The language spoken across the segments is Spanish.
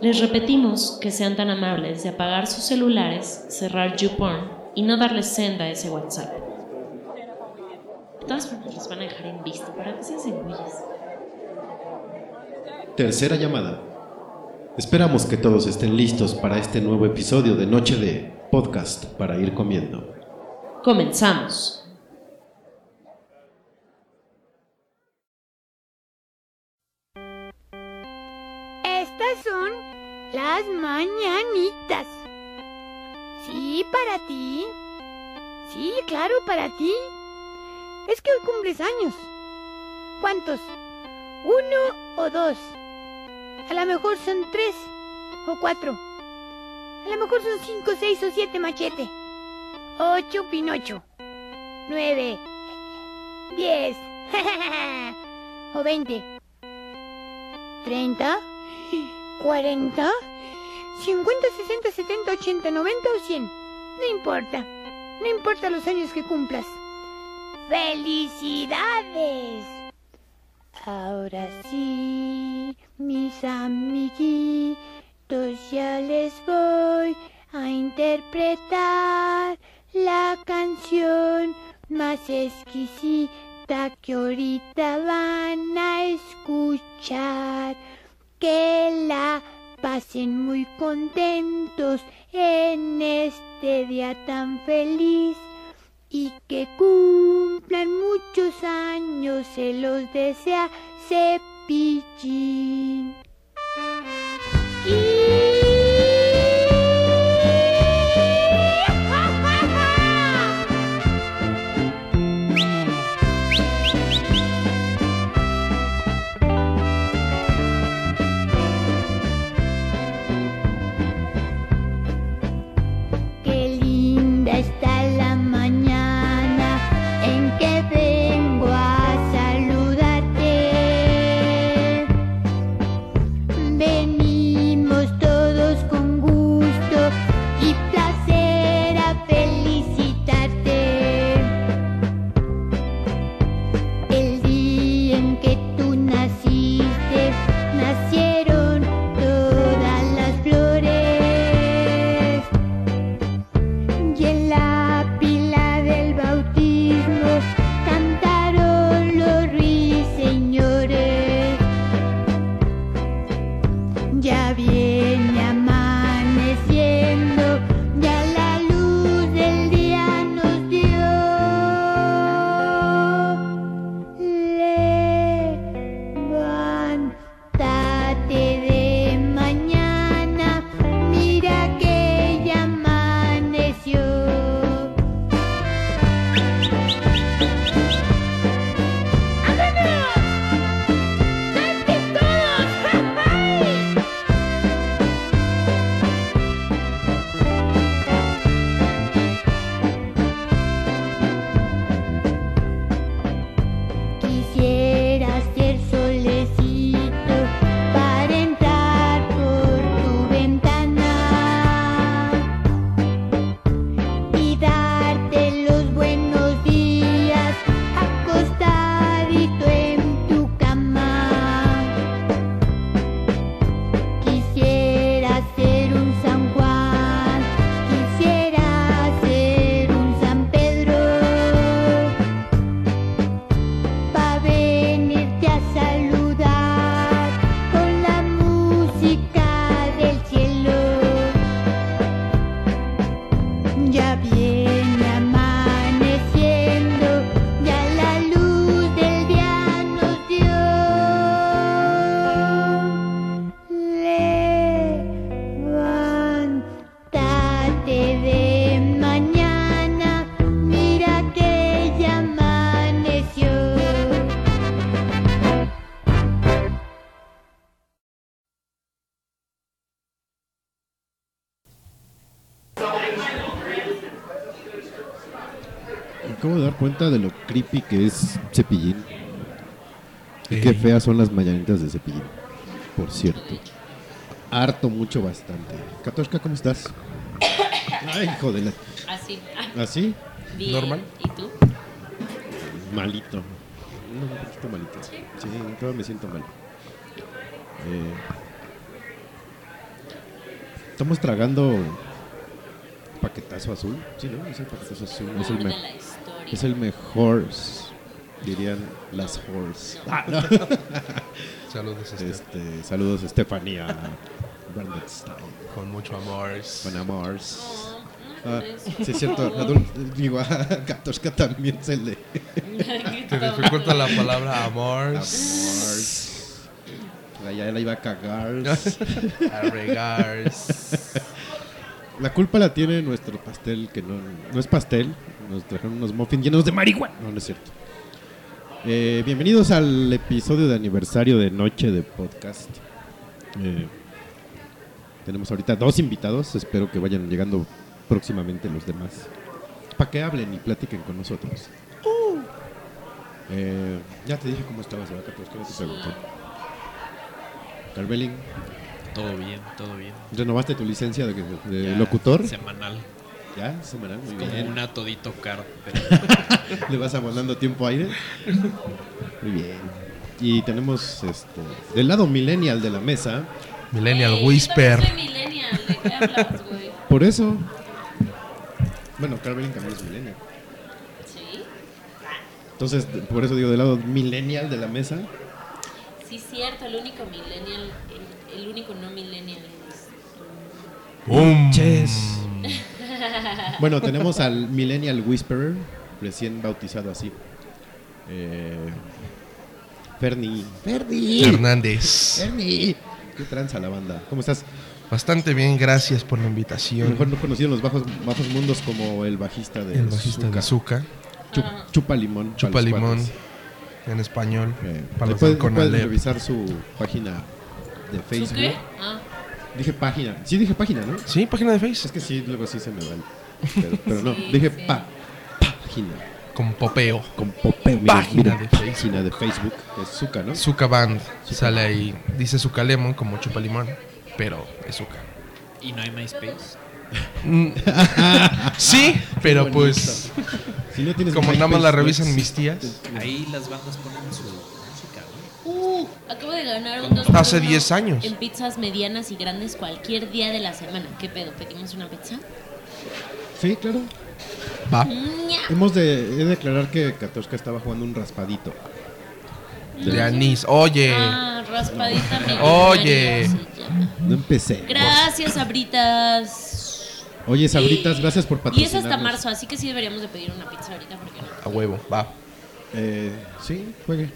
Les repetimos que sean tan amables de apagar sus celulares, cerrar YouPorn y no darles senda a ese WhatsApp. De todas formas, los van a dejar en visto para que se hacen güeyes. Tercera llamada. Esperamos que todos estén listos para este nuevo episodio de Noche de Podcast para ir comiendo. Comenzamos. Estas son las mañanitas. Sí, para ti. Sí, claro, para ti. Es que hoy cumples años. ¿Cuántos? ¿Uno o dos? A lo mejor son tres o cuatro. A lo mejor son cinco, seis o siete machete. Ocho pinocho. Nueve. Diez. o veinte. ¿Treinta? 40, 50, 60, 70, 80, 90 o 100. No importa. No importa los años que cumplas. ¡Felicidades! Ahora sí, mis amiguitos, ya les voy a interpretar la canción más exquisita que ahorita van a escuchar que la pasen muy contentos en este día tan feliz y que cumplan muchos años, se los desea Cepillín. Y- Qué linda está la mañana en que vengo a saludarte. Venimos todos con gusto y placer a felicitarte. El día en que tú naciste, nacieron todas las flores. Y en la pila del bautismo, tan acabo de dar cuenta de lo creepy que es Cepillín. Y qué feas son las mañanitas de Cepillín, por cierto. Harto, mucho, bastante. Katoshka, ¿cómo estás? Ay, hijo de la... Así. Ah, ¿Así? bien. Normal. ¿Y tú? Malito. No, un poquito malito. Sí, todavía me siento mal. Eh, estamos tragando paquetazo azul. Sí, ¿no? Es el paquetazo azul. Es el, Háblame me- de la historia. es el mejor. Dirían las horse. Ah, no. Saludos, este, Este, saludos, Estefanía. Brandon Stein. con mucho amor. Con amores. No, no Ah, hables. sí, es cierto. Adul, digo, a Katoshka también se le. Te dificulta la palabra amor. Amores. Pues Ya la iba a cagar. Arregars. La culpa la tiene nuestro pastel, que no, no es pastel. Nos trajeron unos muffins llenos de marihuana. No, no es cierto. Eh, bienvenidos al episodio de aniversario de Noche de Podcast. Eh, tenemos ahorita dos invitados. Espero que vayan llegando próximamente los demás. Para que hablen y platiquen con nosotros. Uh, Eh, ya te dije cómo estabas, ¿verdad? Pero es que no te pregunté. Carveling, Todo bien, todo bien. ¿renovaste tu licencia de, de Ya, locutor? Semanal. Ya, semanal, muy Como bien. un atodito caro. Le vas abonando tiempo aire. Muy bien. Y tenemos este del lado millennial de la mesa. Millennial Ey, yo Whisper. también soy millennial, ¿de qué hablas, güey? Por eso. Bueno, Carmen también es millennial. Sí, Entonces, por eso digo del lado millennial de la mesa. sí, cierto, el único millennial, el, el único no millennial es tú. Boom. Chess. Bueno, tenemos al Millennial Whisperer, recién bautizado así. Eh, Ferni. Ferni. Hernández. Ferni. Qué tranza la banda. ¿Cómo estás? Bastante bien, gracias por la invitación. Mejor no conocido en los bajos, bajos mundos como el bajista de El bajista de Zucca. Azúcar. Chup- chupa limón. para Chupa los limón. cuates. En español. Eh, Para ahí los pueden, del Conalep. pueden revisar su página de Facebook. ¿Tú qué? Ah, Dije página. Sí, dije página, ¿no? Sí, página de Es Facebook. que sí, luego sí se me va. el- Pero, pero no, Sí, dije sí. pa- página. Con Popeo. Con Popeo. Mira, Página mira, de página de Facebook. Es Zuka, ¿no? Zuka Band. Sale ahí. Dice Zuka Lemon como chupa limón. Pero es Zuka. Y no hay MySpace. Mm. sí, pero pues. Ah, Si no tienes Como nada más MySpace, pues, la no revisan mis existe. tías. Ahí las bandas ponen su música, ¿no? uh, acabo de ganar un 2 Hace 10 años. En pizzas medianas y grandes cualquier día de la semana. ¿Qué pedo? ¿Pedimos una pizza? Sí, claro. Va. Ña. Hemos de, he de declarar que Katoshka estaba jugando un raspadito. De anís. Oye. Ah, raspadita millonaria Oye. se llama. No empecé. Gracias, Abritas. Oye, Sabritas, gracias por Y patrocinarnos. es hasta marzo, así que sí deberíamos de pedir una pizza ahorita porque no. A huevo. Va. Eh, sí, juegue.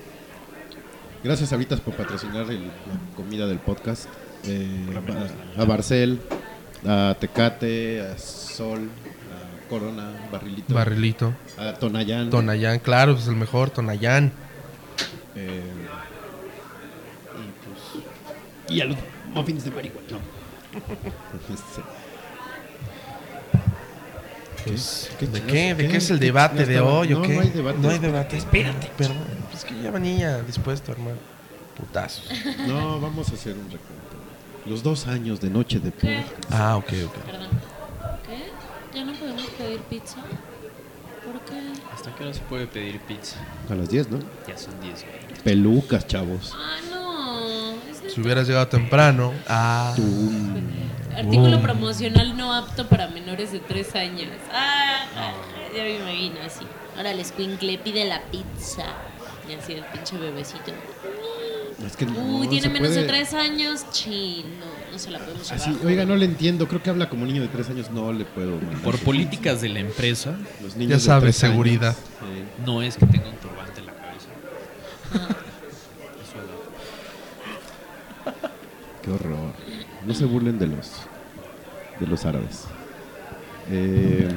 Gracias, Sabritas, por patrocinar el- la comida del podcast. Eh, a, a Barcel, a Tecate, a Sol, a Corona, Barrilito, Barrilito. a Ah, Tonayán. Tonayán, claro, pues, es el mejor. Tonayán. eh, y, pues, y a los muffins de marihuana. No. Este, Pues, ¿Qué ¿De chingados? qué? ¿De ¿Qué? qué es el ¿Qué debate chingados de estaba? hoy o No, qué? no hay debate. No hay debate. Espérate. Perdón. Es que ya venía dispuesto, hermano. Putazos. no, vamos a hacer un recuento. Los dos años de noche de ¿Qué? podcast. Ah, ok, ok. Perdón. ¿Qué? ¿Ya no podemos pedir pizza? ¿Por qué? ¿Hasta qué hora se puede pedir pizza? A las 10, ¿no? Ya son 10, güey. Pelucas, chavos. Ah, no. Es Si hubieras llegado temprano. Ah. Tum. Artículo Oh. promocional no apto para menores de 3 años. Ah, ah, ya me imagino así. Ahora el escuincle pide la pizza. Y así el pinche bebecito. Es que no Uy, tiene se menos de puede. 3 años. Chi, no, no se la podemos llevar. Así, oiga, no le entiendo, creo que habla como niño de tres años, no le puedo. mandar. Por políticas de la empresa, Los niños Ya de sabes, tres años, seguridad. eh, no es que tenga un turbante en la cabeza. Eso era. qué horror. No se burlen de los de los árabes. Eh,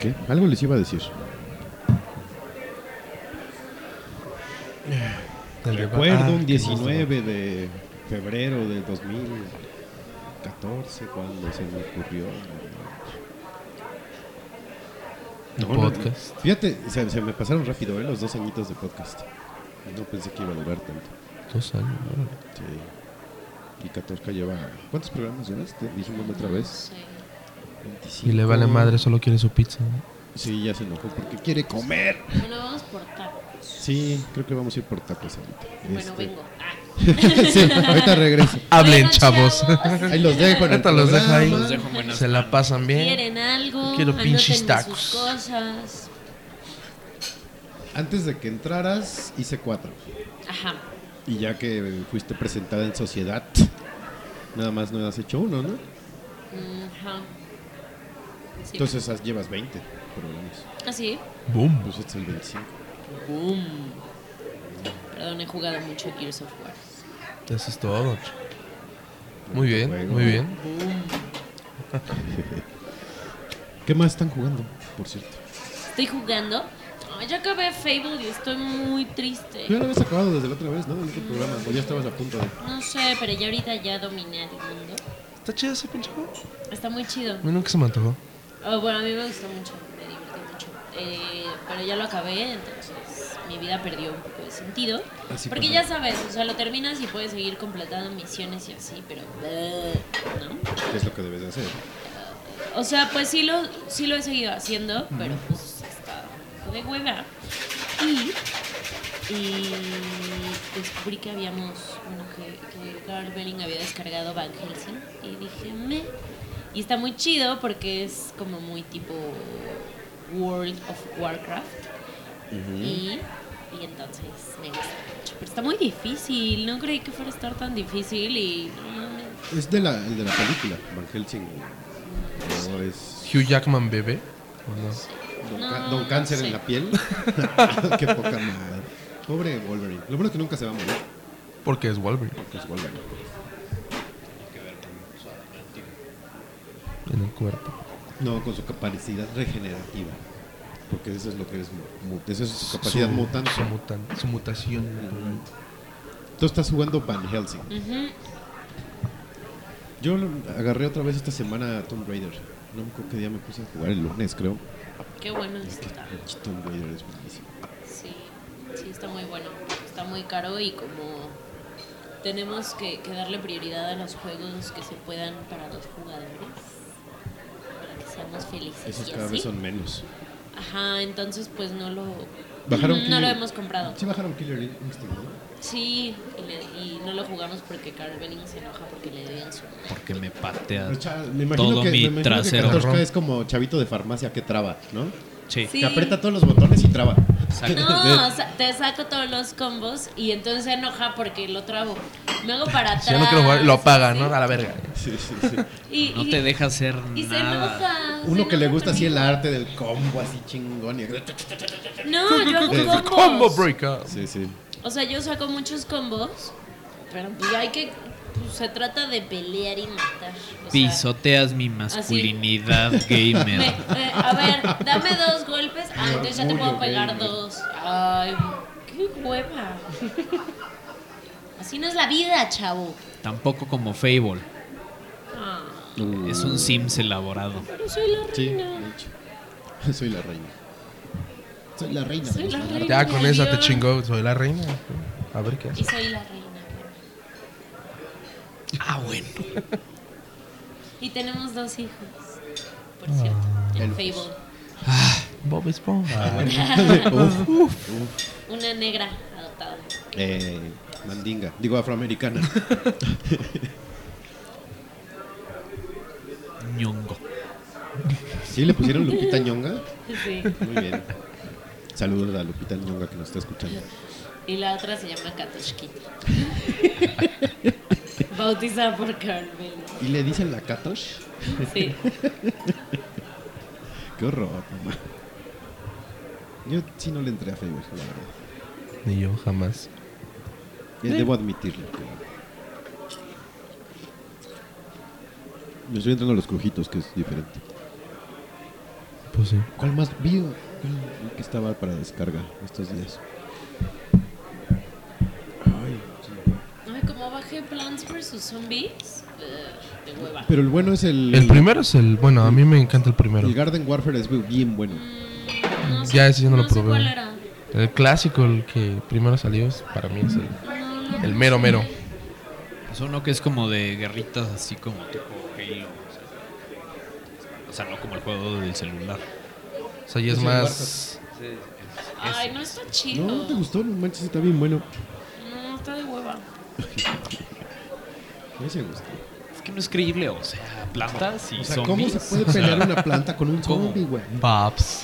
¿Qué? Algo les iba a decir. el deba- ah, Recuerdo un qué gusto. 19 de febrero del 2014 cuando se me ocurrió. de No, no, no. podcast. Fíjate, se, se me pasaron rápido, ¿eh? Los dos añitos de podcast. No pensé que iba a durar tanto. Dos años, órale. Sí. Y Catorca lleva. ¿Cuántos programas llevas? Te dijimos la otra vez. Sí. 25. Y le vale madre, solo quiere su pizza. ¿no? Sí, ya se enojó porque quiere comer. Bueno, vamos por tacos. Sí, creo que vamos a ir por tacos ahorita. Bueno, Este- vengo. Ah. sí, ahorita regreso. Hablen, Bueno, chavos. Ahí los dejo en el Ahorita los dejo programa. ahí. Los dejo en buenas Se la manos. pasan ¿Eh? bien. ¿Quieren algo? Quiero pinches Anótenme tacos. sus cosas. Antes de que entraras, hice cuatro. Ajá. Y ya que fuiste presentada en sociedad, nada más no has hecho uno, ¿no? Mm, Ajá. Sí. Entonces has- llevas 20 programas. ¿Ah, sí? Boom. Pues este es el 25. Boom. Perdón, he jugado mucho Gears of War. Eso es todo. Muy bien, Juego. muy bien. ¿Qué más están jugando, por cierto? Estoy jugando. Ay, ya acabé Fable y estoy muy triste. Tú ya lo habías acabado desde la otra vez, ¿no? El otro programa. O ya estabas a punto de... No sé, pero ya ahorita ya dominé el mundo. ¿Está chido ese pinche juego? Está muy chido. A mí nunca se me antojó. Oh, bueno, a mí me gustó mucho, me divertí mucho. Eh, pero ya lo acabé, entonces mi vida perdió un poco de sentido. Ah, Así porque pasa. ya sabes, o sea, lo terminas y puedes seguir completando misiones y así, pero... eh, ¿no? ¿Qué es lo que debes de hacer? O sea, pues sí lo, sí lo he seguido haciendo, pero pues está un poco de hueva. Y, y descubrí que habíamos, bueno, que, que Carl Belling había descargado Van Helsing y dije, me... Y está muy chido porque es como muy tipo World of Warcraft. Y, y entonces me gusta mucho. Pero está muy difícil, no creí que fuera a estar tan difícil y... no mames. Es de la, el de la película, Van Helsing. No, es Hugh Jackman bebé. ¿O no? Don, No, Ca- Don no Cáncer sé. en la piel. Qué poca madre. Pobre Wolverine. Lo bueno es que nunca se va a morir. Porque es Wolverine. porque es Wolverine. En el cuerpo. No, con su capacidad regenerativa. Porque eso es lo que es. mu- mu- Esa es su capacidad Su- mutante. Su, mutan- su mutación. Tú estás jugando Van Helsing. Ujú. Yo lo- agarré otra vez esta semana a Tomb Raider. No me acuerdo qué día me puse a jugar, el lunes creo. Qué bueno Es que disfrutar. pinche Tomb Raider es buenísimo. Sí, sí, está muy bueno. Está muy caro y como tenemos que, que darle prioridad a los juegos que se puedan para dos jugadores, para que seamos felices. Esos y cada así. vez son menos. Ajá, entonces pues no lo, mm, Bajaron no lo Killer- hemos comprado. Sí, bajaron Killer Instinct, ¿no? Sí, y, le- y no lo jugamos porque Carl Benning se enoja porque le debían su... Porque me patea. Pero cha- me imagino Todo que, mi me imagino que trasero. 14K es como chavito de farmacia que traba, ¿no? Sí. Sí. Que aprieta todos los botones y traba. Exacto. No, o sea, te saco todos los combos y entonces se enoja porque lo trabo. Me hago para atrás. Si ya no quiero jugar, lo apaga, sí. ¿no? A la verga. Sí, sí, sí. Y, No y- te deja hacer Y se nada. enoja. se Uno que le enoja gusta así el conmigo. arte del combo, así chingón. y- No, yo Desde hago combos. Combo breakup. Sí, sí. O sea, yo saco muchos combos. Pero pues hay que. pues, se trata de pelear y matar. o sea, Pisoteas mi masculinidad gamer. me- me- eh. a ver, dame dos golpes. Ah, entonces ya te puedo orgullo, pegar venga. dos. Ay, qué hueva. Así no es la vida, chavo. Tampoco como Fable. Ah, Mm. Es un Sims elaborado. pero soy la Sí, reina. de hecho. Soy la reina. Soy la reina. Soy la ¿no? reina. Ya con esa te Dios. chingó. Soy la reina. A ver qué Y hace. soy la reina. Ah, bueno. Y tenemos dos hijos. Por Ah, cierto, en Elfos. Facebook. Bob Ah. Esponja. Uf, uf. Una negra adoptada. Eh, mandinga. Digo afroamericana. Ñongo. ¿Sí le pusieron Lupita Ñonga? Sí. Muy bien. Saludos a Lupita Ñonga que nos está escuchando. Y la otra se llama Katoshkita. Bautizada por Carmen. ¿Y le dicen la Katosh? Sí. Qué horror, mamá. Yo sí no le entré a Facebook, la verdad. Ni yo jamás. Eh, Debo admitirlo. que- Me estoy entrando a los crujitos, que es diferente. Pues sí. ¿Cuál más vi? ¿Cuál vi Mm. que estaba para descarga estos días? Ay, sí. Ay, como bajé Plants vs. Zombies. Ugh, de hueva. Pero el bueno es el. El primero es el. Bueno, a mí me encanta el primero. el Garden Warfare es bien bueno. Mm, No sé- Ya ese yo no lo probé. Sé ¿Cuál era? El clásico, el que primero salió, es- para mí es el, No, no. el mero mero. Es Pues uno que es como de guerritas así como tipo Halo. O sea, o sea, no como el juego del O celular. sea, Pues ya es más... Ay, no está chido. No, te gustó, no manches, está bien bueno. No, está de hueva. No se gustó. Es que no es creíble, o sea, plantas y O sea, ¿cómo zombies. se puede pelear una planta con un ¿Cómo? zombie, güey? Paps.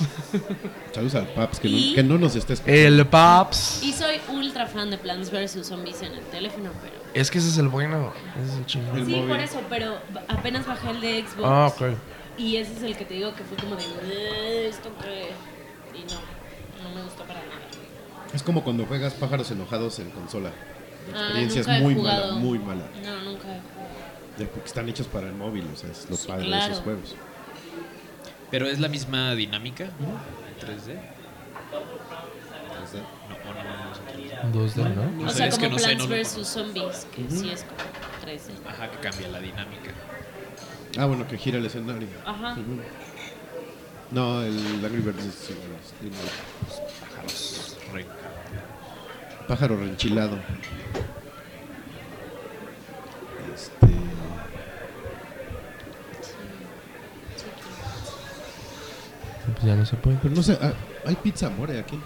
Saludos al Paps, que ¿Y? no, que no nos estés. El Paps. Y soy ultra fan de Plants vs. Zombies en el teléfono, pero... Es que ese es el bueno. Ese es el chingón. Sí, por eso, pero ba- apenas bajé el de Xbox. Ah, ok. Y ese es el que te digo que fue como de... "Eh, ¿Esto qué? Y no, no me gustó para nada. Es como cuando juegas pájaros enojados en consola. La Ah, experiencia nunca he es muy jugado. mala, muy mala. No, nunca he jugado. De- Porque están hechos para el móvil, o sea, es lo Sí, padre de esos claro. juegos. Pero es la misma dinámica en 3D. O sea, No, o no, no, no es en 3D. Dos de, ¿no? O sé, sea, es como que no sé, Plants no lo vs. Zombies, que sí es como 3D. Ajá, que cambia la dinámica. Ah, bueno, que gira el escenario. Ajá. Ujú. No, el Angry Birds es igual, es igual. Pájaros. re- pájaro reenchilado. Este, Pues ya no se puede. pero no sé, ah, hay pizza more aquí.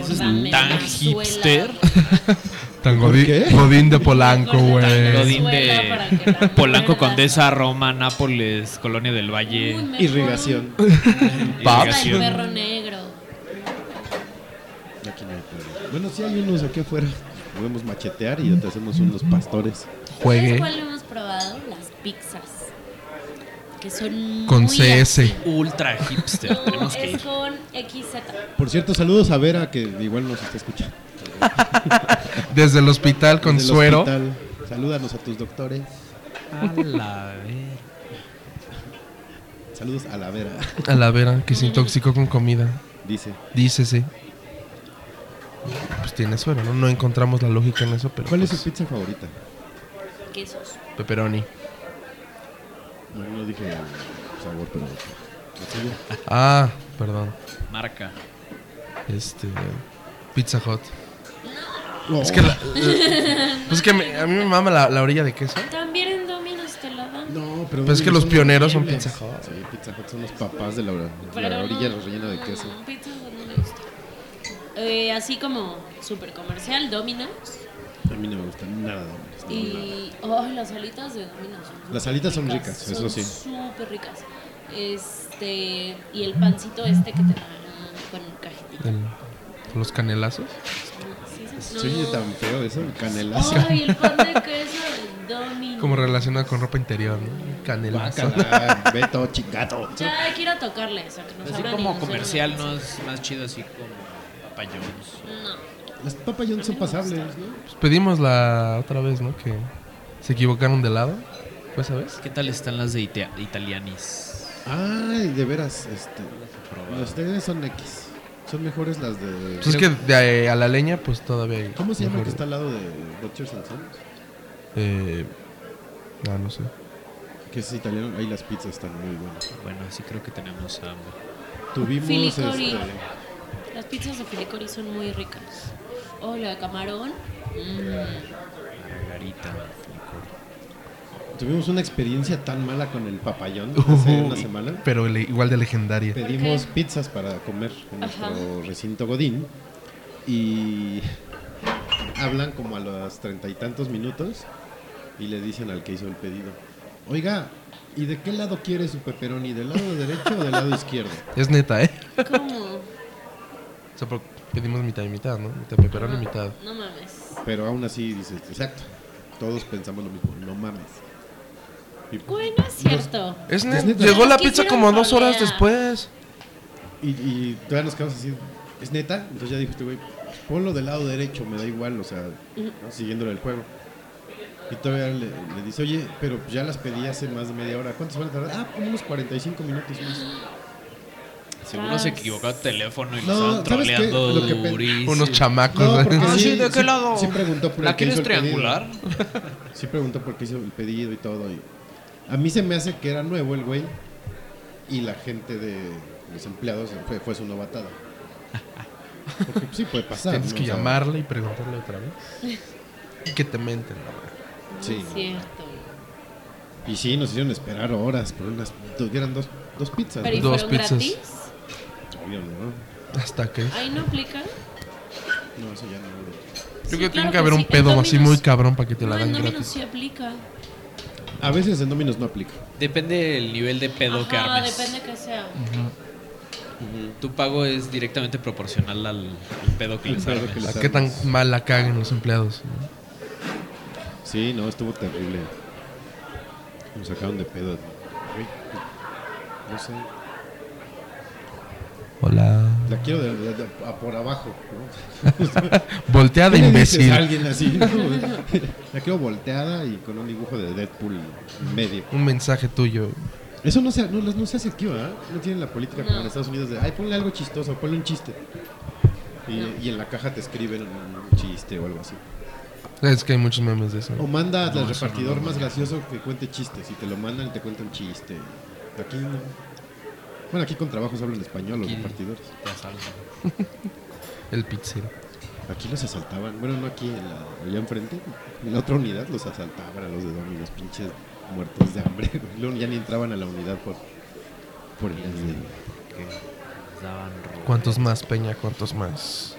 Eso es Dame tan Venezuela. hipster. Tan ¿Por godín, qué? godín de Polanco, Tan güey. godín. Godín Venezuela para que de la Polanco, muerdas. Condesa, Roma, Nápoles, Colonia del Uy, Valle. mejor Irrigación. y un- Paps. Ay, irrigación. perro negro. Aquí no hay perro. Bueno, sí hay unos aquí afuera. Podemos machetear y ya te hacemos unos pastores. ¿Sabes Juegue cuál hemos probado? Las pizzas. Que son con muy CS. Ultra hipster. No, este, Tenemos que es ir. con XZ. Por cierto, saludos a Vera, que igual nos está escuchando. Desde el hospital con Desde el suero. hospital. Salúdanos a tus doctores. A la ver. Saludos a la Vera, A la vera, que se intoxicó con comida. dice. Dícese. Pues tiene suero, ¿no? No encontramos la lógica en eso, pero. ¿Cuál es pues, su pizza favorita? Quesos. Pepperoni. No, no dije sabor, pero... ¿La tuya? Ah, perdón. Marca. Este. Pizza Hot. Es que la. pues es que me- a mí me mama la, la orilla de queso. También en Dominos te la dan. No, pero... Pues es que los son pioneros son horribles. Pizza Hut. Sí, Pizza Hut son los papás de la, de la Pero no- orilla los rellena de queso. no, pizza no me gusta. Eh, así como super comercial, Dominos. A mí no me gustan nada. no, nada. Y. ¡Ay, las alitas de Dominos! son Las súper alitas son ricas, eso sí. Son súper ricas. Este. Y el pancito este que te dan con cajetita. El- con los canelazos. Sí, sí, Se oye no. tan feo eso, canelazo. Ay, el pan de queso de Domino's. Como relacionado con ropa interior, ¿no? Canelazo. Guácala, Beto, chingato. Ya hay que ir a tocarle eso, que nos Así abran y como nos den comercial, una ¿no? Es más chido así como papayones. pizza. No. Las papayones son pasables, ¿no? Pues pedimos la otra vez, ¿no? Que se equivocaron de lado. Pues, ¿sabes? ¿Qué tal están las de Itea- Italianis? Ay, de veras, este... Las de son X. Son mejores las de... Pues es que de a, a la leña, pues todavía hay. ¿Cómo se llama el mejor- que está al lado de Rogers and Sons? Eh. Ah, no sé. Que es italiano, ahí las pizzas están muy buenas. Bueno, sí creo que tenemos hambre. Tuvimos Filicori. este, Las pizzas de Filicori son muy ricas. Oh, la de camarón. Mm. Margarita. tuvimos una experiencia tan mala con el papayón hace una semana. Pero le- igual de legendaria. Pedimos pizzas para comer en Ajá. nuestro recinto Godín y hablan como a los treinta y tantos minutos y le dicen al que hizo el pedido, oiga, ¿y de qué lado quiere su pepperoni? ¿Del lado derecho o del lado izquierdo? Es neta, ¿eh? ¿Cómo? O sea, pero pedimos mitad y mitad, ¿no? Mitad pepperoni y mitad. No mames. Pero aún así dices, exacto, todos pensamos lo mismo, no mames. Y- pues, Güey, no es cierto. Es Es neta. neta. Llegó la Es que pizza hicieron como dos rolea. horas después. Y, y todavía nos quedamos así, ¿es neta? Entonces ya dijo este güey, ponlo del lado derecho, me da igual, o sea, ¿no? siguiéndole el juego. Y todavía le, le dice, oye, pero ya las pedí hace más de media hora, ¿cuántos van a tardar? Ah, como unos 45 minutos más. Seguro Ah, se equivocó el teléfono y lo No, estaban ¿sabes qué? troleando Lo que pe- durísimo. Unos chamacos. No, porque ¿verdad? Ah, sí, sí, ¿de qué sí- lado? sí preguntó por el ¿La que hizo quieres el pedido. triangular? Sí preguntó por qué hizo el pedido y todo. Y a mí se me hace que era nuevo el güey y la gente de los empleados, fue, fue su novatada. Porque pues, sí puede pasar. Tienes ¿no? que O sea, llamarle y preguntarle otra vez. Y que te menten, la verdad. Sí. Es cierto. Y sí, nos hicieron esperar horas por unas. do- Eran dos, dos pizzas. Pero ¿y Dos fueron pizzas. gratis? ¿no? Obvio, ¿no? Hasta que. Ahí no aplican. No, eso ya no. Yo Sí, creo que claro tiene que haber sí. un pedo En así Domino's- muy cabrón para que te la No, en dan Domino's gratis. sí aplica. Ah, A veces en Dominos no aplica. Depende del nivel de pedo que Ajá, armes. depende que sea. Tu pago es directamente proporcional al, al pedo que Al les pedo armes. que les- A qué tan mal la caguen los empleados. ¿no? Sí, no, estuvo terrible. Nos sacaron de pedo. Güey, No sé. Hola. La quiero de- de- de- a por abajo, ¿no? Volteada, ¿Qué le dices imbécil. a alguien así? la quiero volteada y con un dibujo de Deadpool en medio. Un mensaje tuyo. Eso no se, no, no se hace aquí, ¿verdad? No tienen la política como No. en Estados Unidos de, ay, ponle algo chistoso, ponle un chiste. Y, y en la caja te escriben un, un chiste o algo así. Es que hay muchos memes de eso. O manda al No, eso repartidor no, no, más no. gracioso que cuente chistes. Y te lo mandan y te cuenta un chiste. Aquí no. Bueno, aquí con trabajos hablan español los Aquí- repartidores. Te asaltan. El pixel. Aquí los asaltaban. Bueno, no aquí, en la- allá enfrente. En la otra unidad los asaltaban a los de Dominos, pinches muertos de hambre. güey. Luego ya ni entraban a la unidad por, por el este. Que les daban ro- ¿Cuántos más, Peña? ¿Cuántos más?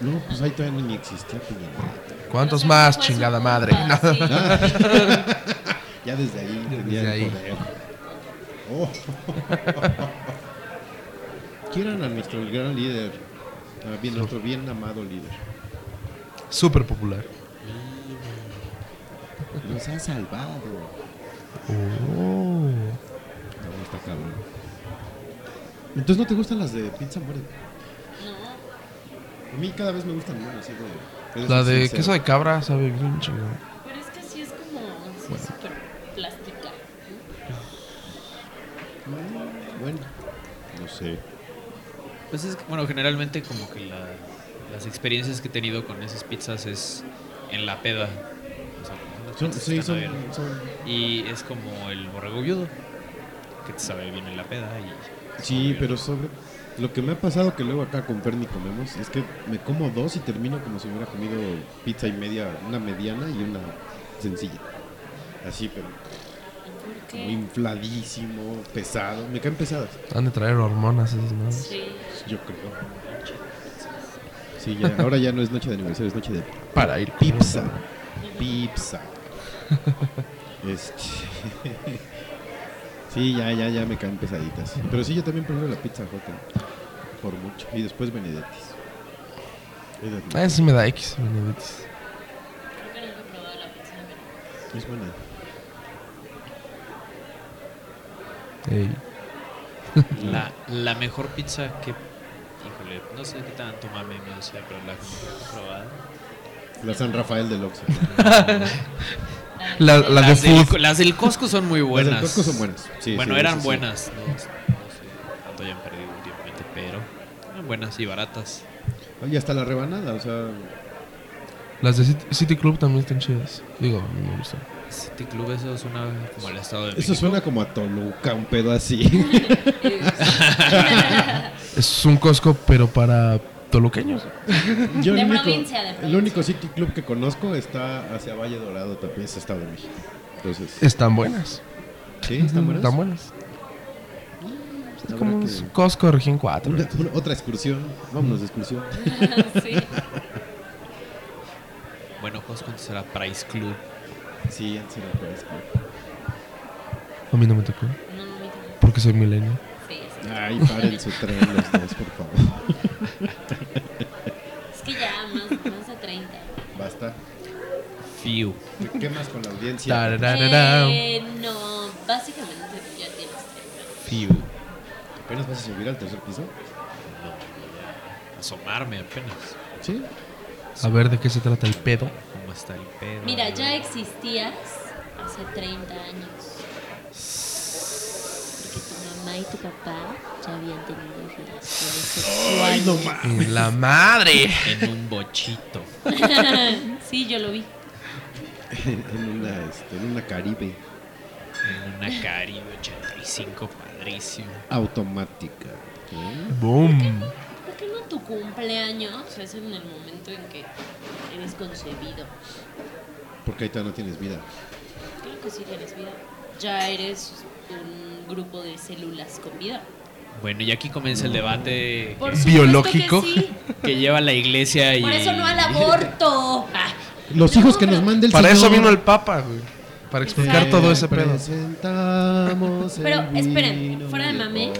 No, pues ahí todavía no ni existía Peña Nieto. ¿Cuántos Pero más, fue su chingada culpa, madre? No. sí. Ya desde ahí Ya tenía desde el ahí. poder. Oh. Quieran a nuestro gran líder. A bien, nuestro bien amado líder. Súper popular. Nos ha salvado. Oh. No, está cabrón. Entonces, ¿no te gustan las de pizza muerte? No. A mí cada vez me gustan menos. así de- La eso de es sincero. queso de cabra sabe bien chingón. Pero es que sí es como así súper plástica. Mm, Bueno, no sé. Pues es que, bueno, generalmente como que la- las experiencias que he tenido con esas pizzas es en la peda. O sea, las Son, pizzas sí, están son, abiertas. son- Y es como el borrego viudo, que te sabe bien en la peda. Y Sí, pero sobre. Lo que me ha pasado que luego acá con Ferni comemos es que me como dos y termino como si hubiera comido pizza y media, una mediana y una sencilla. Así, pero ¿Por como qué? infladísimo, pesado. Me caen pesadas, Han de traer hormonas esas madres. Sí. yo creo. Sí, ya, ahora ya no es noche de aniversario, es noche de Para ir pizza. Pizza. Este. Sí, ya, ya, ya me caen pesaditas. Pero sí, yo también prefiero la pizza jota. Por mucho. Y después Benedettis. Es, Ah, de- eso sí me da X, Benedictis. Creo que nunca he probado la pizza de Benito. es buena. Ey. La, la mejor pizza que. Híjole, no sé qué tanto mame me sea, pero la que he probado. La San Rafael del Oxxo. La, la de las, Food. del, las del Costco son muy Las buenas. del Costco son buenas. Sí, bueno, sí, eran sí, sí. buenas. No, no sé cuánto hayan perdido últimamente, pero eran buenas y baratas. Y hasta la rebanada, o sea. Las de City, City Club también están chidas. Digo, a mí me gustan. City Club, eso suena como el estado de Eso México. suena como a Toluca, un pedo así. Es un Costco, pero para toluqueños. Yo De el único, provincia, de El provincia. único City Club que conozco está hacia Valle Dorado, también es Estado de México. Entonces. Están buenas. Sí, están buenas. Están buenas. Es Habrá como un que- Costco Región 4. Una- una- otra excursión. Vámonos de excursión. Sí. Bueno, Costco antes era Price Club. Sí, antes era por excursión. A mí no me tocó. No, no, no. no. Porque soy milenio. Sí, es, Ay, paren su tren los dos, por favor. es que ya más, más de 30. Basta. Fiu. Te quemas con la audiencia. Tarararara. Eh, no, básicamente ya tienes 30. Fiu. ¿Apenas vas a subir al tercer piso? No, voy a asomarme apenas. Sí. A ver de qué se trata el pedo. ¿Cómo está el pedo? Mira, ya existías hace 30 años. Porque tu mamá y tu papá ya habían tenido relaciones sexuales. En la madre. En un bochito. sí, yo lo vi. en, una, este, en una Caribe. En una Caribe 85 para padrísimo. automática. ¿eh? Boom. ¿Por qué no tu cumpleaños es en el momento en que eres concebido? Porque ahí todavía no tienes vida. Creo que sí tienes vida. Ya eres un grupo de células con vida. Bueno, y aquí comienza el debate Por que- supuesto ¿Biológico? Que sí. que lleva la iglesia y... Por eso no al aborto. Ah, Los No, hijos que pero- nos mande el Para eso Señor. vino el Papa, güey. Para explicar Exacto. todo ese pedo. Presentamos el Pero, esperen, vino fuera de viejo. mame.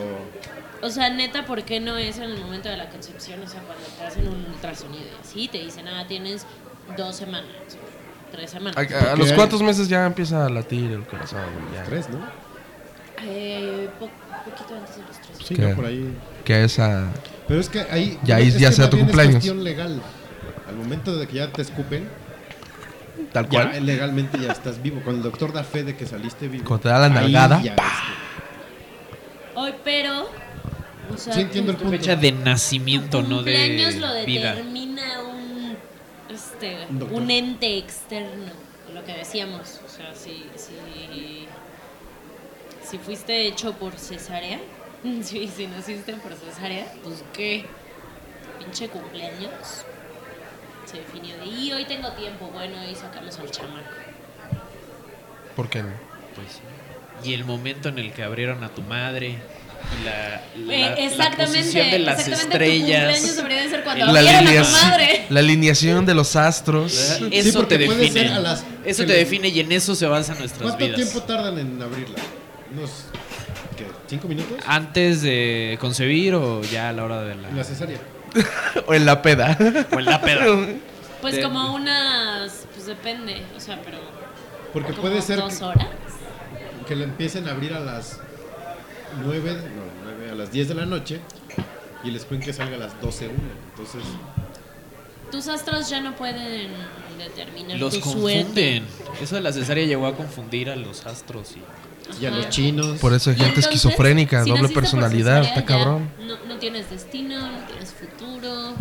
O sea, neta, ¿por qué no es en el momento de la concepción? O sea, cuando te hacen un ultrasonido y así, te dicen, ah, tienes dos semanas, tres semanas. A, a- a Porque los hay- cuantos meses ya empieza a latir el corazón. güey, ya. Tres, ¿no? Eh, po- poquito antes de los tres. Sí, ¿Qué? ¿no? por ahí. Que esa. Pero es que ahí. Ya ahí es ya que sea más tu bien es cumpleaños. cuestión legal. Al momento de que ya te escupen, Tal ya cual. legalmente ya estás vivo. Cuando el doctor da fe de que saliste vivo. Cuando te da la ahí nalgada, ya Hoy, pero, o sea, Sí, entiendo el tu punto. Fecha de nacimiento, no cumpleaños lo de vida. determina un, este, Un doctor. un ente externo, lo que decíamos. O sea, si, si, si fuiste hecho por cesárea, si, si naciste por cesárea, pues qué, pinche cumpleaños. Se definió de, y hoy tengo tiempo, bueno, y sacamos al chamaco. ¿Por qué no? Pues, y el momento en el que abrieron a tu madre. y La, la, Eh, la posición exactamente, de exactamente las tu cumpleaños estrellas. debería de ser cuando La abrieron a tu alineación- madre. la alineación de los astros. ¿verdad? Sí, Eso porque te puede define. ser a las- Eso se te le- define y en eso se basan nuestras ¿Cuánto tiempo vidas. tardan en abrirla? ¿Unos. ¿Qué? ¿Cinco minutos? Antes de concebir o ya a la hora de la. La cesárea. o en la peda. o en la peda. Pues De- como unas, pues depende, o sea, pero ¿ah? Porque como puede ser dos que, horas. que la empiecen a abrir a las nueve, no, nueve, a las 10 de la noche y el escuincle salga a las 12 una. Entonces, Tus astros ya no pueden determinar Los tu suerte. confunden. Eso de la cesárea llegó a confundir a los astros y. y a Ajá. los chinos. Por eso hay Y gente entonces, esquizofrénica, si doble naciste por personalidad, cesárea, está ya cabrón. No, no tienes destino, no tienes futuro,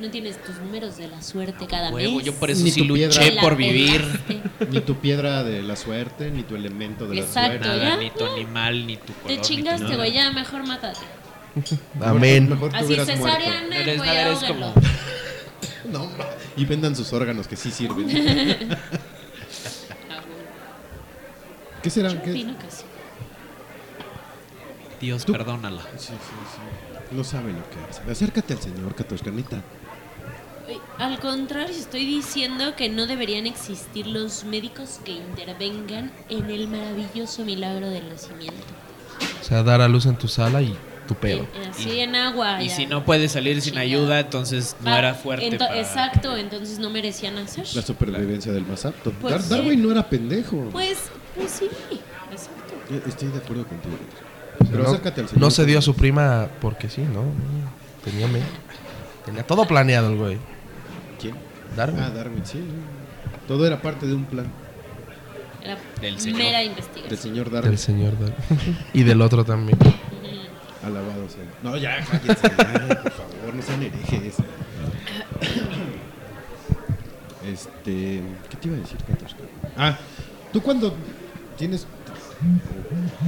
no tienes tus números de la suerte cada Huevo, mes. yo por eso Ni sí tu piedra. luché La por vivir. pelaste. Ni tu piedra de la suerte, ni tu elemento de Exacto. la suerte. Nada, ¿Ya? ni tu animal, ni tu color. Te ni tu chingaste, nada. güey, ya mejor mátate. Mejor- Amén. Mejor te Así hubieras cesárea, No eres güey, nada, eres ahógalo. como- muerto. No, ma- y vendan sus órganos que sí sirven. Ah, güey. ¿Qué será? Yo ¿Qué? opino que sí. Dios, perdónala. Sí, sí, sí. No sabe lo que hace. Acércate al señor Catoscanita. Oye, Al contrario, estoy diciendo que no deberían existir los médicos que intervengan en el maravilloso milagro del nacimiento. O sea, dar a luz en tu sala y tu pedo. En- así Y- en agua. Y Ah, ya. si no puede salir sin Chingado. ayuda, entonces no Ah, era fuerte. ento- para- Exacto, entonces no merecían hacer. La supervivencia del más apto. Pues Dar- sí. Darwin no era pendejo. Pues, pues sí, exacto. Eh, Estoy de acuerdo contigo. O sea, Pero no, acércate al señor. no se dio a su prima porque sí, ¿no? Tenía miedo. Tenía todo planeado el güey. ¿Quién? Darwin. Ah, Darwin, sí. Todo era parte de un plan Era Del señor. mera del investigación. señor Darwin. Del señor Darwin. y del otro también. Alabado sea. No, ya, cállense. ya, por favor, no sean herejes. Este. ¿Qué te iba a decir, Catorce? Ah, tú cuando tienes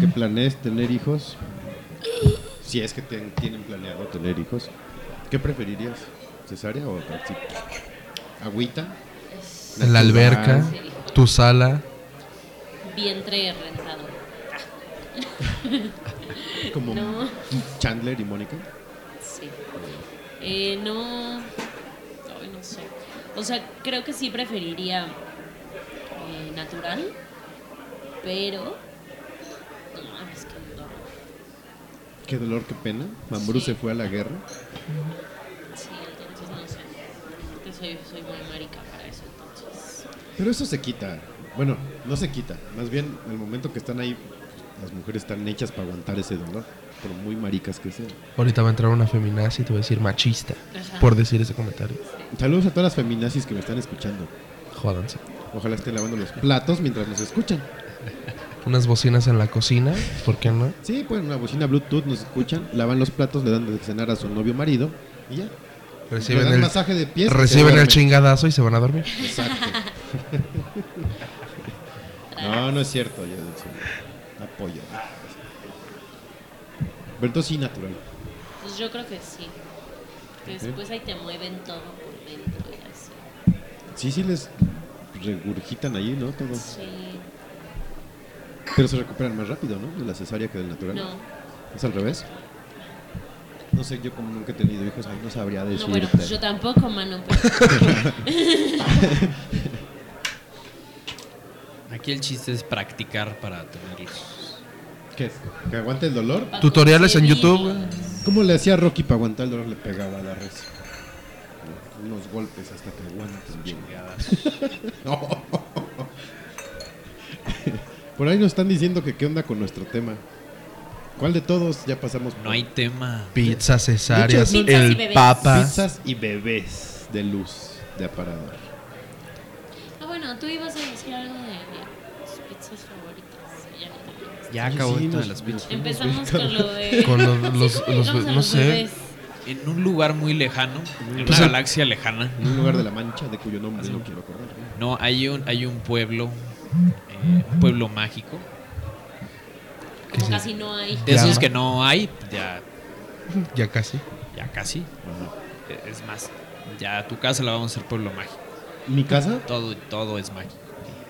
que planees tener hijos, si es que ten- tienen planeado tener hijos, ¿qué preferirías? ¿Cesárea o así? agüita? En la alberca, Sí. tu sala. Vientre rentado. Como No. Chandler y Mónica. Sí. Eh, no. Ay, no sé. O sea, creo que sí preferiría eh, natural, pero. No mames, que no. Qué dolor, qué pena. Mambrú Sí. se fue a la guerra. Sí, entonces no sé. Porque soy, soy muy marica para eso, entonces. Pero eso se quita. Bueno, no se quita. Más bien, en el momento que están ahí, las mujeres están hechas para aguantar ese dolor. Por muy maricas que sean. Ahorita va a entrar una feminazi y te va a decir machista. Ajá. Por decir ese comentario. Saludos a todas las feminazis que me están escuchando. Jódanse. Ojalá estén lavando los platos mientras nos escuchan. Unas bocinas en la cocina. ¿Por qué no? Sí, pues una bocina Bluetooth nos escuchan, lavan los platos, le dan de cenar a su novio marido y ya. le Reciben dan el, masaje de pies. y se reciben el duermen. chingadazo y se van a dormir. Exacto. No, no es cierto. Yo sí, apoyo. Pero entonces sí, natural. Pues yo creo que sí. Que Ok. después ahí te mueven todo por dentro y así. Sí, sí les regurgitan ahí, ¿no? Todo. Sí. Pero se recuperan más rápido, ¿no? De la cesárea que del natural. No. ¿Es al revés? No sé, yo como nunca he tenido hijos, ahí no sabría decir. No, bueno, pues yo tampoco, mano. pero- Aquí el chiste es practicar para tenerlos. ¿Qué? ¿Que aguante el dolor? para Tutoriales en conseguir YouTube, güey. niños. ¿Cómo le hacía Rocky para aguantar el dolor? Le pegaba a la res. Unos golpes hasta que aguantes bien. Por ahí nos están diciendo que qué onda con nuestro tema. ¿Cuál de todos ya pasamos? por No hay tema. Pizza, cesáreas, hecho, De no- Pizzas y el bebés. papa. pizzas y bebés de luz de aparador. Ah, bueno, tú ibas a decir algo de, de tus pizzas favoritas. y ya no te acuerdas. Ya Sí, sí, acabó el tema nos- de las pizzas. Empezamos con lo de. Con los- los- ¿cómo los- llegamos a no los sé. bebés? En un lugar muy lejano, en Pues, una ah, galaxia lejana, En un lugar de la mancha de cuyo nombre no quiero acordar. ¿eh? no, hay un, hay un pueblo, eh, un pueblo mágico. ¿Qué Como es casi no hay. De Ya. esos que no hay, ya, Ya casi. ya casi. Eh, Es más, ya tu casa la vamos a hacer pueblo mágico. ¿Mi casa? Todo, todo es mágico.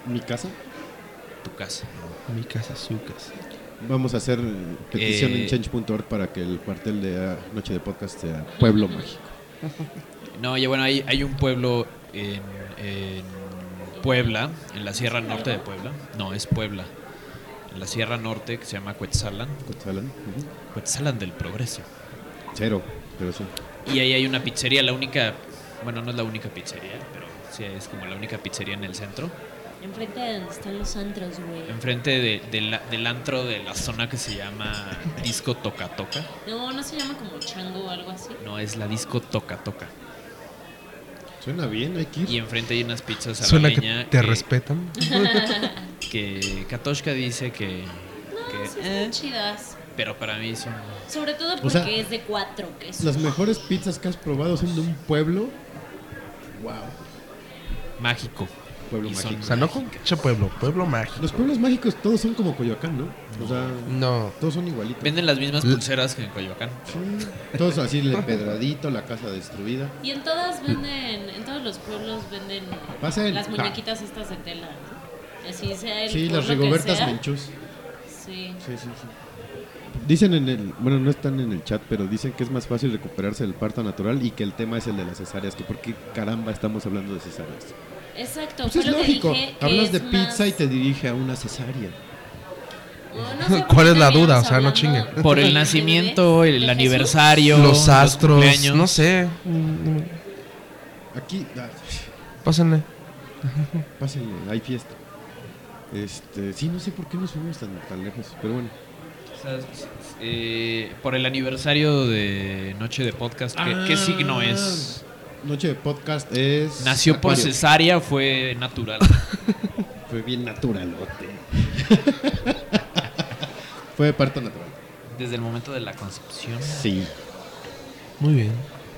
¿Mi casa? Tu casa. Mi casa, su casa. Vamos a hacer eh, petición Eh, en change.org para que el cuartel de ah, Noche de Podcast sea Pueblo Mágico. No, ya bueno, hay, hay un pueblo en, en Puebla, en la Sierra Norte de Puebla. No, es Puebla. En la Sierra Norte que se llama Cuetzalan. Cotzalan, ujú. Cuetzalan Pues del Progreso. Cero, pero sí. Y ahí hay una pizzería, la única, bueno, no es la única pizzería, pero sí es como la única pizzería en el centro. Enfrente de donde están los antros, güey. Enfrente de- de la- del antro de la zona que se llama Disco Toca Toca. No, no se llama como chango o algo así. No, es la Disco Toca Toca. Suena bien, hay que Y ir. enfrente hay unas pizzas a Suena la que leña te respetan. que Katoshka dice que... que- Sí, están chidas. pero para mí son... Sobre todo porque O sea, es de cuatro quesos. Las mejores pizzas que has probado son de un pueblo. Wow. mágico. Pueblo Y son- mágico. Sanojo, pinche pueblo. Pueblo mágico. Los pueblos mágicos todos son como Coyoacán, ¿no? O sea, No. todos son igualitos. Venden las mismas pulseras que en Coyoacán. Sí, Todos así, el empedradito, la casa destruida. Y en todas venden, en todos los pueblos venden Pasen. las muñequitas estas de tela. ¿no? Así sea el Sí, las pueblo que rigobertas sea. menchús. Sí. Sí, sí, sí. Dicen en el, bueno, no están en el chat, pero dicen que es más fácil recuperarse del parto natural y que el tema es el de las cesáreas, que por qué caramba estamos hablando de cesáreas. Exacto. Pues fue es lo que lógico, dije que hablas es de pizza más- y te dirige a una cesárea. No, no sé por ¿Cuál qué es la terminamos duda? O sea, no hablando chinguen. de- Por de el nacimiento, bebés, el de aniversario, Los astros. cumpleaños. No sé. Mm, Aquí, ah, Pásenle. pásenle, hay fiesta. Este, sí, no sé por qué nos fuimos tan, tan lejos, pero bueno. O sea, s- eh, por el aniversario de Noche de Podcast, ¿qué, qué Ah. signo es? Noche de podcast es... ¿Nació por Acuario. cesárea o fue natural? Fue bien naturalote. Fue parto natural. Desde el momento de la concepción. Sí. Muy bien.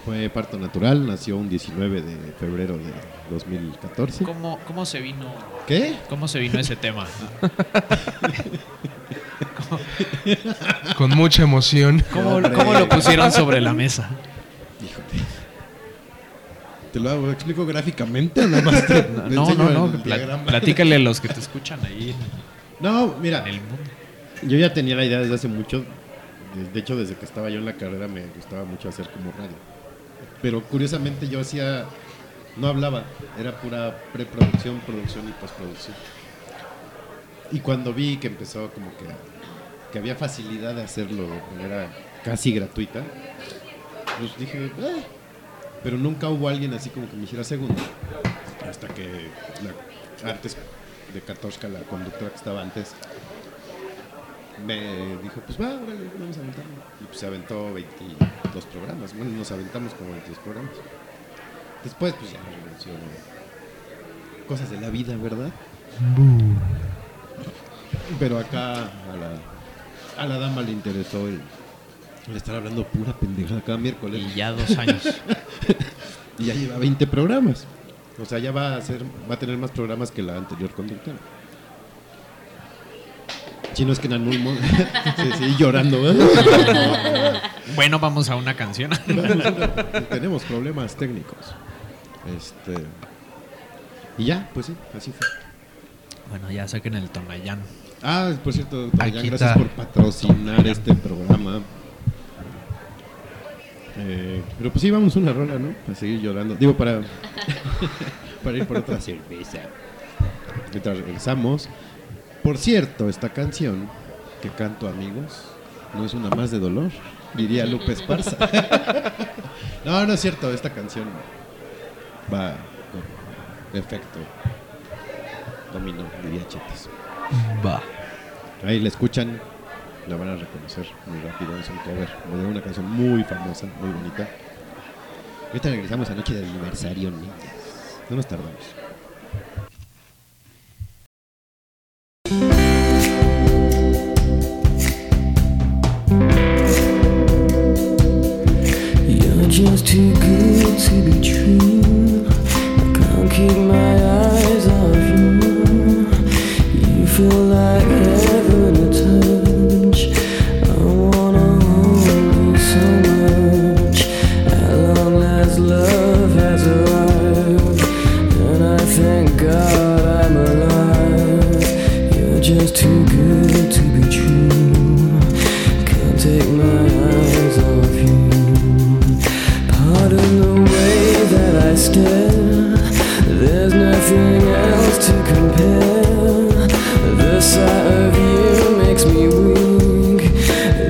Fue parto natural, nació un 19 de febrero de 2014. ¿Cómo, cómo se vino? ¿Qué? ¿Cómo se vino ese tema? Con mucha emoción. ¿Cómo, cómo lo pusieron sobre la mesa? Híjole. ¿Te lo hago- explico gráficamente o nada más? te- te No, enseño no, no. el pla- diagrama? platícale a los que te escuchan ahí en- No, mira, en el mundo. yo ya tenía la idea desde hace mucho. de- De hecho, desde que estaba yo en la carrera me gustaba mucho hacer como radio. Pero curiosamente yo hacía. No hablaba, era pura preproducción, producción y postproducción. Y cuando vi que empezó como que, que había facilidad de hacerlo de manera casi gratuita, pues dije, "Eh". pero nunca hubo alguien así como que me hiciera segundo. Hasta que la- antes de Katoshka, la conductora que estaba antes, me dijo, pues va, órale, vamos a aventarlo. Y pues se aventó 22 programas. Bueno, nos aventamos como 22 programas. Después, pues ya renunció. Cosas de la vida, ¿verdad? Pero acá a la, a la dama le interesó el, el estar hablando pura pendejada cada miércoles. Y ya dos años. Y ya lleva 20 programas. O sea, ya va a, ser, va a tener más programas que la anterior conductora. Si no es que eran muy mo- sí, sí, llorando. ¿eh? Bueno, vamos a una canción. Tenemos problemas técnicos. Este. Y ya, pues sí, así fue. bueno, ya saquen el Tonayán. Ah, por cierto, Tonayán, Aquí gracias está. por patrocinar este programa. Eh, pero pues sí, vamos una rola, ¿no? Para seguir llorando. Digo, para, para ir por otra cerveza. Mientras regresamos. Por cierto, esta canción que canto, amigos, no es una más de dolor, diría Lupe Esparza. no, no es cierto, esta canción va con efecto dominó, diría Chetes. Va. Ahí la escuchan, la van a reconocer muy rápido. Es un cover de una canción muy famosa, muy bonita. Ahorita regresamos a Noche de Aniversario, niñas. No nos tardamos. You're just too good to be true. I can't keep my eyes off you. You feel like heaven to touch. I wanna hold you so much. At long last, love has arrived, and I thank God I'm alive. You're just too good to be true. Can't take my eyes off you. Pardon the way that I stare. There's nothing else to compare. The sight of you makes me weak.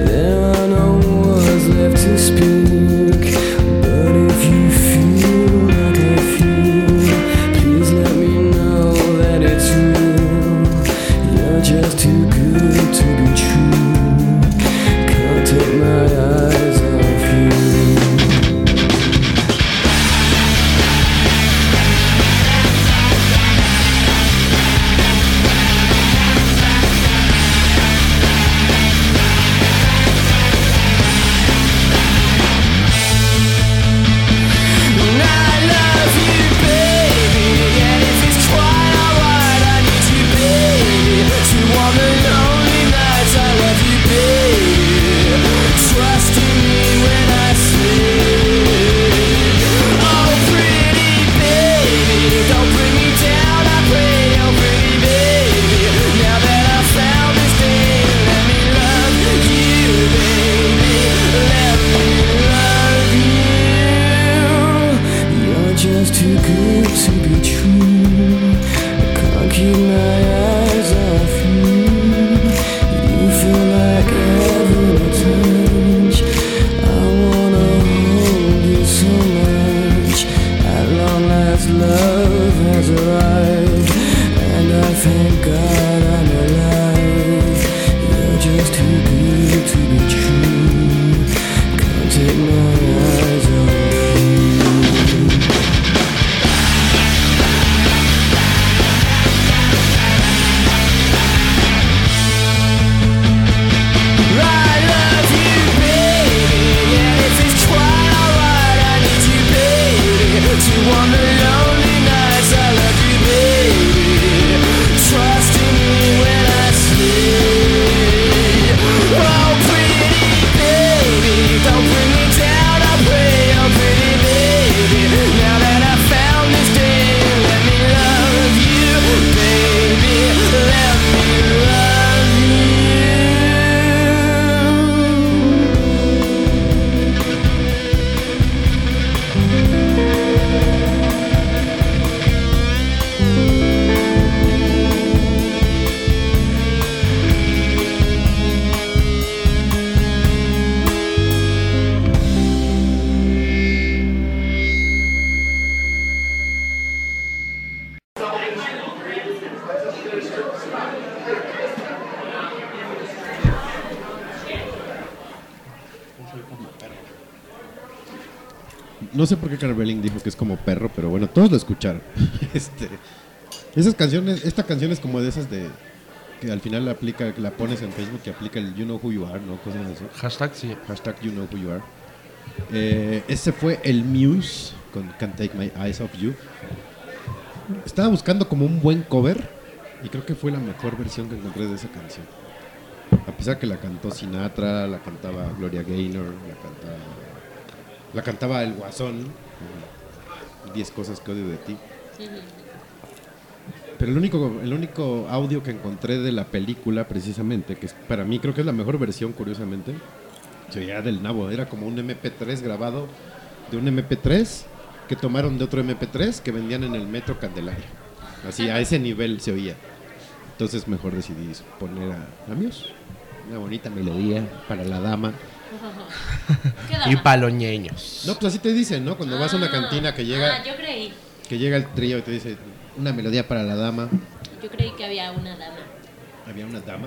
There are no words left to speak. But if you feel like I feel, please let me know that it's real. You're just too good to be true. Can't take my eyes off you. Trust in me when I sleep. Oh, pretty baby, don't bring me down. I pray, oh, pretty baby. Now that I found this thing, let me love you, baby. Let me love you. You're just too good to be true. I can't keep my eyes off you. You feel like every touch. I wanna hold you so much. At long last, love has arrived, and I thank God I'm alive. You're just too good to be true. Can't take my eyes off you. Let me love you. No sé por qué Carveling dijo que es como perro, pero bueno, todos lo escucharon. Este, esas canciones, esta canción es como de esas de que al final la aplica, la pones en Facebook y aplica el You Know Who You Are, ¿no? Cosas así. Hashtag sí. Hashtag You Know Who You Are. Eh, ese fue el Muse con Can't Take My Eyes Off You. Estaba buscando como un buen cover y creo que fue la mejor versión que encontré de esa canción. A pesar que la cantó Sinatra, la cantaba Gloria Gaynor, la cantaba, la cantaba El Guasón. eh, Diez cosas que odio de ti. Pero el único, el único audio que encontré de la película, precisamente, que es, para mí creo que es la mejor versión, curiosamente, se oía del nabo. Era como un MP3 grabado de un MP3 que tomaron de otro MP3 que vendían en el metro Candelaria. Así, a ese nivel se oía. Entonces mejor decidí poner a, a Muse. Una bonita melodía para la dama. Queda Y mal. paloñeños. No, pues así te dicen, ¿no? Cuando vas a una cantina que llega, Ah, yo creí. que llega el trío y te dice una melodía para la dama. Yo creí que había una dama. Había una dama,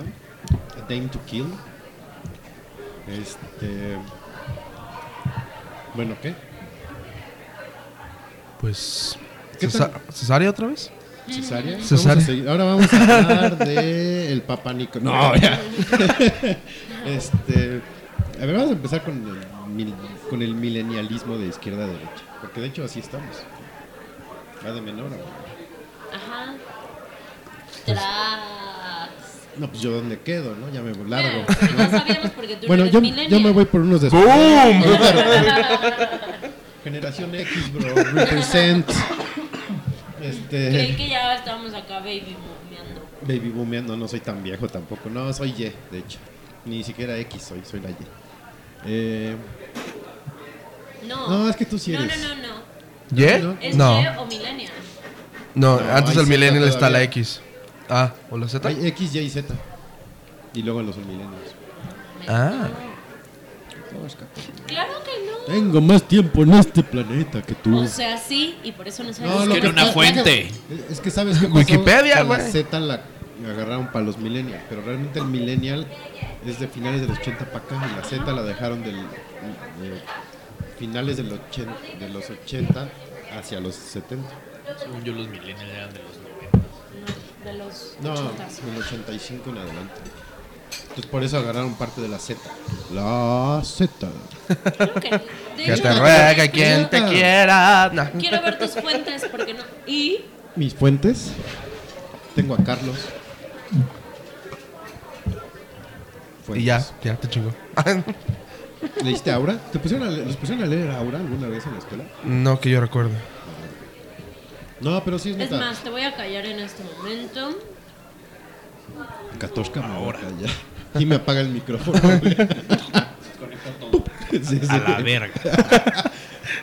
a Dame to Kill. Este. Bueno, ¿qué? Pues. ¿Qué Cesa- ¿Cesárea otra vez? ¿Cesárea? Vamos a Cesárea. seguir- ahora vamos a hablar de el Papa Nico. No, ya. este. A ver, vamos a empezar con el, mil- con el milenialismo de izquierda a derecha. Porque de hecho así estamos. Va de menor a mayor. Ajá. Pues Tras. No, pues yo dónde quedo, ¿no? Ya me largo. Bueno, pero ya sabíamos porque tú Bueno, no eres yo, millennial. yo me voy por unos después. ¡Boom! Generación X, bro. Represent. Creí Este. que ya estábamos acá baby bombeando. Baby boomeando, no soy tan viejo tampoco. No, soy Y, de hecho. Ni siquiera X soy, soy la Y. Eh, No. no, es que tú sí no, eres. no, no, no. ¿No? ¿Ye? ¿Es No. Y o millennial? No, No, antes hay del Z millennial está la todavía. X. Ah, o la Z. Hay X, Y y Z. Y luego los milenios. Ah. Claro que no. Tengo más tiempo en este planeta que tú. O sea, sí, y por eso no sabes. No, lo Busquen que una pa- fuente. Es que sabes que Wikipedia, La güey. Z la agarraron para los millennials, pero realmente el millennial es de finales del 80 para acá y la Z la dejaron del de finales del 80, de los 80 hacia los 70. Según yo, los millennials eran de los 90. No, de los No, ochentas. del 85 en adelante. Entonces por eso agarraron parte de la Z. La Z. Claro que no. De Que hecho, te no ruega quiero- quien te no. quiera. No. Quiero ver tus fuentes porque no. Y Mis fuentes. Tengo a Carlos. Y ya, ya te chingó. ¿Leíste Aura? ¿Te pusieron a le- ¿Los pusieron a leer Aura alguna vez en la escuela? No que yo recuerdo. No, pero sí es es neta. más, te voy a callar en este momento. Katoshka me ahora ya. Y me apaga el micrófono. güey. Sí, sí. A la verga.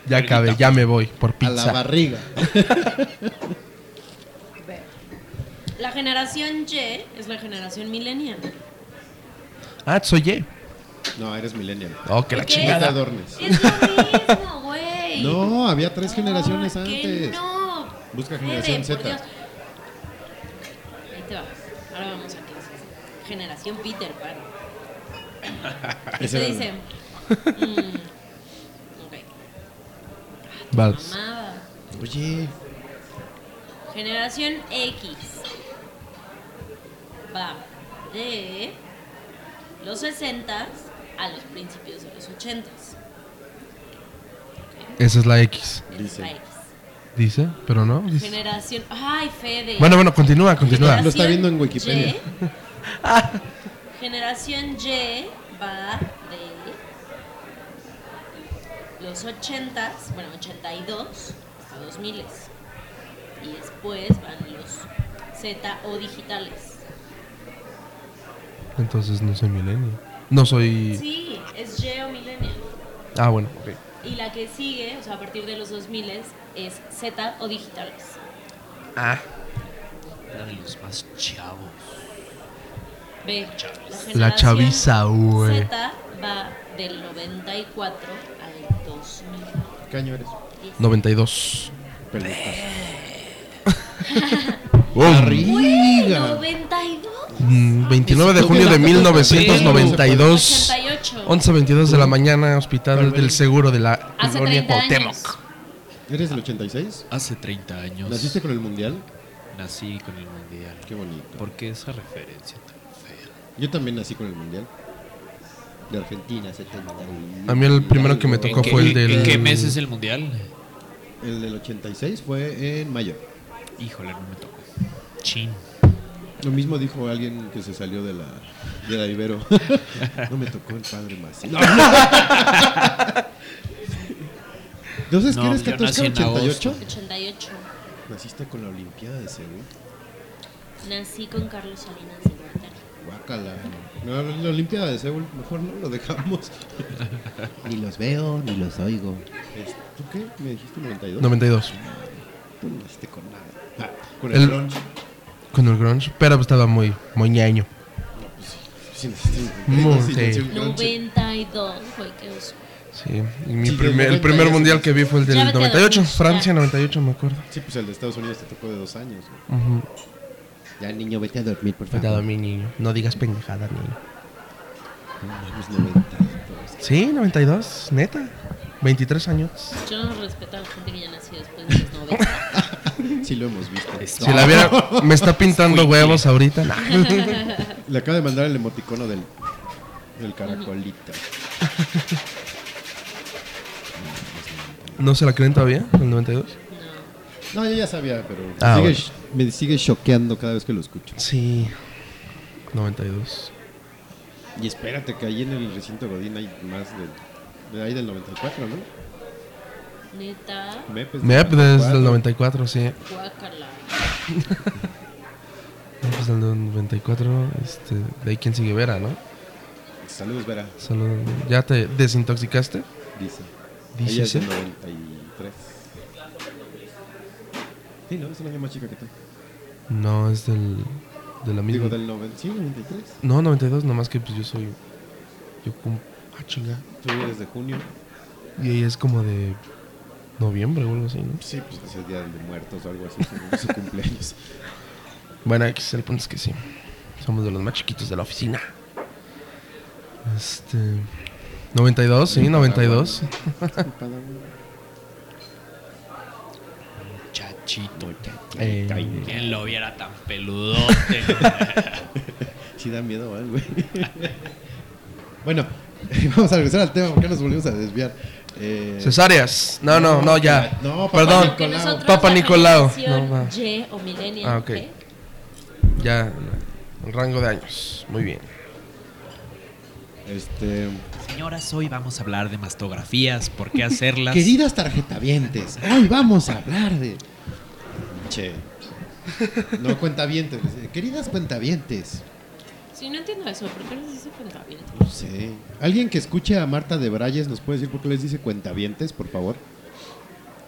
Ya acabé, ya me voy por A la pizza. barriga. La generación Y es la generación millennial. Ah, soy Y. No, eres millennial. Oh, que la Ok. No te chingada. adornes. Es lo mismo, güey. No, había tres generaciones Ah, que antes. No. Busca Fede, por generación Z. Dios. Ahí te va. Ahora vamos a clases. Generación Peter Pan. ¿Qué se Ese era el- dice? Mm, ok. Vals. Mamada. Oye, Generación X. Va de los 60 a los principios de los 80. Esa es la X. Dice. Dice, pero no. dice. Generación. Ay, Fede. Bueno, bueno, continúa, continúa. Lo está Generación viendo en Wikipedia. Y. Generación Y va de los 80, bueno, 82 a 2000. Y después van los Z o digitales. Entonces no soy milenio. No soy. Sí, es Y o millennial. Ah, bueno, ok. Y la que sigue, o sea, a partir de los 2000 es Z o digitales. Ah, Era de los más chavos. B. la generación chaviza, güey. Z va del 94 al 2010. ¿Qué año eres? 92. Peluca. Bueno, 92. Mm, 29 de junio de 1992. 88. 11.22 de la mañana, Hospital del Seguro de la Hace Colonia 30 años. Cuauhtémoc. ¿Eres del 86? Hace 30 años ¿Naciste con el mundial? nací con el mundial. Qué bonito. ¿Por qué esa referencia tan fea? Yo también nací con el mundial. De Argentina, 70. A mí el primero que me Algo. tocó fue el del. ¿En qué mes es el mundial? El del 86 fue en mayo. Híjole, no me tocó. Chin. Lo mismo dijo alguien que se salió de la, de la Ibero. No me tocó el padre más. Entonces, No, ¿quieres yo nací Catosca en agosto. 88? 88. Naciste con la Olimpiada de Seúl. Nací con Carlos Salinas de Gortari. Guácala. No, la Olimpiada de Seúl, mejor no lo dejamos. ni los veo, ni los oigo. ¿Tú qué? ¿Me dijiste 92? 92. Tú no naciste con nada. Ah, con el, El- grunge. Con el grunge, pero pues estaba muy, muy ñaño. Sí, naciste en el Muy, 92, sí, sí. nació el grunge. 92, güey, qué oso. Sí. y mi Sí, del primer- el 90 primer ya mundial se- que vi fue el Ya del vete a 98. dormir, Francia ya. 98, me acuerdo. Sí, pues el de Estados Unidos te tocó de dos años. güey. Ujú. Ya, niño, vete a dormir, por Cuidado favor. mi niño. No digas pendejada, niño. Vamos, 92. Sí, 92, neta. 23 años. Yo no respeto a la gente que ya nació después de los 90. Sí lo hemos visto. Si la viera, me está pintando huevos ahorita. Nah. Le acaba de mandar el emoticono del, del caracolito. ¿No se la creen todavía? ¿El 92? No. No, yo ya sabía, pero Ah, sigue bueno. sh- me sigue choqueando cada vez que lo escucho. Sí. 92. Y espérate que ahí en el recinto Godín hay más del, de ahí del 94, ¿no? Neta, MEP es del Mep desde el 94. 94, sí. guácala. No, pues del 94, este, de ahí quien sigue Vera, ¿no? Saludos, Vera, Solo, ¿Ya te desintoxicaste? dice. Dice Ella es del sí. 93. Sí, ¿no? Es un año más chica que tú. No, es del, de la misma. Digo, del 90, sí, 93. No, 92, nomás que pues yo soy... Yo cum... Ah, chinga. Tú eres de junio. Y ella es como de noviembre o algo así, ¿no? Sí, pues es el día de muertos o algo así, su, su cumpleaños. Bueno, X, el punto es que sí. Somos de los más chiquitos de la oficina. Este. 92, sí, 92. Chachito. Eh, ¿Quién lo viera tan peludote? güey? Sí da miedo, ¿eh, güey. bueno, vamos a regresar al tema porque nos volvimos a desviar. Eh, cesáreas. No, no, no, ya. No, papá Perdón. Porque Nicolau. nosotros, Papa la Nicolau. generación No, va. Y o Millennial. Ah, ok. ¿qué? Ya. El rango de años. Muy bien. Este, Señoras, hoy vamos a hablar de mastografías, por qué hacerlas. queridas tarjetavientes, hoy vamos a hablar de. Che. No cuentavientes, queridas cuentavientes. Sí, no entiendo eso. ¿Por qué les dice cuentavientes? No sé. Alguien que escuche a Marta de Brayes nos puede decir por qué les dice cuentavientes, por favor.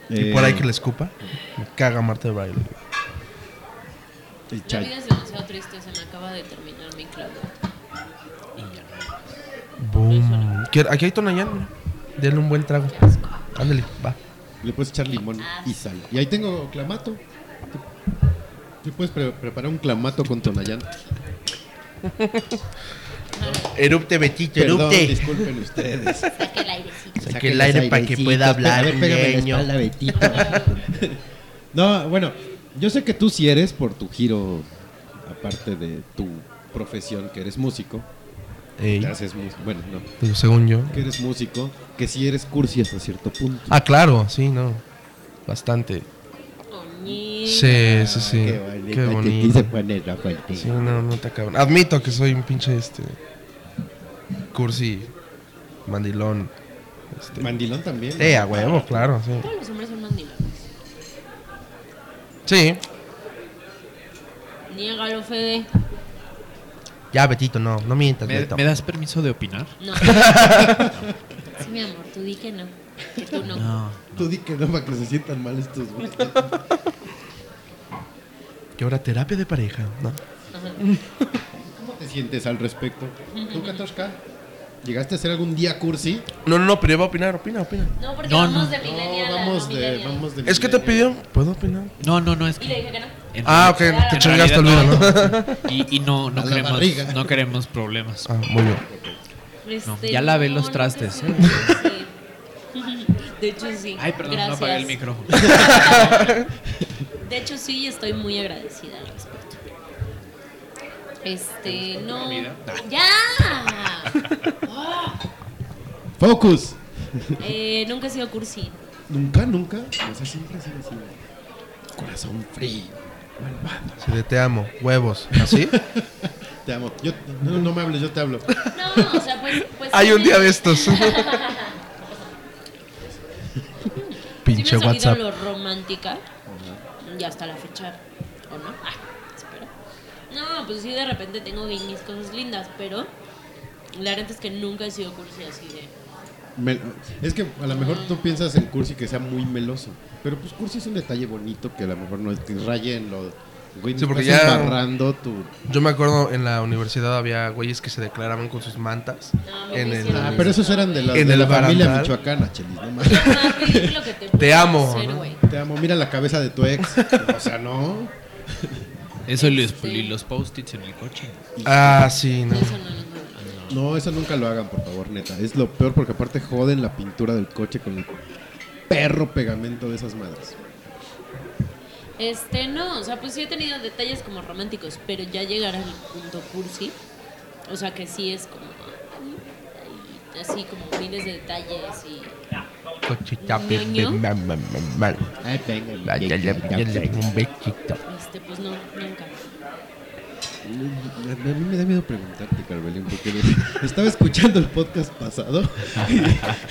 Y Eh, por ahí que le escupa. Me caga Marta de baile. el La chay- vida es demasiado triste. Se me acaba de terminar mi clavo. Boom. Mm, ¿Qué- Aquí hay Tonayán. mira. Denle un buen trago. Ándale, va. Le puedes echar limón y sal. Y ahí tengo clamato. Tú- Tú puedes pre- preparar un clamato con tonayán. Erupte, Betito, Perdón, disculpen ustedes. Saque el airecito. Saque el aire para que pueda hablar, niño. No, bueno, yo sé que tú sí eres por tu giro, aparte de tu profesión, que eres músico. Ey, que haces música, bueno, no, digo, según yo. que eres músico, que sí eres cursi hasta cierto punto. Ah, claro, sí, no. Bastante. Oñe. Sí, sí, sí. Qué, que te bonito. dice Juan el Rafael. Sí, no, no te acaban. Admito que soy un pinche este cursi mandilón. Este. Mandilón también. Eh, a huevo, claro, sí. Todos los hombres son mandilones. Sí. Niégalo, Fede. Ya, Betito, no, no mientas, ¿Me, Beto. me das permiso de opinar? No. Sí, mi amor. Tú di que no. Que tú no. No. Tú di que no para que se sientan mal estos güeyes. Que ahora terapia de pareja, ¿no? ¿Cómo te sientes al respecto? ¿Tú, Katoshka? ¿Llegaste a ser algún día cursi? No, no, no, pero yo voy a opinar, opina, opina. No, porque No, vamos no. de millennial. a No, vamos no de, millennial. vamos de. Es que te pidió. ¿Puedo opinar? No, no, no, es Y le que. dije que no. en Ah, ok, realidad- te en chingaste el realidad video, no. Y, y no, A no la barriga. queremos, no queremos problemas. Ah, muy bien. Este, ya lavé no, los no trastes, ¿eh? creo. Este, Sí. De hecho, sí. Ay, perdón, no Gracias. apagué el micrófono. De hecho, sí, y estoy muy agradecida al respecto. Este, no. comida? ¡Ya! ¡Focus! Eh, nunca he sido cursi. Nunca, nunca. O sea, siempre ha sido así. güey. Corazón frío. Así de te amo, huevos, así. Te amo. Yo, no, no me hables, yo te hablo. No, o sea, pues. pues Hay un día de sí estos. me- sí me Pinche he sabido WhatsApp. lo romántica. Ya hasta la fecha. ¿O no? Ah, espera. No, pues sí, de repente tengo bien mis cosas lindas, pero. La verdad es que nunca he sido cursi así de. Mel- es que a lo mejor tú piensas en cursi que sea muy meloso, pero pues cursi es un detalle bonito que a lo mejor no te raye en lo... Güey, Sí, porque estás ya- embarrando tu... Yo me acuerdo en la universidad había güeyes que se declaraban con sus mantas. No, me en el, hicieron Ah, pero esos eran de la, En de el la familia barandal. michoacana, Chelis, no mames. Ajá, ¿qué es lo que te, pueden amo, hacer, ¿no? güey? Te amo, mira la cabeza de tu ex. O sea, no. Eso y este. los, y los post-its en el coche. Ah, sí, no. Eso no lo encuentro. No, eso nunca lo hagan, por favor, neta. Es lo peor porque aparte joden la pintura del coche con el perro pegamento de esas madres. Este, no, o sea, pues sí he tenido detalles como románticos, pero ya llegar al punto cursi, o sea, que sí es como ay, así como miles de detalles y Ñoño. Ay, venga, este pues no nunca. A mí me da miedo preguntarte, Carmelín, porque estaba escuchando el podcast pasado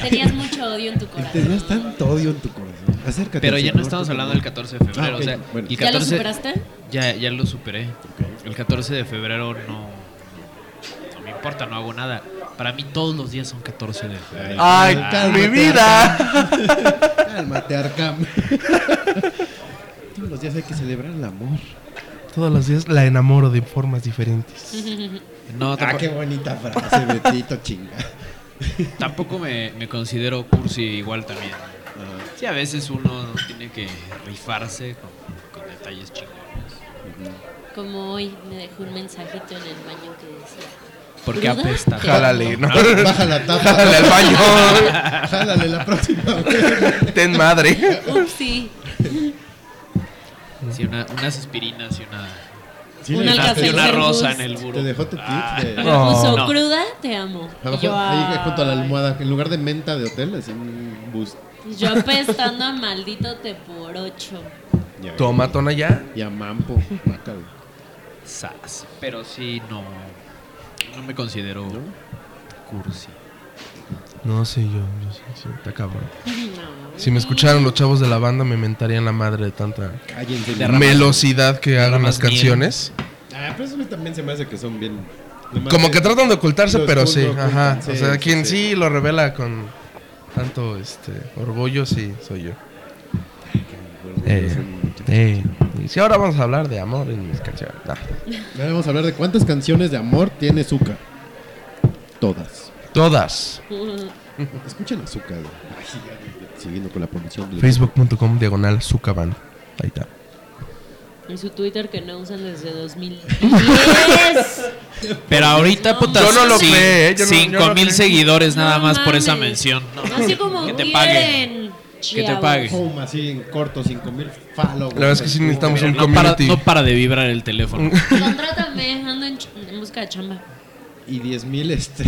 Tenías mucho odio en tu y corazón. tenías tanto odio en tu corazón. Acércate. Pero al ya Señor, no estamos por hablando favor. del 14 de febrero. Ah, o sea, ok, bueno. el 14, ¿Ya lo superaste? Ya, ya lo superé. El 14 de febrero no, no me importa, no hago nada. Para mí todos los días son 14 de febrero. Ah, ¡Ay, mi vida! Cálmate, Arkham. Todos los días hay que celebrar el amor. Todos los días la enamoro de formas diferentes. No, Ah, tampoco, qué bonita frase, Betito, chinga. tampoco me, me considero cursi igual también. Ah. Sí, a veces uno tiene que rifarse con, con detalles chingones. Como hoy me dejó un mensajito en el baño que decía. Porque ¿Verdad? apesta. Jálale, ¿no? Baja la tapa. Jálale al baño. Jálale la próxima vez. Ten madre. Upsi. Sí, una- unas aspirinas y una, Sí, Un y le- una- y una Alka-Seltzer rosa en Boost. el burro. Ah, Te dejó tu tip de. Pero puso, No. cruda, te amo. Y Abajo, yo, "Ah, ahí junto a la ay. almohada, en lugar de menta de hotel, así un bus. Y pues Yo apestando a maldito te por ocho. Ya, Toma, tona ya. Y a mampo. guácala. Sas. Pero sí, no. No me considero cursi. No sé yo, yo sé, sí, está cabrón. No. Si me escucharan los chavos de la banda me mentarían la madre de tanta Cállense. velocidad que hagan las derramas miel. canciones. Ah, pero eso también se me hace que son bien. Como que tratan de ocultarse, Los pero ocultan, sí, ajá. sí, O sea, sí, quien sí. sí lo revela con tanto este orgullo, sí, soy yo. Eh, eh, y si ahora vamos a hablar de amor en mis canciones. Ah. Nah. Ahora vamos a hablar de cuántas canciones de amor tiene Zuka. Todas. Todas. Escuchen a Zuka. güey. Ay, sí, ya, ya, Siguiendo con la promoción. de- Facebook.com diagonal Zucaban. Ahí está. En su Twitter que no usan desde 2010. Pero ahorita, putas, Yo no lo cin- creo, ¿eh? Yo no- cinco yo no mil creo. seguidores nada No más por esa mames. mención. No, Así como que te paguen. quieren. Que te paguen. Home, así en corto, 5000 followers. La verdad es que sí necesitamos un No para, community. no para de vibrar el teléfono. Contrátame, ando en, ch- en busca de chamba. Y 10000 este.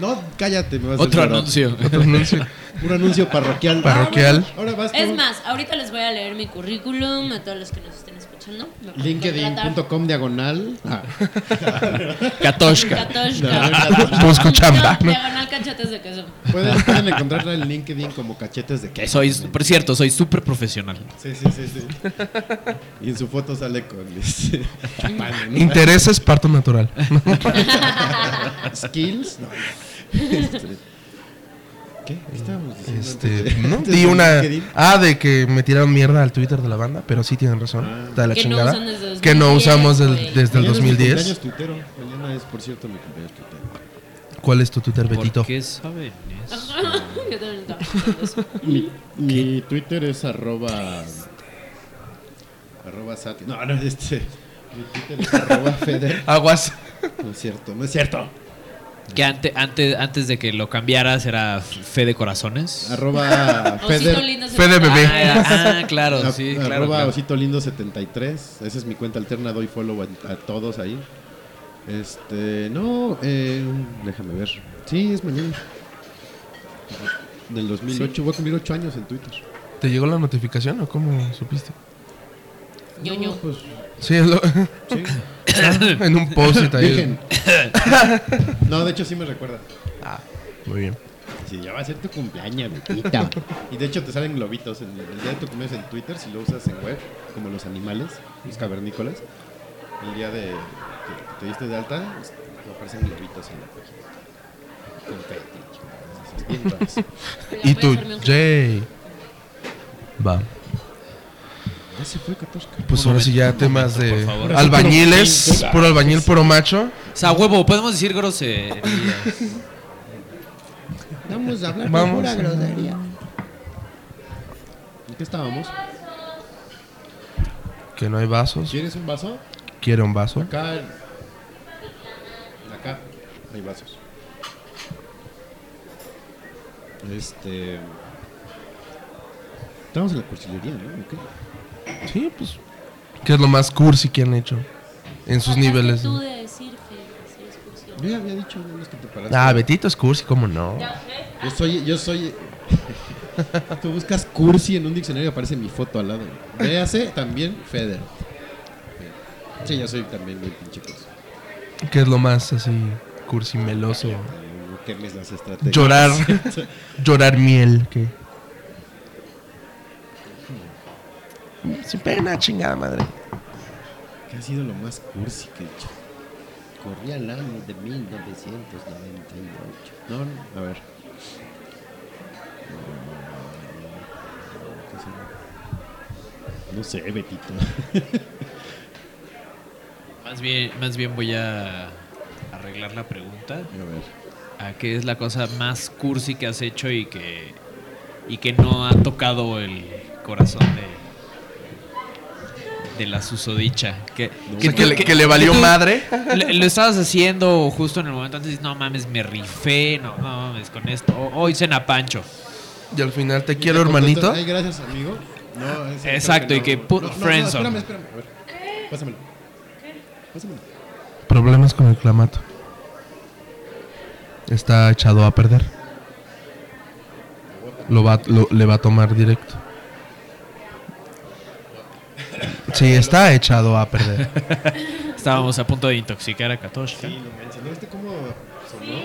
no, cállate, me vas a hacer Otro llorar. anuncio. Otro anuncio. Un anuncio parroquial. Parroquial. Ah, bueno, Ahora vas tú. Es más, ahorita les voy a leer mi currículum a todos los que nos estén escuchando. Me pueden contratar. LinkedIn.com diagonal. Ah, Katoshka. Katoshka. Busco chamba. No, diagonal cachetes de queso. pueden, pueden encontrarla en LinkedIn como cachetes de queso. Soy, por cierto, soy súper profesional. Sí, sí, sí, sí. Y en su foto sale con este, chapán, ¿no? Intereses, parto natural. skills. No, este, ¿Qué? ¿Qué estábamos diciendo? Este, antes de- ¿no? antes Di de una. LinkedIn? Ah, de que me tiraron mierda al Twitter de la banda, pero sí tienen razón. Está de la Que no chingada. usan desde que no 2010, usamos del- güey. desde el Mañana es mi 2010. cumpleaños tuitero. Mañana es, por cierto, mi cumpleaños tuitero. ¿Cuál es tu Twitter, Betito? ¿Por qué saben eso? Yo también estaba pensando eso. Mi, mi Twitter es arroba. Arroba sati. No, no, este. Mi Twitter es arroba Feder. Aguas. No es cierto, no es cierto. Que ante- antes, antes de que lo cambiaras era fe de corazones. Arroba Osito Feder. lindo se- Fede Bebé. Ah, era- ah, claro, a- sí, claro. arroba claro. Osito Lindo 73. Esa es mi cuenta alterna, doy follow a, a todos ahí. Este, no, eh, déjame ver. Sí, es mañana. Del 2008, voy a cumplir 8 años en Twitter. ¿Te llegó la notificación o cómo supiste? Ñoño. No, pues, Sí, es lo- sí. en un post-it ahí. Virgen. No, de hecho sí me recuerda. Ah, muy bien. Sí, ya va a ser tu cumpleaños, Betita. Y de hecho te salen globitos en el día de tu cumpleaños en Twitter, si lo usas en web, como los animales, los cavernícolas. El día de que que te diste de alta, pues, te aparecen globitos en la página. Confeti, chingadas esas, bien raras. Voy Y a tú, hacerme un- Jay. Va. Ya ah, se fue Katoshka. Pues Un ahora sí momento, ya un temas momento, por de favor. albañiles, puro albañil, puro macho. O sea, huevo, podemos decir groserías. Vamos a hablar Vamos. pura grosería. ¿En qué estábamos? Que no hay vasos. ¿Quieres un vaso? Quiere un vaso. Acá. Acá hay vasos. Este. Estamos en la cursilería, ¿no? ¿O qué? Sí, pues. ¿Qué es lo más cursi que han hecho? En sus Pues niveles. Tú de decir que sí es cursi. Yo ya había dicho nada más que te paraste. Ah, Betito es cursi, ¿cómo no? ¿eh? Yo soy. Yo soy. Tú buscas cursi en un diccionario y aparece mi foto al lado. Véase también Feder. Sí, yo soy también bien pinche cursi. ¿Qué es lo más así cursi meloso? No quemes las estrategias. Llorar. Llorar miel, ¿qué? Sin pena, chingada madre. ¿Qué ha sido lo más cursi que he hecho? Corría el año de 1998. No, no, a ver. ¿Qué será? No sé, Betito. Más bien, más bien voy a arreglar la pregunta. A ver. ¿A qué es la cosa más cursi que has hecho y que, y que no ha tocado el corazón de, de la susodicha? Que, No, Que, que le, que le valió tú madre. le- Lo estabas haciendo justo en el momento antes y dices, no mames, me rifé, no, no mames, con esto. o- Hoy cena pancho. Y al final te quiero, Y te contestan, hermanito. Ay, gracias, amigo. No, es- Exacto, creo y que put friends on. espérame, espérame. A ver. Pásamelo. Pásamelo. Problemas con el clamato. Está echado a perder. Lo va, lo- le va a tomar directo. Sí, está echado a perder. Estábamos a punto de intoxicar a Katoshka. Sí, no manches. ¿No viste cómo sonó?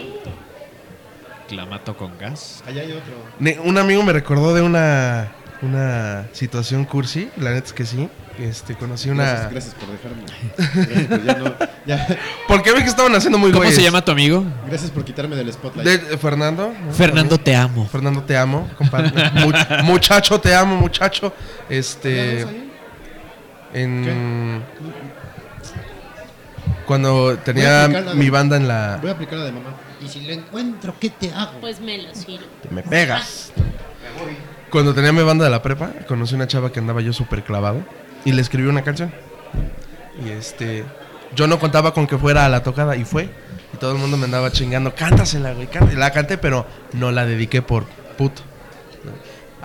Clamato con gas. Allá hay otro. Ne- Un amigo me recordó de una, una situación cursi. La neta es que sí. Este, conocí una. Gracias, gracias por dejarme. Gracias por, ya no, ya- Porque ve que estaban haciendo muy ¿Cómo güeyes. se llama tu amigo? gracias por quitarme del spotlight. De- eh, Fernando. ¿no? Fernando, te amo. Fernando, te amo, compadre. Much- muchacho, te amo, muchacho. Este. ¿Ya no salió? Mm, En. Cuando tenía Voy a aplicar la de- mi banda en la. Voy a aplicar la de mamá. Y si lo encuentro, ¿qué te hago? Pues me lo sirvo. Me pegas. Cuando tenía mi banda de la prepa, conocí una chava que andaba yo súper clavado y le escribí una canción. Y este. Yo no contaba con que fuera a la tocada y fue. Y todo el mundo me andaba chingando. Cántasela, güey. canta-". La canté, pero no la dediqué por puto. ¿no?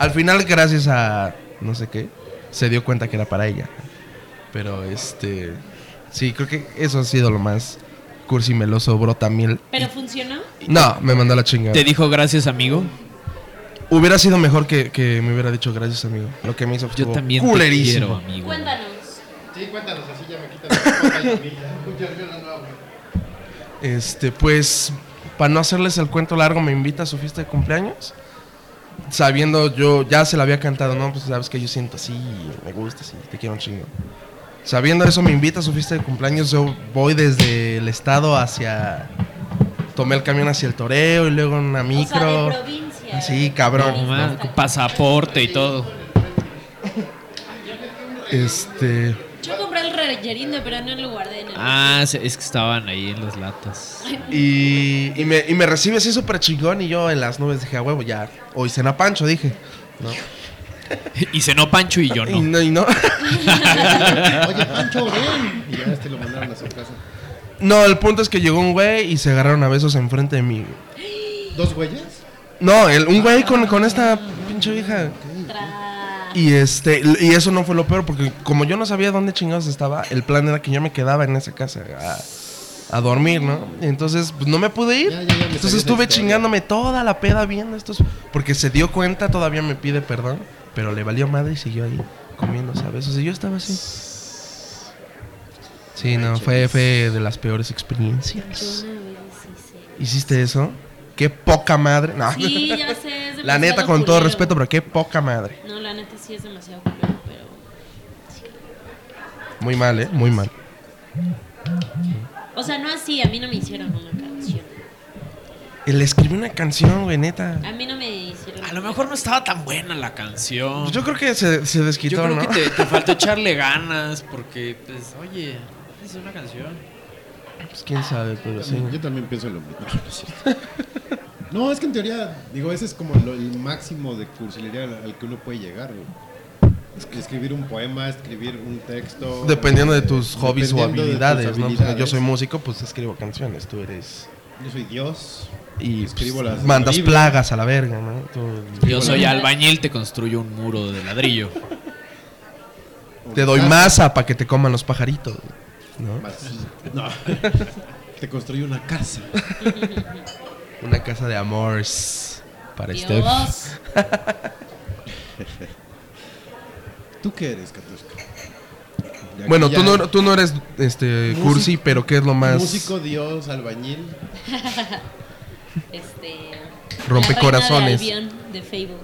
Al final, gracias a no sé qué, se dio cuenta que era para ella. Pero este. Sí, creo que eso ha sido lo más cursi meloso, brota miel. ¿Pero funcionó? No, me mandó a la chingada. ¿Te dijo gracias, amigo? Hubiera sido mejor que, que me hubiera dicho gracias, amigo. Lo que me hizo Yo estuvo también te quiero, culerísimo. amigo. Cuéntanos. Sí, cuéntanos, así ya me quitan el spotlight. y ya- yo- yo no lo hago. Este, pues, para no hacerles el cuento largo, me invita a su fiesta de cumpleaños. Sabiendo yo, ya se la había cantado, ¿no? Pues sabes que yo siento así, me gusta, sí, te quiero un chingo. Sabiendo eso, me invita a su fiesta de cumpleaños. Yo voy desde el estado hacia. Tomé el camión hacia el toreo y luego en una micro. O sea, de provincia. Así, No, cabrón. ma, con pasaporte y todo. Este. Yo compré el reyerindo, pero no lo guardé en el... Ah, se- es que estaban ahí en las latas. Y, y me, y me recibe así súper chingón y yo en las nubes dije, a huevo, ya, hoy cena Pancho, dije. ¿no? Y cenó Pancho y yo Y no. no, y no. Oye, Pancho, ven. Y ya este lo mandaron a su casa. No, el punto es que llegó un güey y se agarraron a besos enfrente de mí. ¿Dos güeyes? No, el, un güey con, con esta pinche vieja. Tra- Y este, y eso no fue lo peor, porque como yo no sabía dónde chingados estaba, el plan era que yo me quedaba en esa casa a, a dormir, ¿no? Y entonces, pues no me pude ir. Ya, ya, ya, me sabía esa entonces estuve historia. chingándome toda la peda viendo estos. Porque se dio cuenta, todavía me pide perdón, pero le valió madre y siguió ahí comiendo, ¿sabes? O sea, yo estaba así. Sí, no, fue, fue de las peores experiencias. ¿Hiciste eso? Qué poca madre. No. Sí, ya sé. Es Ah. La neta, demasiado con todo culero. respeto, pero qué poca madre. No, la neta sí es demasiado culero, pero. Muy mal, ¿eh? Muy mal. O sea, no así, a mí no me hicieron una canción. Eh, Le escribí una canción, güey, neta. A mí no me hicieron. A lo mejor no estaba tan buena la canción. Pues Yo creo que se, se desquitó, Yo creo ¿no? que te, te faltó echarle ganas porque, pues, oye, es una canción. Pues, quién sabe, pero sí. Yo también pienso lo mismo. No, es cierto. No, es que en teoría, digo, ese es como lo- el máximo de cursilería al, al que uno puede llegar, güey. Es que escribir un poema, escribir un texto. Dependiendo de eh, tus hobbies o dependiendo de tus habilidades, ¿no? O sea, Yo habilidades. soy músico, pues escribo canciones. Tú eres. Yo soy Dios. Y Escribo pues, las- la mandas Biblia. plagas a la verga, ¿no? Tú- Yo soy albañil, te construyo un muro de ladrillo. te doy masa para que te coman los pajaritos, ¿no? Mas- No. Te construí una casa. Una casa de amores para Steph. Dios. ¿Tú qué eres, Katushka? Ya- Bueno, ya- tú no, er, tú no eres este Músico. cursi, pero ¿qué es lo más Músico, Dios, albañil. Este. Rompecorazones. La reina de Albión de Fable.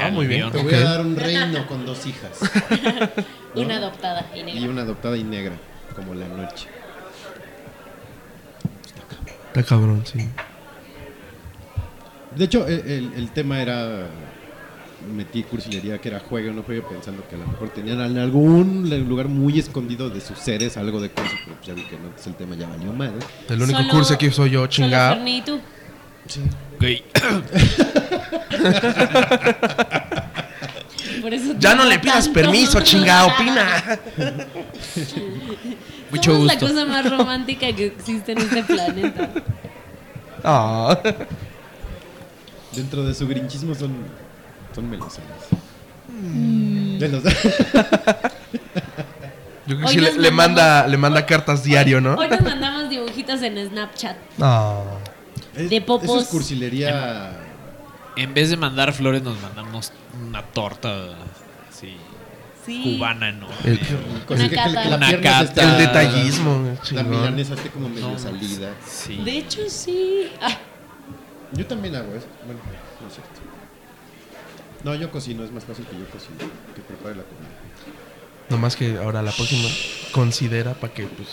Ah, muy bien. Te Albión. voy a Ok. dar un reino con dos hijas. Una adoptada y Y negra. una adoptada y negra, como la noche. Está cabrón, sí. De hecho, el, el- el tema era. Metí cursilería que era juegue o no juegue, pensando que a lo mejor tenían en algún lugar muy escondido de sus seres algo de cursi, pero pues ya vi que no, entonces el tema ya valió madre. El único Solo- cursi aquí soy yo, solo chingada. Ferni y tú. Güey, Por eso Ya te no amo le pidas tanto. permiso, chingada, opina. Mucho Somos gusto. la cosa más romántica que existe en este planeta. Ah. Dentro de su grinchismo son, son melosones. Mm. De los- Yo creo que Hoy sí le, nos le manda, mandamos- le manda cartas diario, ¿no? Hoy nos mandamos dibujitos en Snapchat. Ah. Es- De Eso popos. es cursilería. Pues, en vez de mandar flores, nos mandamos una torta así, Sí. cubana, ¿no? El- Cosa que- que cata. la Una pierna se cata. está- El detallismo, eh, La chingón. milanesa esté como medio No, salida. Sí. De hecho, sí. Ah, Yo también hago eso. Bueno, no es cierto. No, yo cocino, es más fácil que yo cocine, que prepare la comida. Nomás que ahora la próxima considera para que pues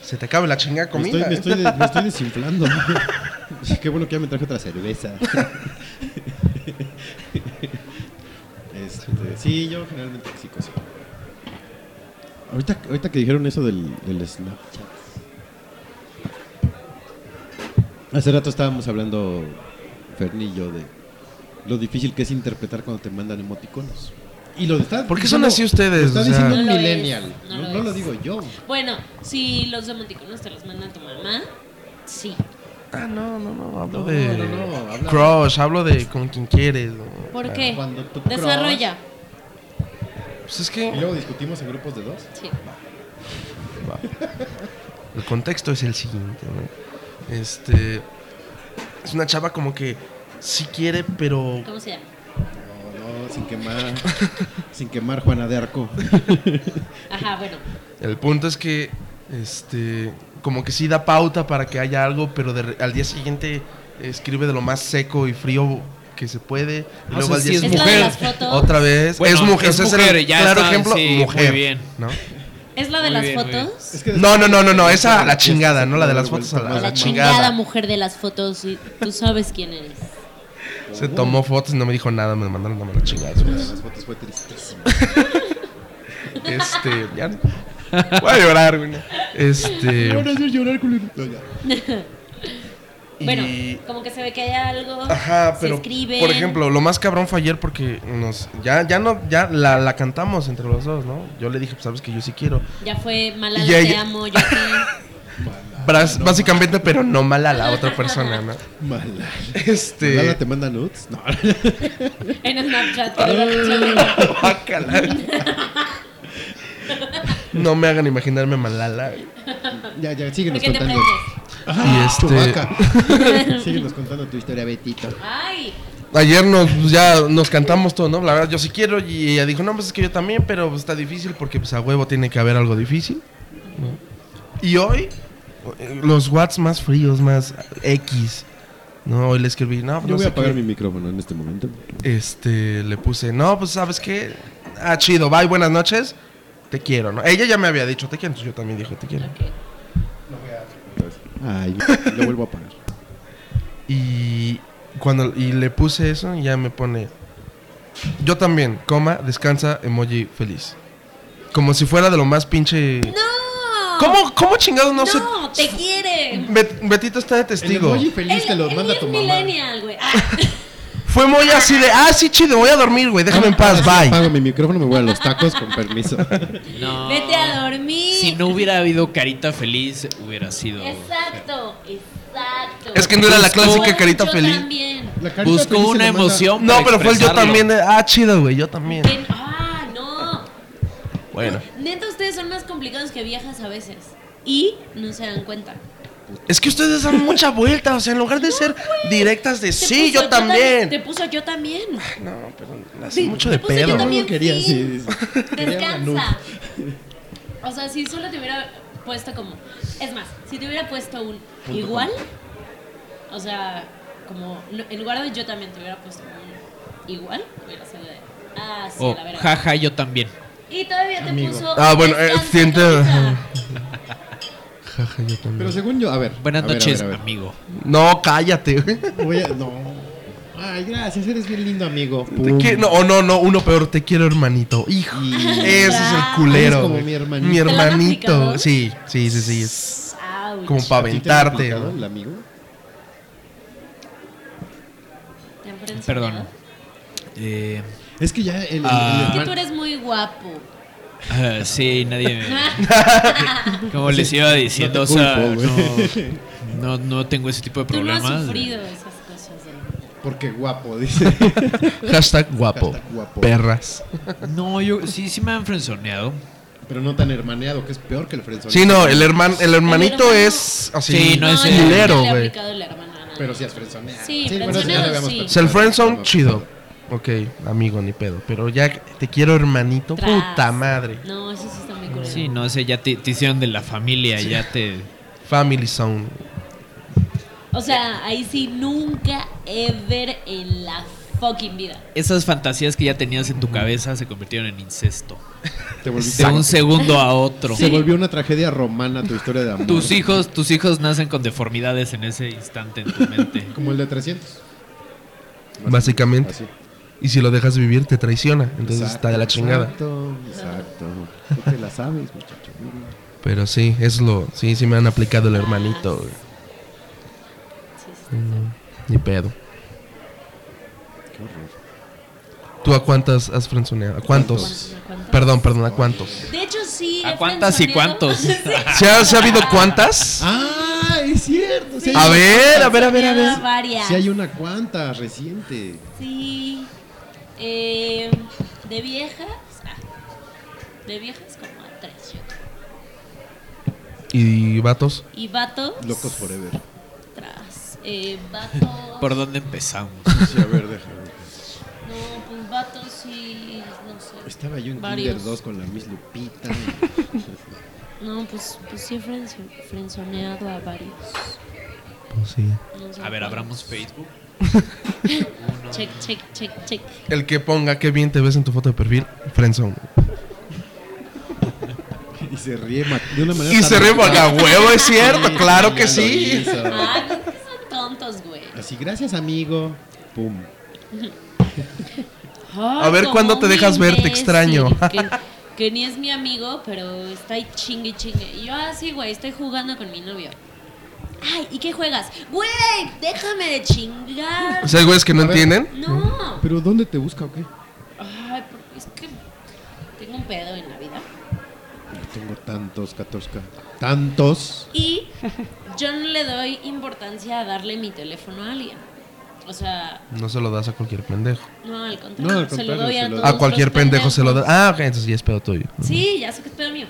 se te acabe la chingada Me comida. estoy, me estoy de- me estoy desinflando. Qué bueno que ya me traje otra cerveza. Este, sí, yo generalmente sí cocino. Ahorita, ahorita que dijeron eso del, del Snapchat. Hace rato estábamos hablando, Fernillo, de lo difícil que es interpretar cuando te mandan emoticonos. Y lo está ¿Por qué son diciendo- así ustedes? Lo está O sea- diciendo No un lo es, millennial. no no, lo no lo es. digo yo. bueno, si los emoticonos te los manda tu mamá, sí. Ah, no, no, no, hablo No, de no, no, habla- crush, hablo de con quien quieres. ¿no? ¿Por Ah, qué? Cuando tu Desarrolla. Pues es Y que luego discutimos en grupos de dos. Sí. Va. El contexto es el siguiente, ¿no? Este es una chava como que sí quiere, pero ¿Cómo se llama? No, no, sin quemar. sin quemar Juana de Arco. Ajá, bueno. El punto es que, este, como que sí da pauta para que haya algo, pero de re- al día siguiente escribe de lo más seco y frío que se puede. Y Ah, luego o sea, al día sí es Es la siguiente- de mujer. las fotos. Otra vez. Bueno, es mujer. es ese el mujer, ya claro está, ejemplo, sí, muy mujer. bien. ¿no? Es la de Muy las bien, muy bien. fotos. Es que No, no, no, no, no, esa a la chingada, no la de las fotos, a A la la chingada. chingada. mujer de las fotos. y Tú sabes quién eres. Se tomó fotos y no me dijo nada, me mandaron a la chingada. La de las fotos fue tristísima. Este, ya. Voy a llorar, güey. Este. van a hacer llorar con el... No, ya. y- Bueno, como que se ve que hay algo. Ajá, pero se escribe. por ejemplo, lo más cabrón fue ayer porque nos ya ya no ya la, la cantamos entre los dos, ¿no? Yo le dije, pues sabes que yo sí quiero. Ya fue mala, Y la te ella- amo, yo a ti. Bras- básicamente, pero no mal a la otra persona, ¿no? Mala. Este ¿Lala te manda nudes? No. En Snapchat. Ah, que es la chingada. Guácala. No me hagan imaginarme a Malala. Ya, ya, síguenos ¿Por qué te contando. Ah, prendes? Y este- Chubaca. síguenos contando tu historia, Betito. Ay, Ayer nos pues, ya nos cantamos todo, ¿no? La verdad, yo sí quiero. Y ella dijo, no, pues es que yo también, pero pues, está difícil porque pues a huevo tiene que haber algo difícil. ¿no? Y hoy, eh, los watts más fríos, más X. No, hoy le escribí, no, pues, Yo no voy sé a apagar qué". mi micrófono en este momento. Este, le puse, no, pues sabes qué. Ah, chido, bye, buenas noches. Te quiero, ¿no? Ella ya me había dicho te quiero, entonces yo también dije te quiero. Ay, lo vuelvo a apagar. Y cuando y le puse eso, ya me pone. Yo también, coma, descansa, emoji feliz. Como si fuera de lo más pinche. ¡No! ¿Cómo, cómo chingados no, se. ¡No! ¡Te quiere! Bet- Betito está de El testigo. emoji feliz te Él- lo él manda es tu mamá. millennial, güey. Ah, Fue muy así de, ah, sí, chido, voy a dormir, güey, déjame en paz, bye. Apago mi micrófono, me voy a los tacos, con permiso. No. vete a dormir. Si no hubiera habido carita feliz, hubiera sido. Exacto, exacto. Es que no era la clásica carita Yo feliz. también. La carita Buscó feliz se una lo manda- emoción. No, para pero fue el yo expresarlo. también, de, ah, chido, güey, yo también. Ven- ah, no. Bueno, Neta, ustedes son más complicados que viejas a veces. Y no se dan cuenta. es que ustedes dan mucha vuelta, o sea, en lugar de ser directas de, Te sí, puso yo también. Te puso yo también. No, pero la hacen mucho de te puse yo pedo. también. No quería, sí. sí. Quería una nube. Descansa. O sea, si solo te hubiera puesto como. Es más, si te hubiera puesto un igual. O sea, como. no, en lugar de yo también te hubiera puesto como un igual. Hubiera sido de. Ah, sí, O, a la verga. Oh, jaja, yo también. Y todavía te puso. Ah, bueno, eh, descansa, siente- carita. Jaja, yo también. Pero según yo, a ver. Buenas a ver, a noches, ver, a ver. amigo. No, cállate, güey. Voy a- no. Ay, gracias, eres bien lindo, amigo. Te quiero- no, o no, no, uno peor, te quiero hermanito. Hijo, ese es el culero. Eres como güey. mi hermanito. Mi ¿Te lo han hermanito. aplicado? Sí, sí, sí, sí. es Ouch. como para aventarte. ¿no? güey. ¿El amigo? ¿Te han frenzoneado? Perdón. Eh, Es que ya el, el Ah. Es que hermano- tú eres muy guapo. ah, sí, nadie. Como les iba diciendo, no o te sea, culpo, no, no, no tengo ese tipo de Tú no problemas. has sufrido esas cosas. de- Porque guapo, dice. Hashtag guapo. Hashtag guapo. Perras. No, yo sí, sí me han frenzoneado. Pero no tan hermaneado, que es peor que el frenzón. Sí, no, el, herman, el hermanito hermano- es así. Sí, no es yo nunca culero, le he güey. aplicado la hermana a nadie. Pero sí es frenzoneado. Sí, bueno, eso ya frenzoneado, lo habíamos sí. platicado. O sea, el friendzone, chido. Ok, amigo, ni pedo. Pero ya te quiero hermanito. Tras. Puta madre. No, eso sí está muy culero. Sí, no sé, ya te, te hicieron de la familia, ya te. Family zone. O sea, ahí sí nunca, ever en la fucking vida. Esas fantasías que ya tenías en tu cabeza se convirtieron en incesto. Te volviste- De un segundo a otro. Se volvió una tragedia romana tu historia de amor. Tus hijos, tus hijos nacen con deformidades en ese instante en tu mente. Como el de 300. Básicamente. Así. Y si lo dejas vivir, te traiciona. Entonces Exacto, está de la chingada. Exacto, exacto. Tú te la sabes, muchacho. Mira. Pero sí, es lo. Sí, sí me han aplicado el hermanito. güey. No, Ni pedo. ¿Tú a cuántas has frenzoneado? ¿A cuántos? Perdón, perdón, ¿a cuántos? De hecho, sí. ¿A he cuántas y frenzoneado- cuántos? Sí. ¿Se ha, se ha habido cuántas? Ah, es cierto. Sí, A ver, a ver, a ver, a Frenzoneado ver. varias. Si hay una cuanta reciente. Sí. Eh, de viejas. ah, de viejas como a tres. yo creo. ¿Y vatos? Y vatos. Locos forever. Tras. Eh, vatos. ¿Por dónde empezamos? Sí, a ver, déjame. No, pues vatos y. No sé. Estaba yo en Varios. Tinder 2 con la Miss Lupita. No, pues, pues sí he frenzo- frenzoneado a varios. Pues sí. No sé A ver, cuántos. abramos Facebook. Check, check, check, check. El que ponga qué bien te ves en tu foto de perfil, friendzone. y se ríe ma- de una manera. Y tan se ríe porque natural. a huevo, es cierto, Sí, claro ya que lo sí. hizo. Ay, es que son tontos, güey. Así, gracias, amigo. Pum. Ay, A ver, como ¿cuándo te un dejas ver? Te imbécil, extraño. Que, que ni es mi amigo, pero está ahí chingue y chingue. Y yo, ah, sí, güey, estoy jugando con mi novio. Ay, ¿y qué juegas? Güey, déjame de chingar. O sea, hay güeyes que no entienden. No. ¿Pero dónde te busca o qué? Ay, por- es que tengo un pedo en la vida. Yo tengo tantos, Catorca. Tantos. Y yo no le doy importancia a darle mi teléfono a alguien. O sea, No se lo das a cualquier pendejo. no, al contrario. No, al se lo contrario, doy se a lo todos das. A cualquier los pendejo se lo Ah, pendejos. das. Ah, ok, entonces ya es pedo tuyo. Sí, ya sé que es pedo mío.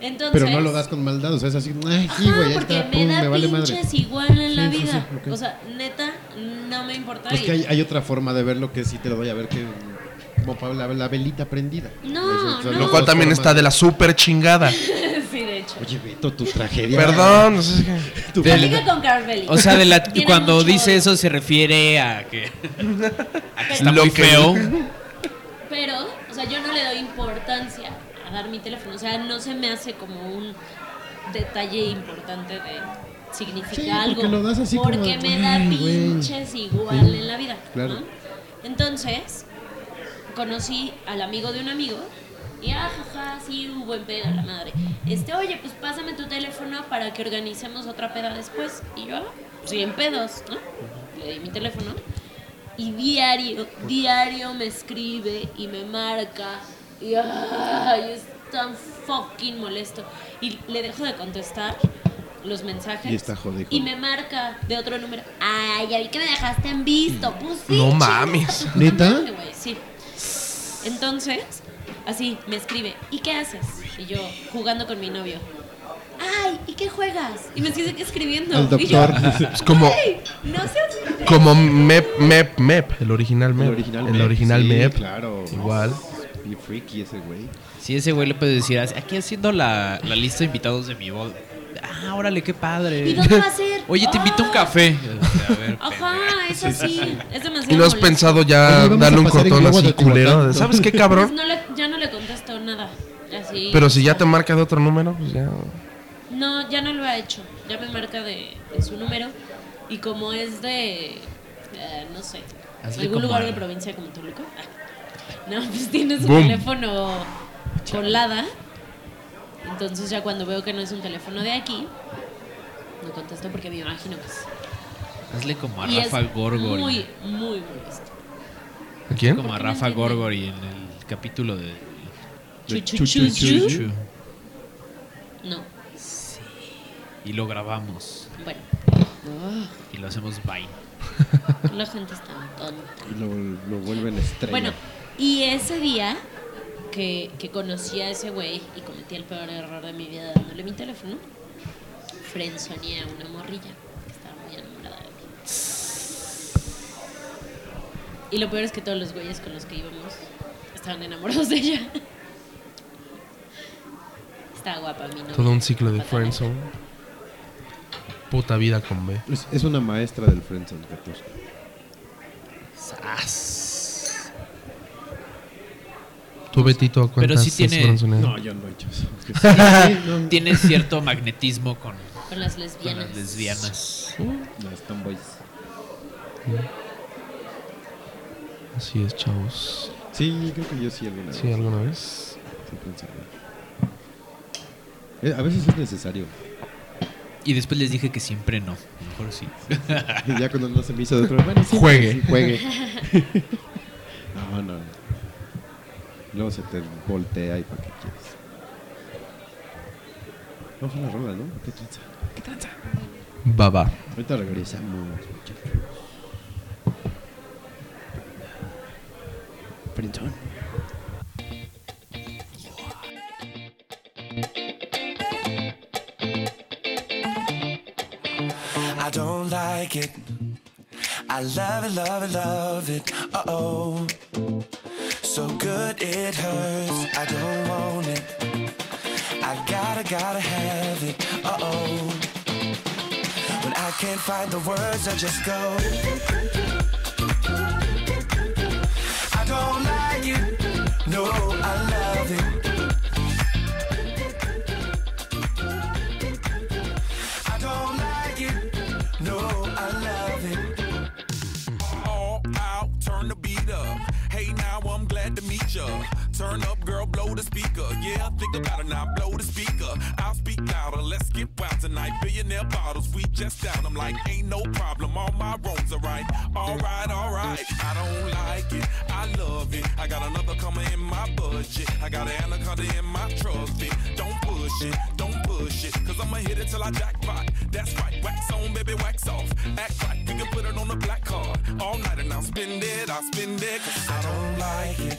Entonces, Pero no lo das con maldad, o sea, es así, ay, sí, Ajá, güey, ya porque está, me pum, da me vale madre. pinches igual en la Sí, sí, vida. sí, ok. O sea, neta, no me importa. Es y- que hay, hay otra forma de verlo que sí te lo voy a ver que como pa- la, la velita prendida. No, Eso, son no. las Lo cual dos también formas. está de la super chingada. sí, de hecho. Oye, Beto, tu tragedia. Perdón, no sé qué. Tu Del- Platica con Carvelli. O sea, de la- Tiene cuando mucho dice odio. eso se refiere a que, a que está Lo muy que- feo. Pero, o sea, yo no le doy importancia a dar mi teléfono. O sea, no se me hace como un detalle importante de significa Sí, algo. porque lo das así como, porque me da "Ay, güey". pinches igual Sí, en la vida. claro. ¿no? Entonces, conocí al amigo de un amigo. Y ajaja, sí, un buen pedo, la madre. Este, oye, pues pásame tu teléfono para que organicemos otra peda después. Y yo, ah, pues bien pedos, ¿no? Le di mi teléfono. Y diario, diario me escribe y me marca. Y ay, es tan fucking molesto. Y le dejo de contestar los mensajes. Y está jode, jode. Y me marca de otro número. Ay, ya vi que me dejaste en visto. Pues sí, No chinga mames. tu ¿Neta? madre, güey, Sí. Entonces, así, me escribe. ¿Y qué haces? Y yo, jugando con mi novio. Ay, ¿y qué juegas? Y me sigue escribiendo. Al Y yo, doctor. Es como, "Ay, no seas... como MEP, MEP, MEP. El original MEP. El original El Mep, original sí, MEP. claclaro. Igual. Y freaky ese güey. Si ese güey le puede decir, "Ah, aquí haciendo la, la lista de invitados de mi boda. Ah, órale, qué padre. ¿Y dónde va a ser? Oye, te invito a un Ah. café. A ver, Ajá, es así. Es demasiado. ¿Y no has molesto. pensado Oye, ya vamos a darle un pasar en cortón globo así de Tehuacán. culero? de, ¿Sabes qué, Pues cabrón? no le- ya no le contesto nada. Así. Pero si ya te marca de otro número, pues ya. No, ya no lo ha hecho. Ya me marca de, de su número. Y como es de. eh, no sé. Hazle algún como lugar a- de provincia como Toluca. Ah. No, pues tiene su Boom. teléfono colada. Entonces, ya cuando veo que no es un teléfono de aquí, no contesto porque me imagino que es. Hazle como a Y es Rafa Gorgori. muy, muy molesto. ¿A quién? Como a ¿Por qué no Rafa entiende? Gorgori en el capítulo de. Chu, de chu, Chu, chu, chu, chu, chu. chu. No, Y lo grabamos. bueno. Y lo hacemos Vine. La gente es tan tonta. Y lo, lo vuelven estrella. Bueno, y ese día que, que conocí a ese güey y cometí el peor error de mi vida dándole mi teléfono, frenzoneé a una morrilla que estaba muy enamorada de mí. Y lo peor es que todos los güeyes con los que íbamos estaban enamorados de ella. Está guapa mi novia. Todo un ciclo de Fatal. friendzone. Puta vida con B. es, es una maestra del Friendzone, Katuska. ¡Sas! Tú, Betito, cuántas Pero sí has tiene- friendzoneado? No, yo no he hecho eso. Que sí, sí, no, Tiene cierto magnetismo con, Con las con lesbianas. las lesbianas. Uh. Las tomboys. Así es, chavos. Sí, creo que yo sí alguna vez. Sí, alguna vez. Sí, friendzone. Eh, A veces es necesario. Y después les dije que siempre no. Mejor sí. Y ya cuando no se me hizo de otro bueno, sí, Juegue. sí, juegue. no, no. Luego se te voltea y para qué quieres. Vamos a la rola, ¿no? ¿Qué tranza? Baba. Ahorita regresamos, muchachos. Friendzone. I don't like it. I love it, love it, love it. Uh oh. So good it hurts. I don't want it. I gotta, gotta have it. Uh oh. When I can't find the words, I just go. I don't like it. No, I love it. I don't like it. No, I love it. all out, turn the beat up. Hey, now I'm glad to meet ya. Turn up, girl, blow the speaker. Yeah, think about it now, blow the speaker. I'll speak louder, let's get wild tonight. Billionaire bottles, we just down. I'm like, ain't no problem, all my roads are right. Alright, alright, I don't like it, I love it. I got another coming in my budget. I got an anaconda in my trusty. Don't push it, don't push it, cause I'ma hit it till I jackpot. That's right, wax on, baby, wax off. Act right, we can put it on the black card. All night and I'll spend it, I'll spend it, cause I don't like it.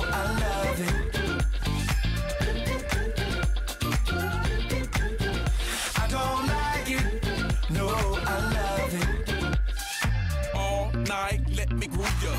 love it. I don't like it. No, I love it. all night. Let me groove ya.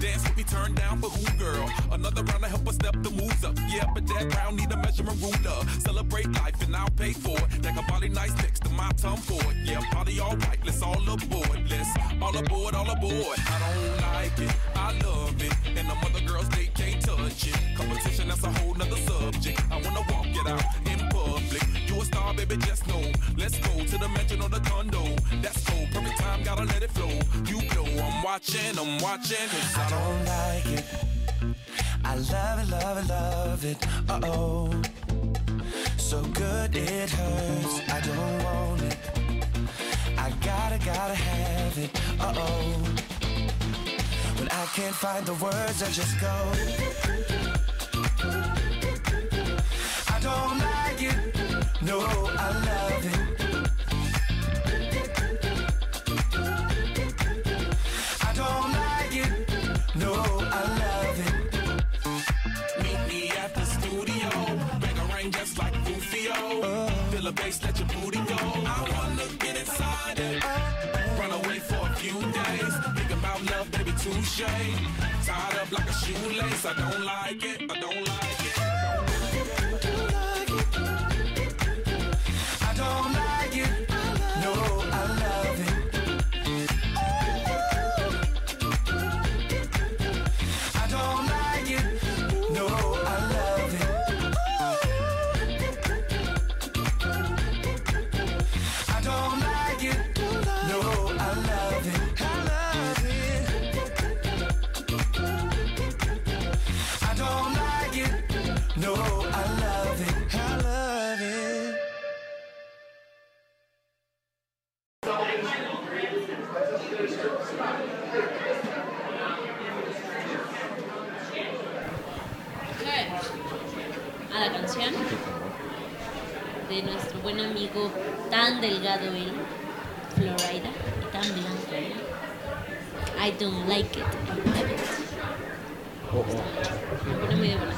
Dance will be turned down for who, girl? Another round to help us step the moves up. Yeah, but that round need a measuring ruler. Celebrate life and I'll pay for it. Like a body nice next to my tongue for it. Yeah, body all right. Let's all aboard. Let's all aboard, all aboard. I don't like it. I love it. And the mother girls, they can't touch it. Competition, that's a whole nother subject. I wanna walk it out in public. You a star, baby, just know. Let's go to the mansion or the condo. That's go. Perfect time, gotta let it flow. You know I'm watching, I'm watching. Cause I don't like it. I love it, love it, love it. Uh oh. So good it hurts. I don't want it. I gotta, gotta have it. Uh oh. When I can't find the words, I just go. I don't like it. No, I love it. I don't like it. No, I love it. Meet me at the studio. Bang a ring just like Rufio. Feel a bass, let your booty go. I wanna get inside it. Run away for a few days. Think about love, baby, touche. Tied up like a shoelace. I don't like it. I don't like it. I don't like it. No, I love it. I don't like it. No, I love it. I don't like it. No, I love it. I love it. I don't like it. No, I love it. I love it. a la canción de nuestro buen amigo tan delgado él, Florida, y tan blanco él. I don't like it, I love it. Me pone muy de buenas.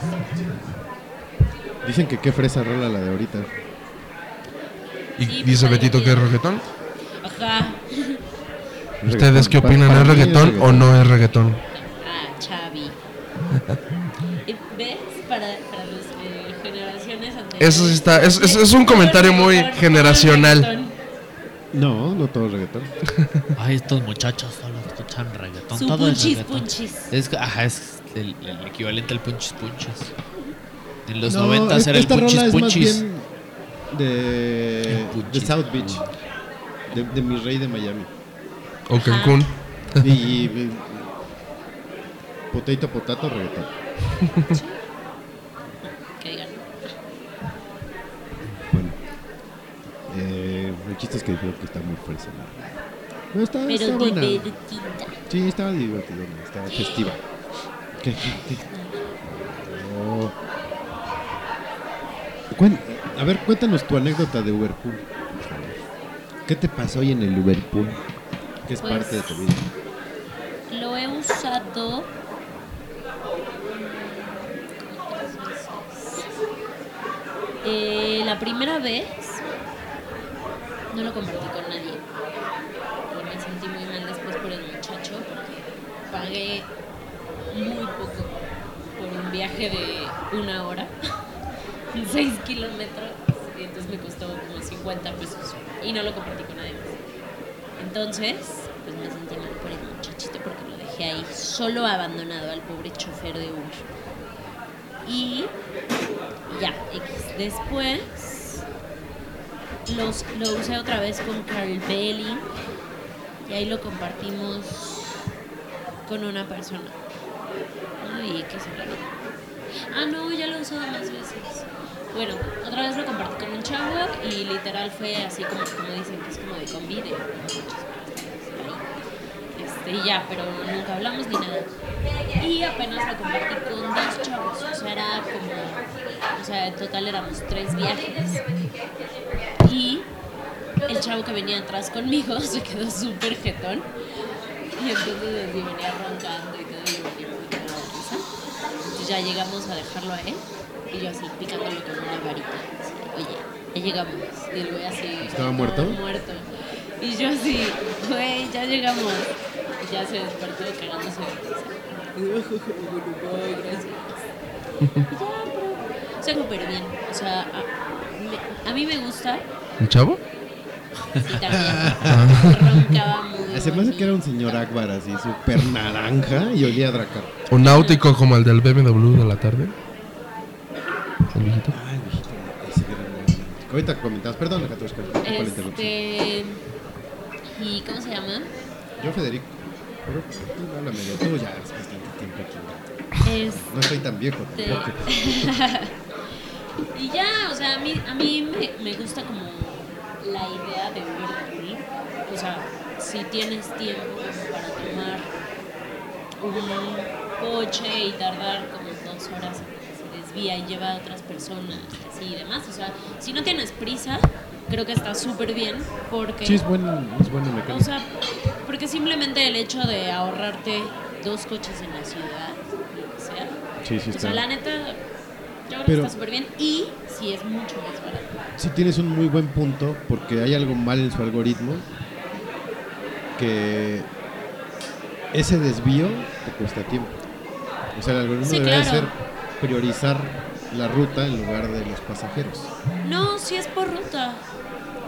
Dicen que qué fresa rola la de ahorita. Y Sí, dice pues, Betito ahí que es viene. reggaetón. Ajá. ¿Ustedes qué Reggaetón. Para- opinan? para ¿Es mí reggaetón o no es reggaetón? Ah, Chavi. Eh, ¿Ves? Para, para las eh, generaciones anteriores. Eso sí está- es- es- es un comentario muy Reggaetón, generacional. reggaetón. No, no todo es reggaetón. Ay, estos muchachos solo escuchan reggaetón. Su todo es punchis, reggaetón. punchis. Es, ajá, es el, el equivalente al punchis punchis. En los No, 90 es- era el esta punchis rola es más punchis. bien de, de punchis. South Beach, de, de mi rey de Miami. ¿O Cancún? Y, y- potato, potato, reggaetón. Que digan, Bueno, eh, el chiste es que dijeron que está muy fresa. la rola. No, está, está Pero buena. divertida. Sí, estaba divertido, estaba festiva. ¿Qué? qué- qué? No. Cuen- a ver, cuéntanos tu anécdota de Uberpool. por favor. ¿Qué te pasó hoy en el Uberpool? Que es Pues- parte de tu vida. Ah, Lo he usado. Eh, la primera vez no lo compartí con nadie. Y me sentí muy mal después por el muchacho porque pagué muy poco por un viaje de una hora, 6 kilómetros. Y entonces me costó como 50 pesos y no lo compartí con nadie más. Entonces, pues me sentí mal por el muchachito porque lo dejé ahí, solo abandonado al pobre chofer de Uber. Y ya, X. Después los, lo usé otra vez con Carl Belly y ahí lo compartimos con una persona. Ay, qué raro. Ah, no, ya lo he usado más veces. Bueno, otra vez lo compartí con un chavo y literal fue así como, como dicen, que es como de convide. Este, Este, y ya, pero nunca hablamos ni nada. Y apenas lo convertí con dos chavos. O sea, era como. O sea, en total éramos tres viajes. Y el chavo que venía atrás conmigo se quedó súper jetón. Y entonces así venía roncando y todo, y venía muy cagado de risa. Entonces ya llegamos a dejarlo a él. Y yo así picándolo con una varita. así, Oye, ya llegamos. Y el güey así. ¿Estaba muerto? Muerto. Y yo así, güey, ya llegamos. Y ya se despertó cagándose de risa. Y yo, bueno, voy, gracias. O sea, súper bien. O sea, a, me- a mí me gusta. ¿El chavo? Y también roncaba muy. Se me hace que era un señor Akbar así, súper naranja y olía a dracar. ¿O náutico como el del BMW de la tarde? ¿El viejito? Ay, mijito, ese gran- Ahorita comentabas, perdón, la 14, ¿cuál- cuál interrupción? Este. ¿Y cómo se llama? Este Yo, Federico, pero tú háblame de tú, ya es bastante tiempo aquí. Es. No estoy tan viejo Este, tampoco. y ya, o sea, a mí, a mí me, me gusta como la idea de vivir de Berlín. O sea, si tienes tiempo como para tomar un coche y tardar como dos horas en que se desvía y lleva a otras personas así y demás. O sea, si no tienes prisa, creo que está súper bien porque... Sí, es bueno, es bueno mecánico. O sea, porque simplemente el hecho de ahorrarte dos coches en la ciudad, lo que sea. Sí, sí o sea, está. la neta, yo creo que Pero- está súper bien. Y sí es mucho más barato. sí tienes un muy buen punto porque hay algo mal en su algoritmo que ese desvío te cuesta tiempo. O sea, el algoritmo Sí, debería claro. ser priorizar la ruta en lugar de los pasajeros. No, sí es por ruta.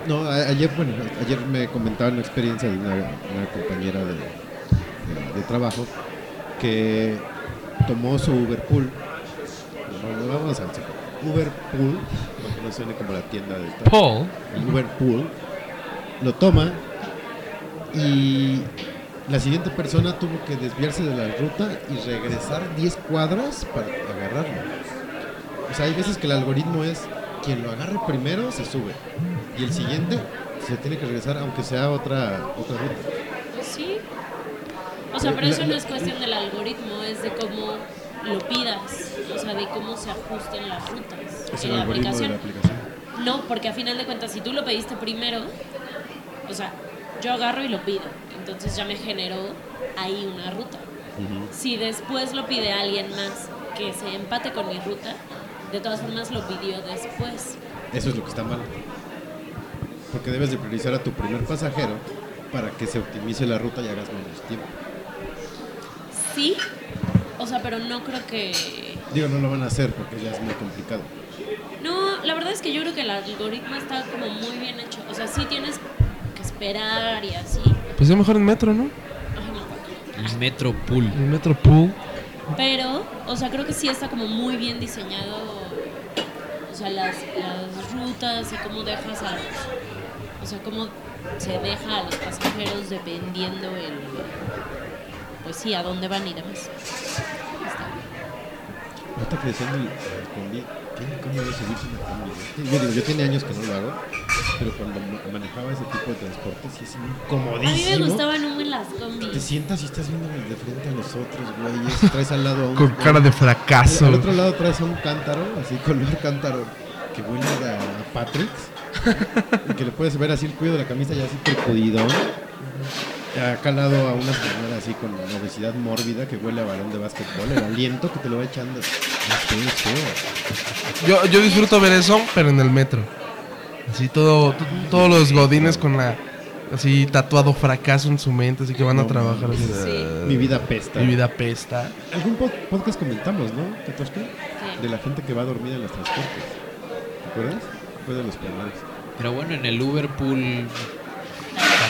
No, a- ayer, bueno, ayer me comentaban una experiencia de una, una compañera de, de- de trabajo que tomó su Uberpool. No, no, vamos al Uberpool, para que no suene como la tienda de esta- Paul. el Uberpool, lo toma y la siguiente persona tuvo que desviarse de la ruta y regresar 10 cuadras para agarrarlo. O sea, hay veces que el algoritmo es quien lo agarre primero se sube y el siguiente se tiene que regresar aunque sea otra, otra ruta. Pues sí. O sea, pero Eh, La- eso no la- es cuestión del algoritmo, es de cómo lo pidas. O sea, de cómo se ajusten las rutas. Es en el la algoritmo de aplicación. la aplicación. No, porque a final de cuentas, si tú lo pediste primero, o sea, yo agarro y lo pido. Entonces ya me generó ahí una ruta. Si después lo pide alguien más que se empate con mi ruta, de todas formas lo pidió después. Eso es lo que está mal. Porque debes de priorizar a tu primer pasajero para que se optimice la ruta y hagas menos tiempo. Sí, o sea, pero no creo que... Digo, no lo van a hacer porque ya es muy complicado. No, la verdad es que yo creo que el algoritmo está como muy bien hecho. O sea, sí tienes que esperar y así. Pues ya mejor en metro, ¿no? Ay, no. El Metropool. En metro pool. Pero, o sea, creo que sí está como muy bien diseñado, o sea, las, las rutas y cómo dejas a los, o sea, cómo se deja a los pasajeros dependiendo el, pues sí, a dónde van y demás. Está bien. Ahorita que decían el, el combi, ¿qué? ¿cómo voy a subirse una combi? güey? eh? Yo digo, yo tenía años que no lo hago, pero cuando ma- manejaba ese tipo de transporte sí es A mí incomodísimo. me gustaban un buen las Te combis. sientas y estás viendo de frente a los otros, güey, y eso, traes al lado a un... Con cara de Al, fracaso. al otro lado traes a un cántaro, así color cántaro, que huele a, a Patrick, y que le puedes ver así el cuello de la camisa ya así percudidón. Acá al lado a una señora así con obesidad mórbida que huele a balón de básquetbol, el aliento que te lo va echando. Ah, Qué feo. Yo, yo disfruto ver eso, pero en el metro. Así todo, t- todos los godines con la así tatuado fracaso en su mente, así que van a No trabajar. así de, Mi vida pesta. Mi vida pesta. Algún pod- podcast comentamos, ¿no? Tatosca? De la gente que va dormida en los transportes. ¿Te acuerdas? Fue de los primeros. Pero bueno, en el Uberpool,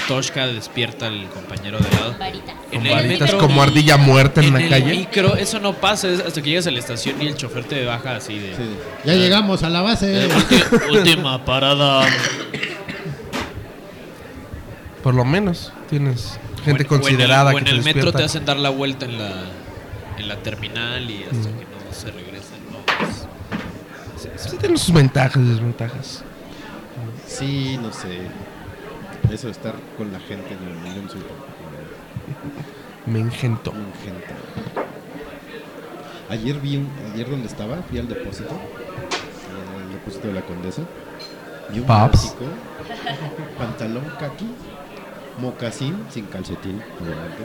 Katoshka despierta al compañero de lado. Varita. En Con el varitas metro- como ardilla muerta en, En la el calle. micro, eso no pasa es hasta que llegas a la estación y el chofer te baja así de. Sí. Ya llegamos a la base. Ulti- Última parada. Por lo menos tienes gente O en- o en el- considerada O en que el te metro despierta. te hacen dar la vuelta en la, en la terminal y hasta que no se regresen. No, es- Mm. Sí tiene sus ventajas y desventajas. Sí, no sé. Eso de estar con la gente en el mundo en su- Me engentó. Gente. Ayer vi un, ayer donde estaba, fui al depósito, al depósito de la condesa. Y un Paps. chico, pantalón kaki, mocasín, sin calcetín, obviamente,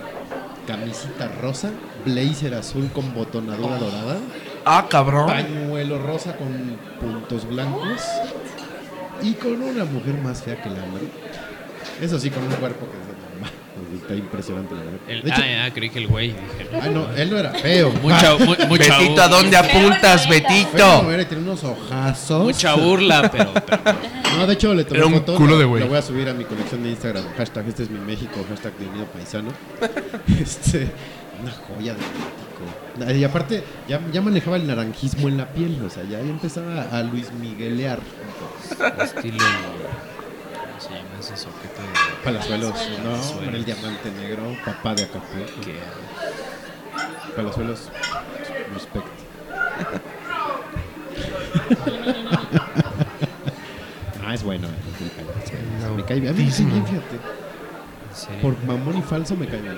camisita rosa, blazer azul con botonadura dorada, Oh. Ah, cabrón. pañuelo rosa con puntos blancos y con una mujer más fea que la madre. Eso sí, con un cuerpo que es- está impresionante la verdad. El- De hecho, ah, ah, creí que el güey. dije, Ah, no, él no era feo. Mucha, mu- mucha Betito, ¿a burla. dónde apuntas, Feo no Betito? era, y tenía unos ojazos. Mucha burla, pero, pero No, de hecho le tomé Era un foto, culo la- de güey. La voy a subir a mi colección de Instagram. Hashtag este es mi México, hashtag de unido paisano. este, una joya de México. Y aparte, ya, ya manejaba el naranjismo en la piel, o sea, ya, ya empezaba a Luis Miguelear. estilo. ¿Cómo se llama ese soquete? de- Palazuelos, no, Palazuelos. hombre, el diamante negro, papá de Acapulco. que- Palazuelos, respect. ah, es bueno, eh, me cae bien, es bueno. Me cae bien. A mí sí, bien, fíjate. en serio, Por mamón y falso me cae bien.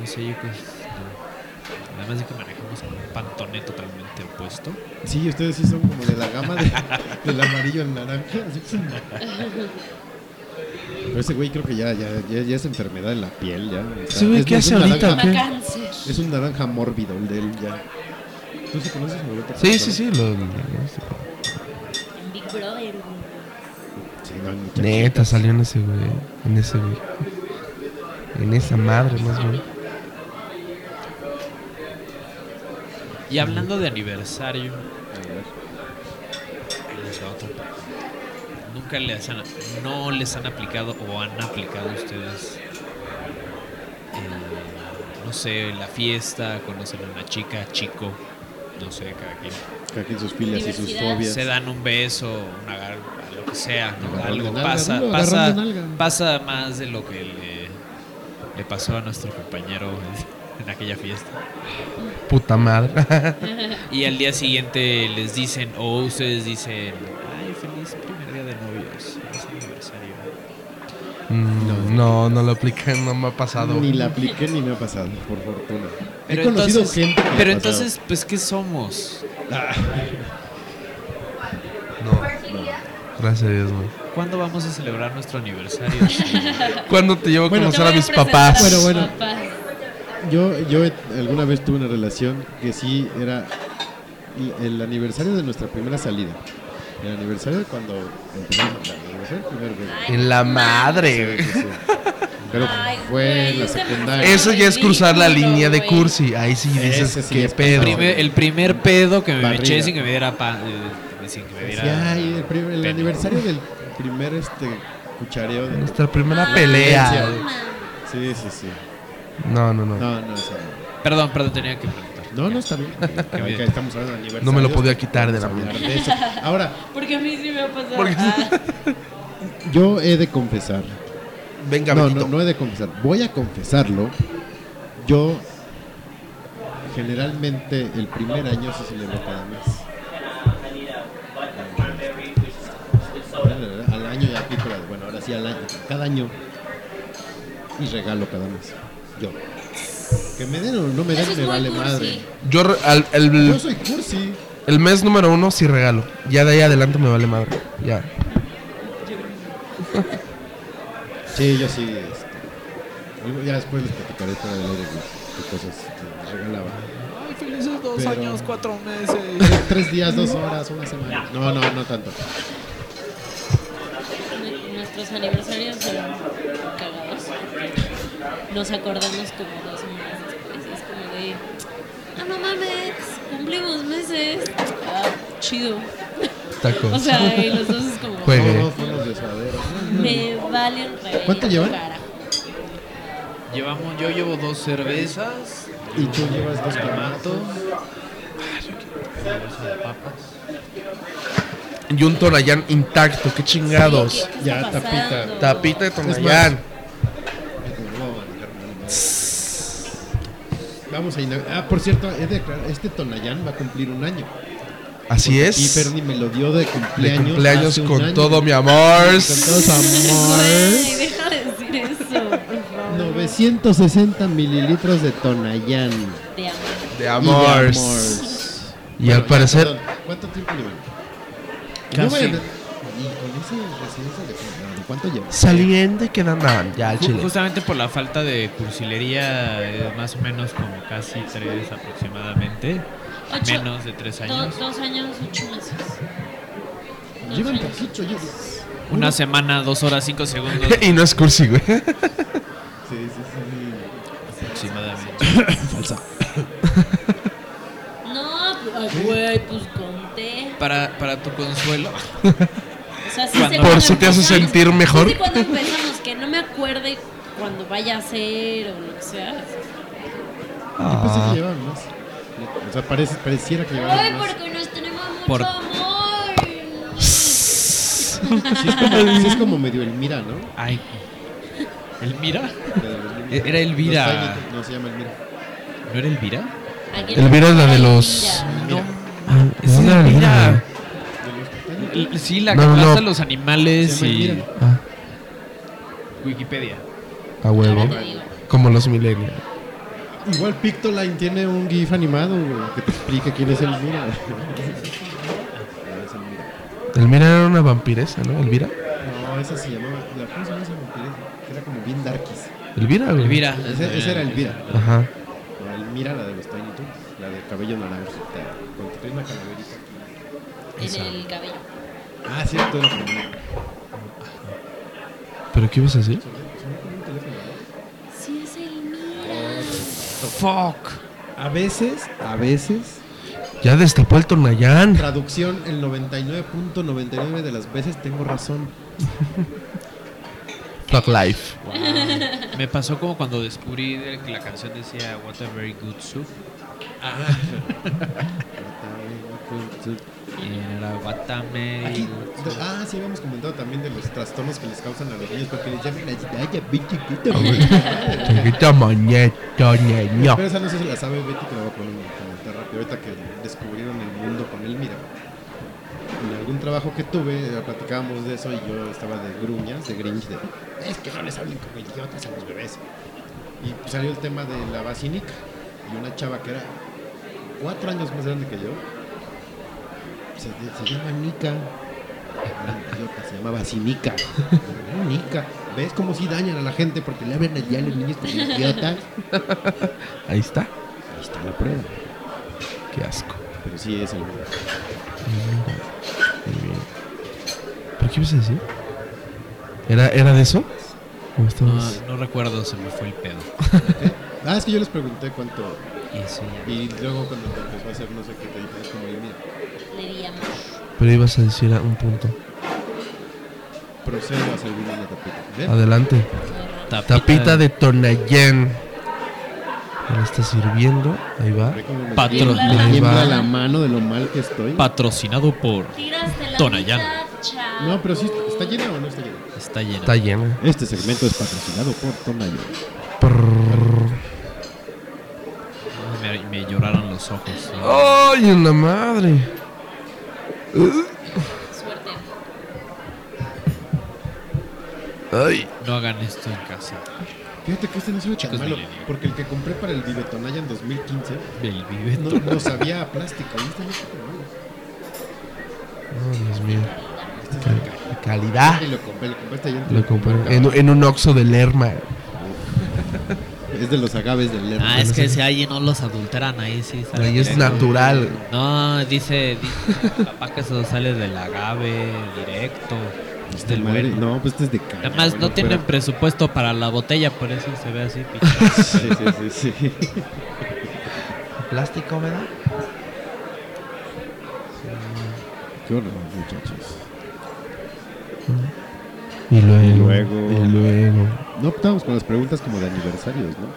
No sé yo qué. es, no. Además de que manejamos con un pantoné totalmente opuesto. Sí, ustedes sí son como de la gama de- del amarillo al naranja. así. Pero ese güey creo que ya, ya, ya, ya es enfermedad en la piel. Ya, o sea, Ese güey, es- ¿qué es hace un ahorita, naranja- o qué? Cáncer. Es un naranja mórbido el de él ya. ¿Tú sí conoces a Roberto Sí, Carlos? sí, sí. Lo, En Big Brother. güey. Sí, no, hay mucha gente. Neta, salió en ese güey. En ese güey. En esa madre, más bien. Y hablando de aniversario, A ver. ahí les va otra pregunta. Nunca les han, no les han aplicado o han aplicado ustedes, el, no sé, la fiesta, conocen a una chica, chico, no sé, cada quien. Cada quien sus filias y sus Diversidad. fobias. se dan un beso, un agar, lo que sea, ¿no? Agarrón de algo nalga, pasa, dilo, pasa, agarrón de nalga. pasa más de lo que le, le pasó a nuestro compañero en- en aquella fiesta. Puta madre. Y al día siguiente les dicen, o ustedes dicen, ay, feliz primer día de novios, feliz aniversario. Mm, no, no lo apliqué, no me ha pasado. Ni la apliqué ni me ha pasado, por fortuna. Pero He conocido entonces, gente. que le pero ha pasado. entonces, pues, ¿qué somos? No. Gracias a Dios, güey. ¿Cuándo vamos a celebrar nuestro aniversario? ¿Cuándo te llevo a Bueno, Te conocer voy a a mis presentar papás? a mis Bueno, bueno. papás. Yo, yo he- alguna vez tuve una relación que sí era l- el aniversario de nuestra primera salida. El aniversario de cuando empezamos a hablar, ¿no? Fue el primer beso. En la madre, güey. Sí, sí. Pero Ay, fue en güey, la ese secundaria. Eso ya es cruzar la línea de Güey. cursi. Ahí sí Ese dices sí qué es pedo. Primer- el primer pedo que me Barriga. eché sin que me diera pan. eh, sin que me Sí, diera ay, el, primer- el pena. aniversario del primer este cuchareo. De... Ah, Nuestra primera pelea. Sí, sí, sí. No, no, no. No, no, o sea, Perdón, perdón, tenía que preguntar. no, no está bien. Acá Estamos hablando de aniversarios. No me lo podía quitar de la Vamos a mente. hablar de eso. Ahora, Porque a mí sí me ha pasado. Porque- Ah, yo he de confesar Venga, No, Betito. no, no he de confesar. Voy a confesarlo. Yo generalmente el primer año se celebra cada mes. Al año ya pico la- Bueno, ahora sí al año. Cada año. Y regalo cada mes. Yo. Que me den o no me Eso den es me muy vale cursi. madre. Yo re- al- Yo el, soy cursi. el mes número uno sí regalo. Ya de ahí adelante me vale madre. Ya. Sí, yo sí. este, algo- ya después les platicaré fuera del aire qué- qué cosas que regalaba. Ay, felices dos Pero- años, cuatro meses. Tres días, dos horas, una semana. No, no, no tanto. Nuestros aniversarios son cagados. Nos acordamos como dos semanas después. Es como de. Ah, no mames, cumplimos meses. Ah, chido. Tacos. O sea, y los dos es como. Juegue. No, no, fueron los de suadero. Me vale un rey. ¿Cuánto llevan? carajo. Llevamos, yo llevo dos cervezas, Y tú llevas dos mato, clamatos. una bolsa de papas. Y un Tonayán intacto. Qué Sí, chingados. ¿qué- qué Ya, está tapita. pasando? Tapita de Tonayán. Vamos a inaugurar. Ah, por cierto, he de aclarar, este Tonayán va a cumplir un año. Así es. Y Bernie me lo dio de de cumpleaños. cumpleaños hace un con año. todo mi Con amor. todo su Güey, amor. deja de decir eso, por favor. 960 mililitros de Tonayán. Te amo. De Y de amor. amors. Y al Bueno, parecer, perdón, ¿Cuánto tiempo llevan? Casi. No vayan a- Y con ese residencia de Tonayán, ¿cuánto llevan? saliendo y quedando. No, ya al Ju- chile. Justamente por la falta de cursilería, eh, más o menos como casi tres aproximadamente. Ocho. Menos de tres Do- años. dos años, ocho meses. Dos Llevan años. poquito, yo. Una semana, dos horas, cinco segundos y no es cursi, güey. Sí, sí, sí. aproximadamente. Falsa. No, pues, ay, güey, pues conté. Para, para tu consuelo, O sea, sí Por sé cuándo si te hace empezamos. sentir mejor. Sí sé cuándo empezamos, que no me acuerde cuando vaya a ser o lo que sea. Yo pensé que llevaban más. O sea, parece, pareciera que Ay, llevaban más. porque nos tenemos mucho Por- amor. Sí es, como, sí es como medio Elmira, ¿no? ay, Elvira, La de los niños. Era Elvira. No, está bien, No, se llama Elvira. ¿no era Elvira? Aquí Elvira es la de Elvira. los- No, Es es una Elvira. vida. L- Sí, la No, que no, aplasta no. los animales Se llama y Elvira. Ah, Wikipedia. a huevo. Ahora te digo. Como los millennials. Igual Pictoline tiene un GIF animado güey, que te explica quién es Elmira. Elvira era una vampiresa, ¿no? Elvira. No, esa se llamaba. La ¿Cómo se llama esa vampiresa? Que Era como bien darkies. Elvira, güey. Elvira. Esa, esa era Elvira. Ajá. O Elmira, la de los Tiny Toons. La de cabello naranja. Con que trae una calaverita. En el cabello. Ah, cierto, era primero. ¿Pero qué ibas a decir? Sí, es el mira. Fuck. Oh, A veces, a veces. Ya destapó el Tonayán. Traducción: el 99.99 de las veces tengo razón. Fuck life. Me pasó como cuando descubrí de- que la canción decía What a Very Good Soup. Ah. Y era What a Very Aquí- Good de- Soup. ah, sí, habíamos comentado también de los trastornos que les causan a los niños porque les llaman la ay, ya vi chiquito, güey. Chiquito moñeto, ñeño. Pero esa no sé si la sabe Betty, que la voy a poner en el comentario rápido. Ahorita que descubrieron el mundo con el mira. En algún trabajo que tuve, eh, platicábamos de eso y yo estaba de gruñas, de grinch, de es que no les hablen como idiotas a los bebés. Y pues, salió el tema de la vacinica y una chava que era cuatro años más grande que yo. Se, se llama Nica. Era idiota, se llama vacinica. Nica. ¿Ves cómo si dañan a la gente porque le hablan allá a los niños como idiotas? Ahí está. Ahí está la prueba. Qué asco. Pero sí es el mira. Muy bien. ¿Pero qué ibas a decir? ¿Era, era de eso? ¿O estabas- No, no recuerdo, se me fue el pedo. Ah, es que yo les pregunté cuánto. Y sí. Y luego cuando te empezó a hacer no sé qué te dije, es como, "Oye, mira, Le di amor. Pero ibas a decir a un punto. procedo a servir una tapita. ¿Ven? Adelante. Tapita de Tonayán. Me la está sirviendo. Ahí va. Ve cómo me Patro- tiembla- me Ahí va. tiembla la mano de lo mal que estoy. Patrocinado por. Tiraste la Tonayán. mitad, chavo. No, pero sí, ¿está llena o no está llena? Está llena. Está llena. Este segmento es patrocinado por Tonayo. Prrrr. Ah, Me, me lloraron los ojos. ¡Ay, en la madre! Uh. Suerte. ¡Ay! No hagan esto en casa. Fíjate que este no se ve tan Chicos, malo, milenio. porque el que compré para el Vive Tonaya en 2015 El vive no, no sabía a plástico. Y este no está tan malo. Oh, Dios mío. Este es de ca- Calidad. Y lo compré, lo compré este allá en- Lo compré en, en un oxo de Lerma. Es de los agaves del Lerma. pues Ah, es que si allí no los adulteran, ahí sí sale. Ahí es natural. No, dice, dice papá que eso sale del agave directo. Es del Madre, bueno. No, pues este es de caña. Además, bueno, no tienen fuera. presupuesto para la botella, por eso se ve así. pichado. Sí, sí, sí, sí. Plástico, ¿verdad? Qué horror, muchachos. Y luego. Y luego. Y luego. No optamos con las preguntas como de aniversarios, ¿no?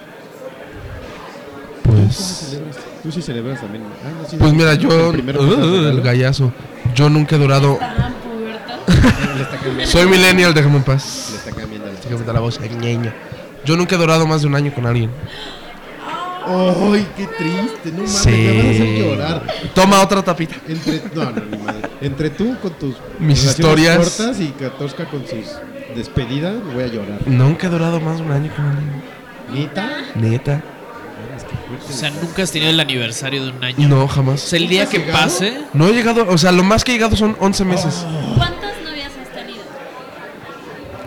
¿Cómo Pues. celebras? Tú sí celebras también. Ah, no, sí, Pues sí. mira, yo. El primero que te Uh, el regalo. gallazo. Yo nunca he durado. Tan puerta. Le está cambiando. Soy millennial, déjame en Le paz. está cambiando la Déjame quitar la voz. Ay, ñeña. Yo nunca he durado más de un año con alguien. ¡Ay, qué triste! No mames, Sí. te van a hacer llorar. Toma otra tapita. Entre, no, no, ni madre. Entre tú con tus Mis relaciones historias. cortas y Katorska con sus despedidas, voy a llorar. Nunca he durado más de un año con alguien. ¿Nita? Neta. O sea, nunca has tenido el aniversario de un año. No, O jamás. sea, el día que pase, No he llegado, o sea, lo más que he llegado son 11 meses. Oh. ¿Cuántas novias has tenido?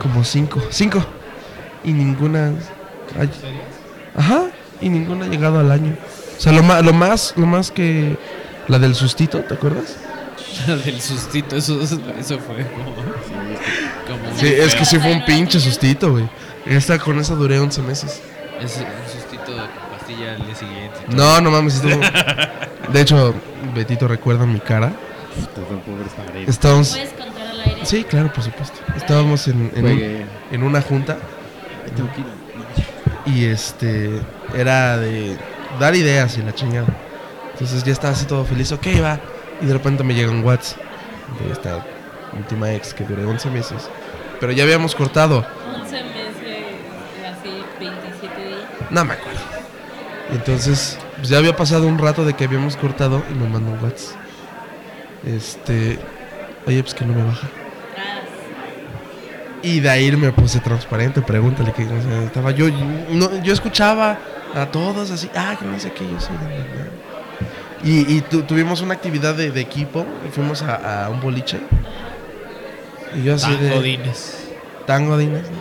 Como 5. 5. Y ninguna. ay. Ajá. Y ninguna ha llegado al año. O sea, lo, ma- lo más lo más que. La del sustito, ¿te acuerdas? del sustito, eso, eso fue como. como Sí, es que sí fue un Ay, pinche sustito, güey. Esta con esa duré 11 meses. Es un sustito de pastilla al día siguiente. No, no mames, estuvo. De hecho, Betito recuerda mi cara. Estas son pobres paredes. Estábamos. ¿Puedes contar al aire? Sí, claro, por supuesto. Estábamos en, en, un- Juegue. en una junta Ay, tengo que ir al- y este era de dar ideas y la chingada. Entonces ya estaba así todo feliz, ok, va. Y de repente me llega un WhatsApp de esta última ex que duré 11 meses. Pero ya habíamos cortado. 11 meses, así, 27 días. No me acuerdo. Entonces, pues ya había pasado un rato de que habíamos cortado y me mandó un WhatsApp. Este. Oye, pues que no me baja. Y de ahí me puse transparente, pregúntale que o sea, estaba yo. no, yo escuchaba a todos así, ah, que no sé qué, yo soy de la- Y, y tu- tuvimos una actividad de, de equipo y fuimos a, a un boliche. Y yo así Ah, de. jodines. Tango Dines. ¿no?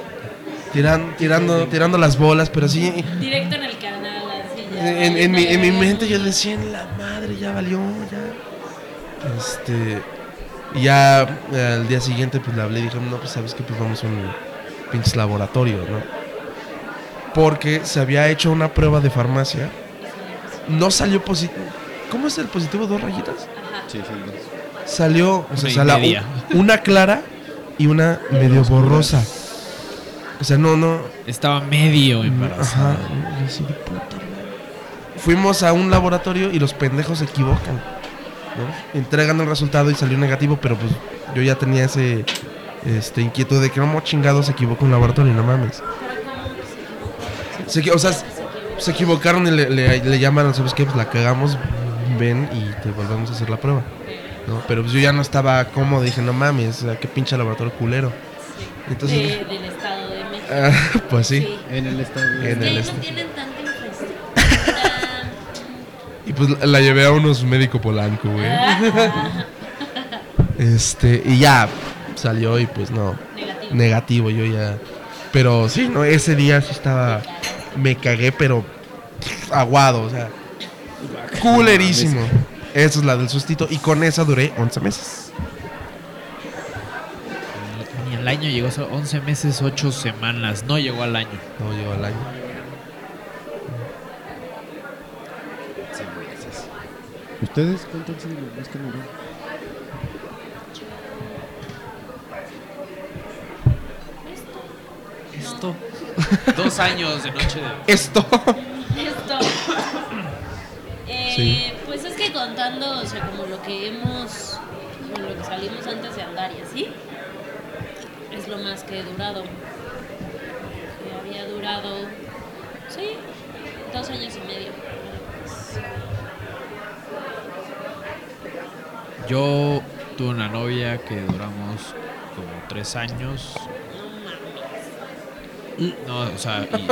Tiran- tirando, tirando las bolas, pero así. Directo en el canal, así ya. En, en mi, en mi mente yo decía, en la madre, ya valió, ya. Este. Y ya eh, al día siguiente, pues le hablé y dije, no, pues sabes que pues vamos a un pinche laboratorio, ¿no? Porque se había hecho una prueba de farmacia. No salió positivo. ¿Cómo es el positivo? ¿Dos rayitas? Sí, son dos. Salió, o sea, Una y sala- media. un- una clara y una medio borrosa. O sea, no, no, Estaba medio Ajá, embarazada. y así de puta madre. Fuimos a un laboratorio y los pendejos se equivocan. ¿no? Entregan el resultado y salió negativo, pero pues yo ya tenía ese este, inquietud de que no chingado se equivocó un laboratorio, no mames. Se equi- o sea, se equivocaron y le, le- le llaman, ¿sabes qué? Pues la cagamos, ven y te volvemos a hacer la prueba. ¿no? Pero pues yo ya no estaba cómodo, dije, no mames, o sea, qué pinche laboratorio culero. Entonces, de- del Estado de México. ah, pues sí. En el estadio. En Y el ahí este. no tienen tanta infraestructura. Y pues la- la llevé a unos médico polanco, güey. Ah. Este, y ya salió y pues no, Negativo. negativo yo ya. Pero sí, no, ese día sí estaba me cagué pero pff, aguado, o sea, culerísimo. Esa es la del sustito y con esa duré 11 meses. Ni al año llegó, o sea, 11 meses, 8 semanas. No llegó al año. No llegó al año. ¿Ustedes cuántos son los más que no van? Esto. Dos años de noche de. Esto. Esto. Eh, Sí. Pues es que contando, o sea, como lo que hemos, como lo que salimos antes de andar y así, es lo más que he durado. Que había durado, sí, dos años y medio. Yo tuve una novia que duramos como tres años. No, o sea, y,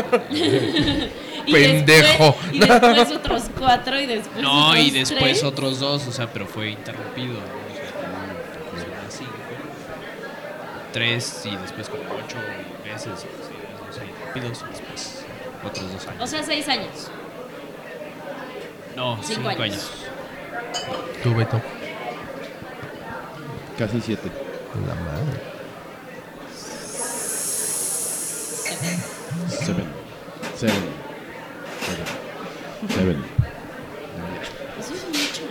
Y después- Pendejo. Y después otros cuatro y después no, otros y después tres. otros dos, o sea, pero fue interrumpido. ¿no? O sea, fue una cinco, tres y después como ocho meses, así, o sea, interrumpidos, y después otros dos O años. sea, seis años. No, cinco años. cinco años. Tú, Beto. Casi siete. La madre. Seven. Seven. Seven. Seven. Eso es mucho.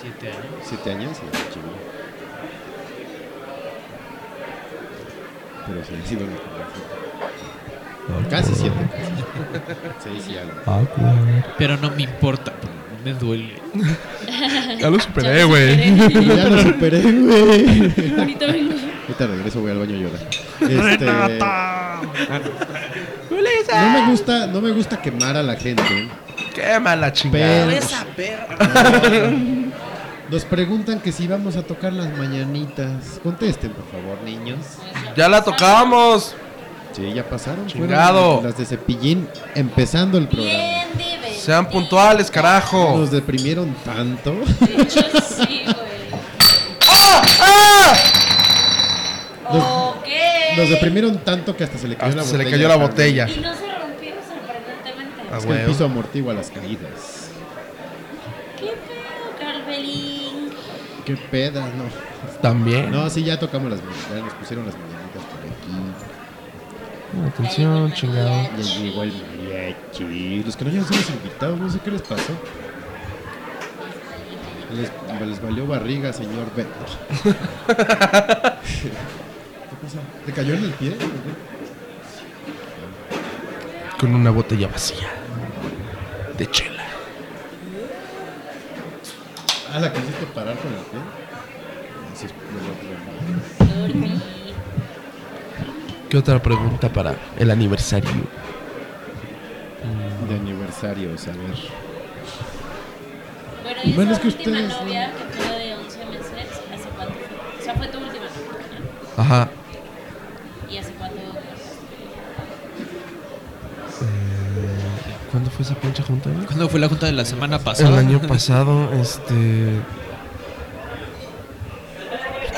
Siete años. ¿Siete años? Sí, chingo. Pero sí, sí, bueno. Casi siete. Casi. Sí, sí, algo. Ah, Pero no me importa, porque no me duele. Ya lo Ya superé, lo güey. superé. Ya lo superé, güey. Ahorita vengo. Ahorita regreso, voy al baño a llorar. Este, no me gusta, no me gusta quemar a la gente, Quema la Pero- pues, chingada. Nos preguntan que si vamos a tocar las mañanitas. Contesten, por favor, niños. Ya la tocamos. Sí, ya pasaron. fueron Chingado. Las de cepillín empezando el programa. Bien divertido. Sean puntuales, carajo. Nos deprimieron tanto. De hecho, sí, güey. ¡Ah! ok. Nos deprimieron tanto que hasta se le cayó Hasta la se le botella. cayó la botella. Y no se rompió sorprendentemente. Ah, Es que el huevo. piso amortigua las caídas. ¿Qué pedo, Carvelín? Qué pedas, no. También. No, sí, ya tocamos las mañanitas. Nos pusieron las mañanitas por aquí. Atención, chingado. Ya llegó el mariachi. Los que no llegan son los invitados. No sé qué les pasó. Les, les valió barriga, señor Beto. ¿Qué pasa? ¿Te cayó en el pie? Con una botella vacía. De chela. Ah, la quisiste parar con el pie. Así es, me lo digo. Dormí. ¿Qué otra pregunta para el aniversario? De aniversarios, a ver. Bueno, y Bueno, esa es que última ustedes- novia que fue de 11 meses, ¿hace cuánto fue? O sea, fue tu última novia. ¿no? Ajá. ¿Y hace cuánto? Eh, ¿Cuándo fue esa pinche junta? güey? ¿Cuándo fue la junta de la semana pasada? El año pasado, este.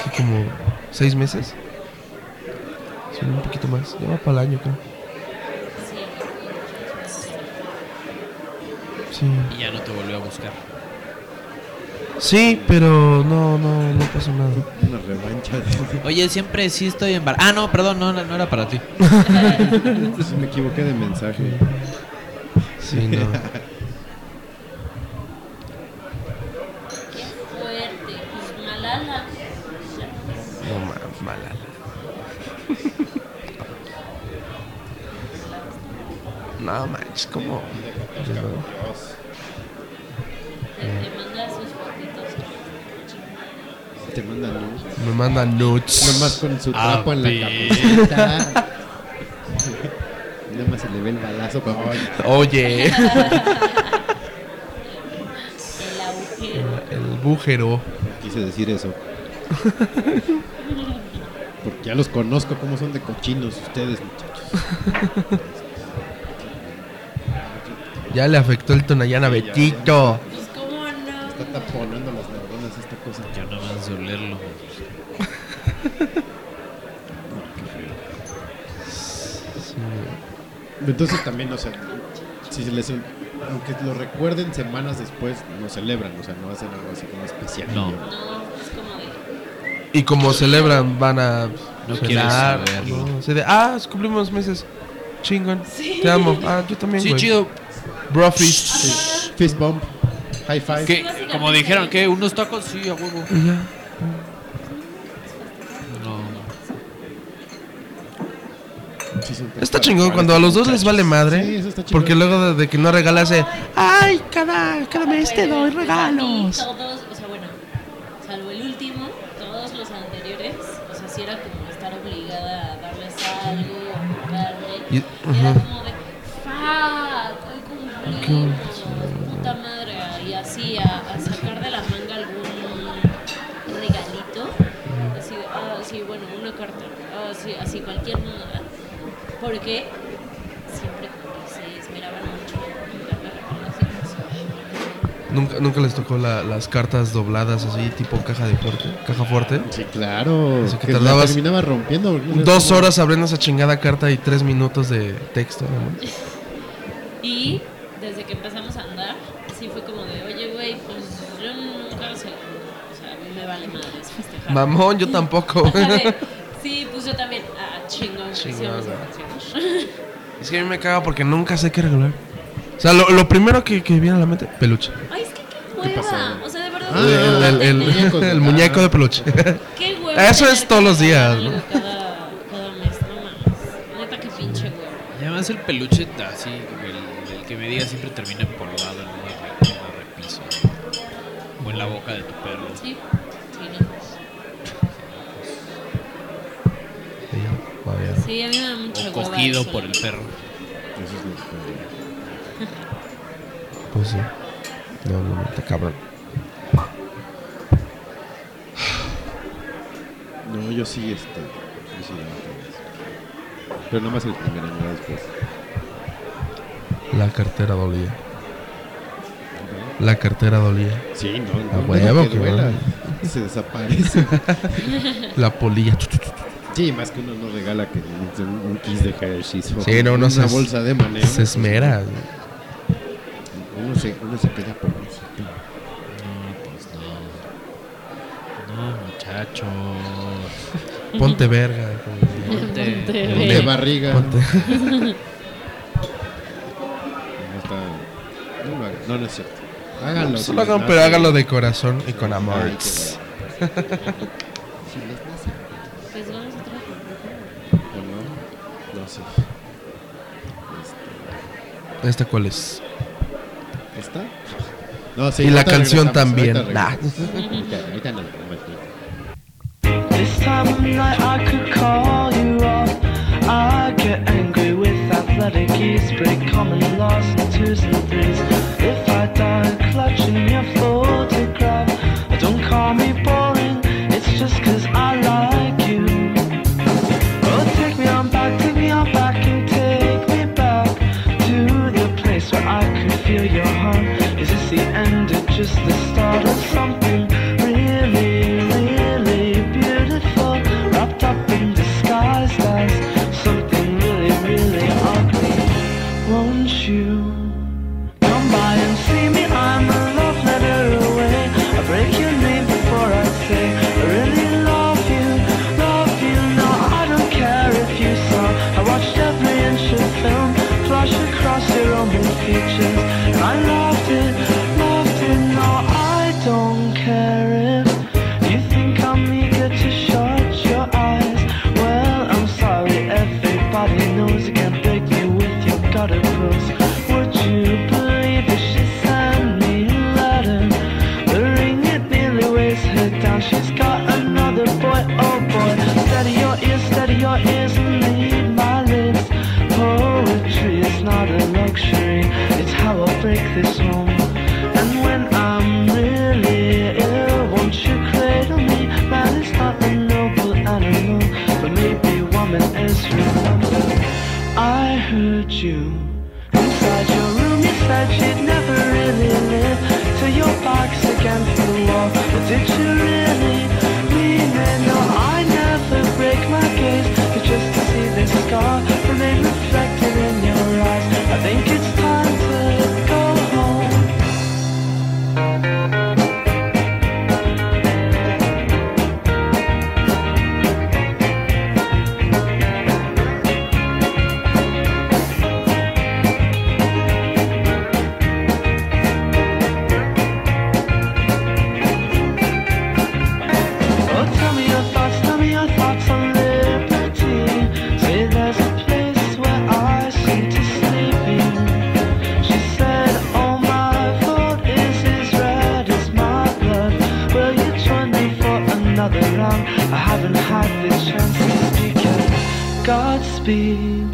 ¿qué, como seis meses. Sí, un poquito más. Ya va para el año, creo. Sí. Y ya no te volvió a buscar. Sí, pero no, no, no pasó nada. Una revancha de... Oye, siempre sí estoy embarazada. Ah, no, perdón, no, no no era para ti. Sí, Pues, Me equivoqué de mensaje. Sí, no. Qué fuerte. Pues Malala. No mames, mala. No manches, ¿cómo? Te, te manda sus fotitos. Te mandan nudes. Me mandan nudes. Nomás con su Ah, trapo en la camiseta. Nada más se le ve el balazo. pero- Oye, El agujero. el, el bujero. Quise decir eso. Porque ya los conozco cómo son de cochinos ustedes, muchachos. Ya le afectó el Tonayán a Betito. Pues, ¿cómo no? Está taponando las neuronas esta cosa. Yo no más de olerlo. Entonces también, o sea, si se les, aunque lo recuerden semanas después, no celebran, o sea, no hacen algo así como especial. No. No, es como de. Y como celebran, van a. No cenar, quieres saberlo. ¿no? Así de, ah, cumplimos meses. Chingón. Te amo. Ah, yo también. Sí, güey. chido. Bro fist. Fist bump, high five. Que, como dijeron, que ¿Unos tacos? Sí, a huevo. Y ya. No. Sí, son Está tan chingón padres, cuando a los dos les muchachos. vale madre. Sí, eso está chingón. porque luego de, de que no regalas, eh, ay, cada, cada mes te doy Bueno, pues, a mí regalos. Todos, o sea, bueno, salvo el último, todos los anteriores, o sea, sí era como estar obligada a darles algo, o comprarle. Y- Era ajá. como de, fuck, hoy cumplimos, puta madre, y así, a, a sacar de la manga algún regalito. Así, de, ah, sí, bueno, una carta, ah, sí, así, cualquier nada. Porque siempre como que se esmeraban mucho en darme regalos y cosas. Nunca, nunca les tocó la- las cartas dobladas así, tipo caja de fuerte. Caja fuerte. Sí, claro. Así que que la tardabas terminaba rompiendo. porque no Dos sabía. horas abriendo esa chingada carta y tres minutos de texto. ¿no? Y desde que empezamos a andar, sí fue como de, oye, güey, pues yo nunca se. O sea, a mí me vale madres festejar. Mamón, yo tampoco. Ajá, de, sí, pues yo también. Ah, chingón, sí, Chingón, vamos a güey. festejar. es que a mí me caga porque nunca sé qué regalar. O sea, lo, lo primero que, que viene a la mente, peluche. Ay, es que qué hueva. pasó? O sea, de verdad. Ah, El, el- el- el- tener- muñeco de- el muñeco de peluche. Qué hueva. Eso tener es que todos los días, regalar ¿no? algo Cada, cada mes, no mames. Neta, qué pinche hueva. Y además el peluche así, el, el que me diga siempre termina empolvado en una, re- en una repisa. O en la boca de tu perro. Sí, sí, no. Sí, a mí me da mucha O hueva. cogido eso, por la el perro. Eso es lo que- cosas así. Pues No, no, no, está cabrón. No, yo sí, este. yo sí daba clases. Pero nomás el primer año ya después. La cartera dolía. La cartera dolía. Sí, no, A no, no, huevo que que duela. duele. Se desaparece. La polilla. sí, más que uno no regala que un, un kiss de Hershey's. o Sí, no, uno una se es- bolsa de manejo. Se esmera. Uno se, uno se queda por eso. No, pues no. No, muchacho. Ponte verga. como diría. Ponte- Ponte ponte verga. barriga. Ponte- No, está- no lo hagan. No, no es cierto. Háganlo. Solo hagan, pero háganlo de corazón y con amor. Pues vamos a otra pregunta. ¿O no? No sé. ¿Esta cuál es? Este, ¿Está? No, sí, Y la ahorita canción regresamos, también. ahorita Nah. regresamos. Ahorita- ahorita no, no, no. This time of night I could call you off. I get angry with athletic ease, break common laws in twos and threes. If I die clutching your photograph, don't call me boring, it's just cause I like you. Oh, take me on back, take me on back, and take me back to the place where I could feel your heart. Is this the end or just the start of something really, really beautiful? Wrapped up in disguised as something really, really ugly. Won't you? Come by and see me, I'm a love letter away. I break your name before I say, I really love you, love you. No, I don't care if you saw. I watched every inch of film flash across your open features, and I loved it, loved it. No, I don't care if you think I'm eager to shut your eyes. Well, I'm sorry, everybody knows you can't break me with your gutter pose. Would you believe if she sent me a letter? The ring it nearly weighs her down. She's got another boy, oh boy. Steady your ears, steady your ears, and leave my lips. Poetry is not a luxury, it's how I break this home. And when I'm really ill, won't you cradle me? Man is not a noble animal, but maybe woman is remember. I heard you. Inside your room, you said she'd never really live till your back's against the wall. But did you really mean it? No, I never break my gaze, but just to see this scar remain reflected in your eyes. I think it's time to go home. Oh, tell me your thoughts, tell me your thoughts on liberty. Say there's a place where I seem to sleep in. She said, all my fault is as red as my blood. Will you join me for another round? I haven't had the chance to speak yet. Godspeed.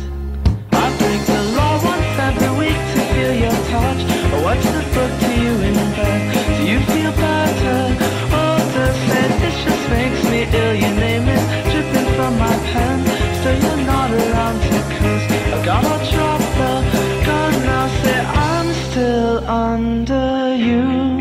I break the law once every week to feel your touch. Or what's the book to you in bed? Do you feel better? Older said this just makes me ill. Your name is dripping from my pen. Still you're not around to cause I gotta drop the gun now. Say I'm still under you.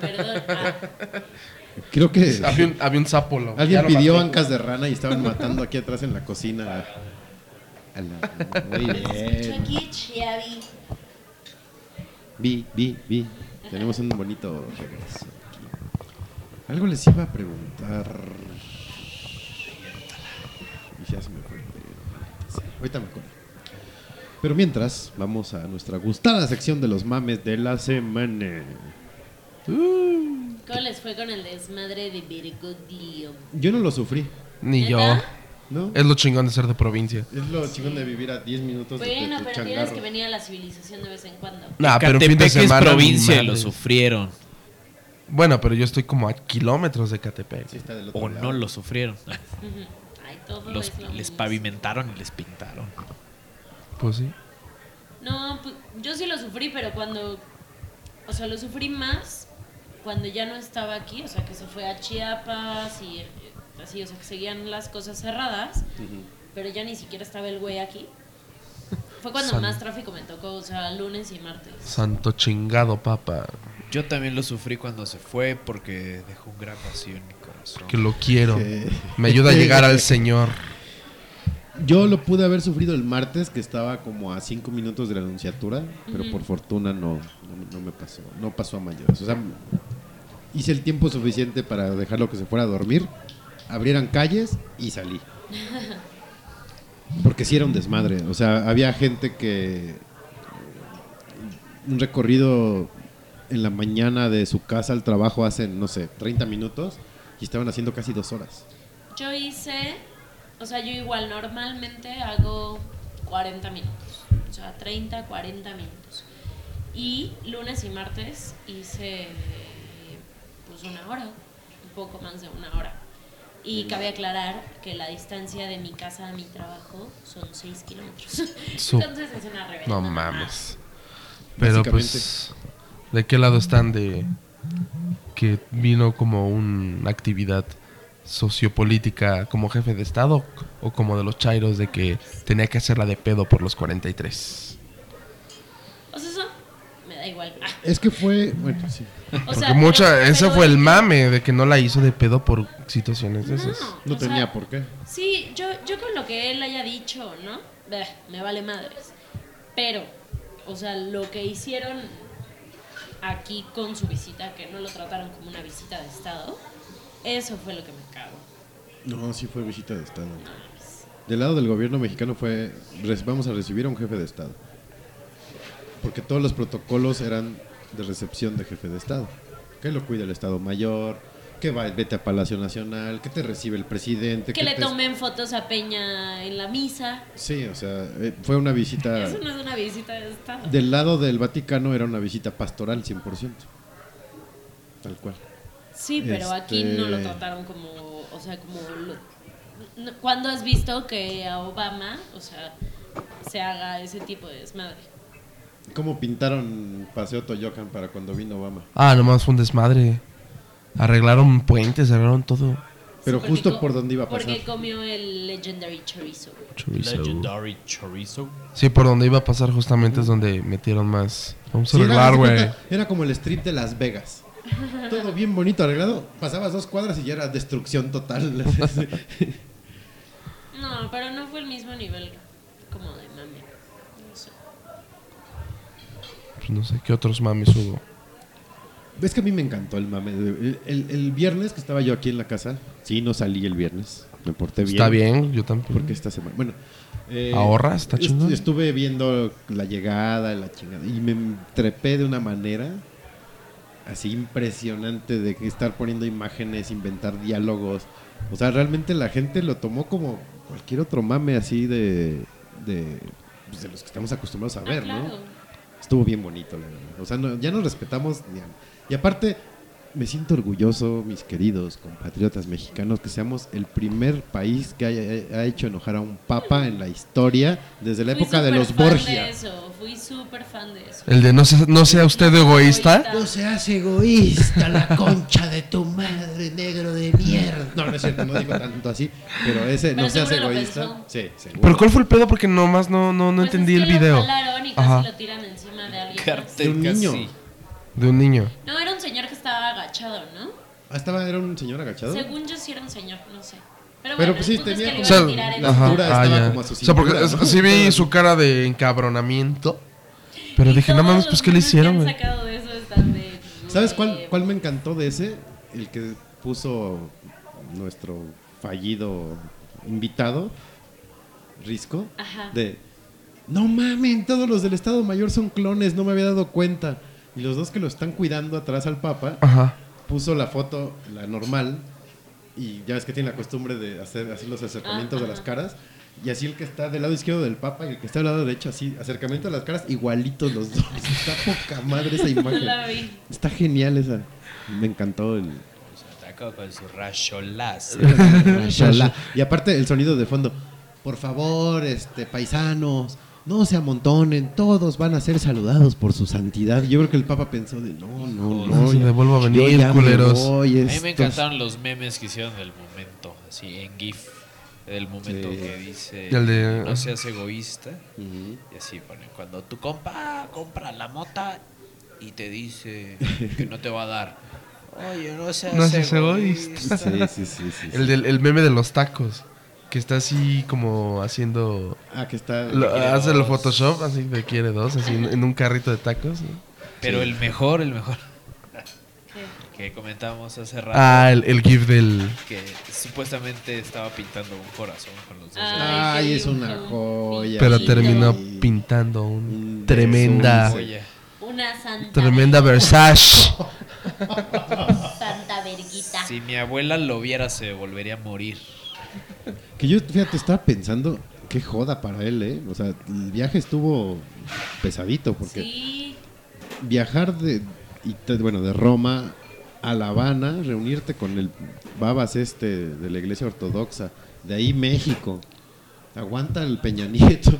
Perdón. ah. Creo que. Había un, había un sapo, lo- ya Alguien lo pidió maté. bancas de rana y estaban matando aquí atrás en la cocina. a- a la- muy bien. Chucky Chiavi. Vi, vi, vi. Tenemos un bonito regreso. aquí. Algo les iba a preguntar. Y ya se me fue. pero- Ahorita me acuerdo. Pero mientras, vamos a nuestra gustada sección de los mames de la semana. Uh, ¿Cómo les fue con el desmadre de Virgo Dio? yo no lo sufrí. Ni yo. ¿Neta? ¿No? Es lo chingón de ser de provincia. Es lo chingón de vivir a 10 minutos Pues de- de Bueno, tu pero tienes changarro. que venir a la civilización de vez en cuando. Nah, pero un fin de Catepec es semana, provincia y madre. lo sufrieron. Bueno, pero yo estoy como a kilómetros de Catepec. Sí, está del otro O lado. no lo sufrieron. Ujú. Ay, todo Los- es lo les mismo. pavimentaron y les pintaron. Pues sí. No, pues, yo sí lo sufrí, pero cuando. O sea, lo sufrí más cuando ya no estaba aquí, o sea, que se fue a Chiapas y eh, así, o sea, que seguían las cosas cerradas, pero ya ni siquiera estaba el güey aquí. Fue cuando San- más tráfico me tocó, o sea, lunes y martes. Santo chingado, papa. Yo también lo sufrí cuando se fue porque dejó un gran vacío en mi corazón. Que lo quiero. Sí. Me ayuda a llegar al Señor. Yo lo pude haber sufrido el martes, que estaba como a 5 minutos de la anunciatura, pero por fortuna no, no, no me pasó, no pasó a mayores. O sea, hice el tiempo suficiente para dejarlo que se fuera a dormir, abrieran calles y salí. Porque sí era un desmadre, o sea, había gente que eh, un recorrido en la mañana de su casa al trabajo hace, no sé, 30 minutos y estaban haciendo casi dos horas. Yo hice, o sea, yo igual normalmente hago 40 minutos, o sea, 30, 40 minutos. Y lunes y martes hice pues una hora, un poco más de una hora. Y cabe aclarar que la distancia de mi casa a mi trabajo son 6 kilómetros. Su- Entonces es una reverenda No mamada. mames. Pero pues, ¿de qué lado están de que vino como una actividad sociopolítica como jefe de Estado o como de los chairos de que tenía que hacerla de pedo por los 43? O sea, eso me da igual. Ah, Es que fue, bueno, sí. o Porque sea, mucha, pero- ese pero fue el es que- mame de que no la hizo de pedo por situaciones de esas. No, No Ah, o sea, tenía por qué. Sí, yo, yo con lo que él haya dicho, ¿no? Bah, me vale madres. Pero, o sea, lo que hicieron aquí con su visita, que no lo trataron como una visita de Estado, eso fue lo que me cago. No, sí fue visita de Estado. Del lado del gobierno mexicano fue, "Res- vamos a recibir a un jefe de Estado. Porque todos los protocolos eran de recepción de jefe de Estado. Que lo cuida el Estado Mayor, que va, vete a Palacio Nacional, que te recibe el presidente. Que le te- tomen fotos a Peña en la misa. Sí, o sea, eh, fue una visita... Eso no es una visita de Estado. Del lado del Vaticano era una visita pastoral 100%. Tal cual. Sí, pero aquí Este- no lo trataron como, o sea, como... Lo, no- ¿Cuándo has visto que a Obama, o sea, se haga ese tipo de desmadre? ¿Cómo pintaron Paseo Toyocan para cuando vino Obama? Ah, nomás fue un desmadre. Arreglaron puentes, arreglaron todo. Pero Sí, porque justo co- por donde iba a pasar. Porque comió el Legendary Chorizo. Chorizo. Legendary Chorizo. Sí, por donde iba a pasar justamente es donde metieron más. Vamos a Sí, arreglar, era, haz de güey. cuenta, Era como el strip de Las Vegas. Todo bien bonito arreglado. Pasabas dos cuadras y ya era destrucción total. No, pero no fue el mismo nivel como de mami. No sé. Pues no sé qué otros mames hubo. Ves que a mí me encantó el mame. El, el- el viernes que estaba yo aquí en la casa. Sí, no salí el viernes. Me porté bien. Está bien, yo también. Porque esta semana. Bueno. eh, Ahorra, está est- chingón. Estuve viendo la llegada, la chingada. Y me trepé de una manera así impresionante de que estar poniendo imágenes, inventar diálogos. O sea, realmente la gente lo tomó como cualquier otro mame así de. de, pues, de los que estamos acostumbrados a Ah, ver, claro. ¿no? Estuvo bien bonito, la verdad. O sea, no- ya nos respetamos. ni a- Y aparte, me siento orgulloso, mis queridos compatriotas mexicanos, que seamos el primer país que haya, ha hecho enojar a un papa en la historia desde la Fui época de súper los fan Borgia. De eso. Fui súper fan de eso. El de no, se- no sea usted egoísta. No seas egoísta, la concha de tu madre, negro de mierda. No, no es cierto, no digo tanto así, pero ese no Pero seas seguro lo egoísta. pensó. Sí, seguro. Pero ¿cuál fue el pedo? Porque nomás no, no, no Pues entendí es el que video. Lo jalaron y Ajá. casi lo tiran encima de alguien. más. De un niño. De un niño. No, era un señor que estaba agachado, ¿no? Ah, estaba, era un señor agachado. Según yo sí era un señor, no sé. Pero, Pero bueno, pues el sí, punto es tenía que como- le iban a O sea, tirar el- la cintura Ah, estaba ya. como a su O sea, porque cintura, es- ¿no? sí vi su cara de encabronamiento. Pero dije, no mames, pues ¿qué le hicieron, güey? sacado de eso están de... ¿Sabes Eh, cuál, cuál me encantó de ese? El que puso nuestro fallido invitado, Risco, Ajá. de, no mamen, todos los del Estado Mayor son clones, no me había dado cuenta. Y los dos que lo están cuidando atrás al Papa, Ajá. puso la foto, la normal, y ya ves que tiene la costumbre de hacer, hacer los acercamientos de las caras. Y así el que está del lado izquierdo del Papa y el que está del lado derecho, así, acercamiento de las caras, igualitos los dos. Está poca madre esa imagen. La vi. Está genial esa. Me encantó el. Ataca con su racholazo. Rashala. y aparte el sonido de fondo. Por favor, este paisanos, no se amontonen, todos van a ser saludados por su santidad. Yo creo que el Papa pensó de no, no, no. se ya- me vuelvo a yo venir, ya me culeros". voy, A mí estos- me encantaron los memes que hicieron del momento, así en GIF, del momento Sí. que dice Y el de- ah, no seas egoísta. Y así pone, cuando tu compa compra la mota y te dice que no te va a dar. Oye, no seas, No seas egoísta. egoísta. Sí, sí, sí, sí, sí. El, del- el meme de los tacos. Que está así como haciendo. Ah, que está. lo- quiere hace el dos. Photoshop, así que quiere dos, así en, en un carrito de tacos. ¿no? Pero el mejor, el mejor. ¿Qué? Que comentábamos hace rato. Ah, el, el GIF del. Que supuestamente estaba pintando un corazón con los dos. Ah, Ay, qué es una dibujo. joya. Pero Sí. terminó Sí. pintando un Un tremenda. beso, Oye, Una santa... Tremenda Versace. Santa verguita. si mi abuela lo viera se volvería a morir. Que yo, fíjate, estaba pensando, qué joda para él, ¿eh? O sea, el viaje estuvo pesadito, porque Sí, viajar de, y te- bueno, de Roma a La Habana, reunirte con el babas este de la iglesia ortodoxa, de ahí México, aguanta el Peña Nieto.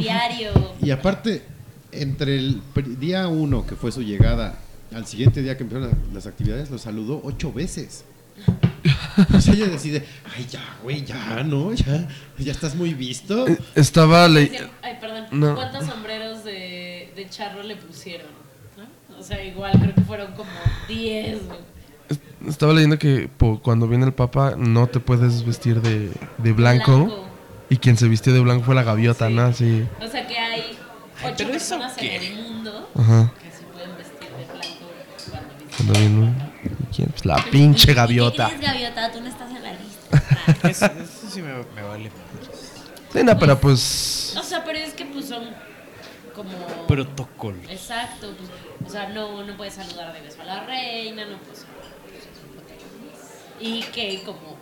diario. Y aparte, entre el pri- día uno, que fue su llegada, al siguiente día que empezaron la- las actividades, lo saludó ocho veces. O sea, ella decide, ay, ya, güey, ya, ¿no? Ya, ya estás muy visto. Eh, Estaba. le- Ay, perdón. No. ¿Cuántos sombreros de, de charro le pusieron? ¿No? O sea, igual creo que fueron como 10. güey. Estaba leyendo que po- cuando viene el Papa no te puedes vestir de, de blanco, Y quien se vistió de blanco fue la gaviota, Sí. ¿no? Sí. O sea que hay Ay, ocho pero eso personas en qué. el mundo Ajá. que se pueden vestir de blanco cuando visitan. Cuando viene un- ¿Quién? Pues la pinche gaviota. ¿Qué eres gaviota? Tú no estás en la lista. Eso, eso sí me, me vale madres. Sí, no, pero pues. O sea, pero es que pues son como... Protocolo. Exacto. Pues, o sea, no, no puedes saludar de beso a la reina, no puedes... pues, es un hotel. Y que como...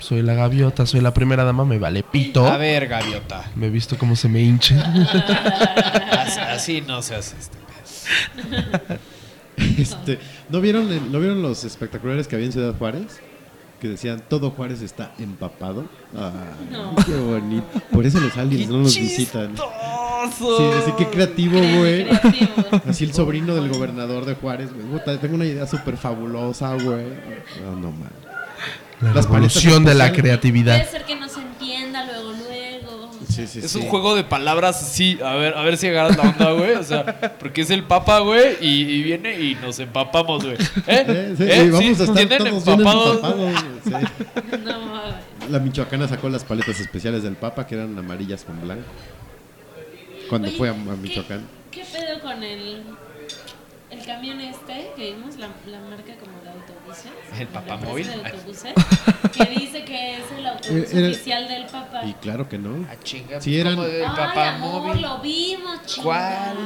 Soy la gaviota, soy la primera dama, me vale pito. A ver, gaviota. Me he visto cómo se me hincha. Así, así no se hace este. Este, ¿no, vieron el- ¿No vieron los espectaculares que había en Ciudad Juárez? Que decían, todo Juárez está empapado. Ay, No. qué bonito. Por eso los aliens no nos visitan. Sí, así que creativo, güey. creativo. Así el sobrino del gobernador de Juárez, güey. Puta, tengo una idea súper fabulosa, güey. No, no, man. La Las paletas revolución de la Puede especiales. Eh, creatividad. ser que no se entienda luego, luego. Sí, sí, Es sí. un juego de palabras, sí, a ver, a ver si agarras la onda, güey. O sea, porque es el papa, güey, y, y viene y nos empapamos, güey. ¿Eh? Eh, sí, ¿Eh? y vamos ¿Sí? a estar ¿Entienden? todos bien Empapados. empapados. güey, sí. No mames. La michoacana sacó las paletas especiales del Papa, que eran amarillas con blanco. Cuando Oye, fue a, a ¿qué- Michoacán. ¿Qué, pedo con el, el camión este que vimos, la, la marca como de autobuses? El como la papamóvil. empresa de autobuses, que dice que es el autobús Eh, era- oficial del Papa. Y claro que no. Ah, chinga, Sí, eran- ¿cómo de Ay, papá amor, móvil? lo vimos, chica. ¿Cuál?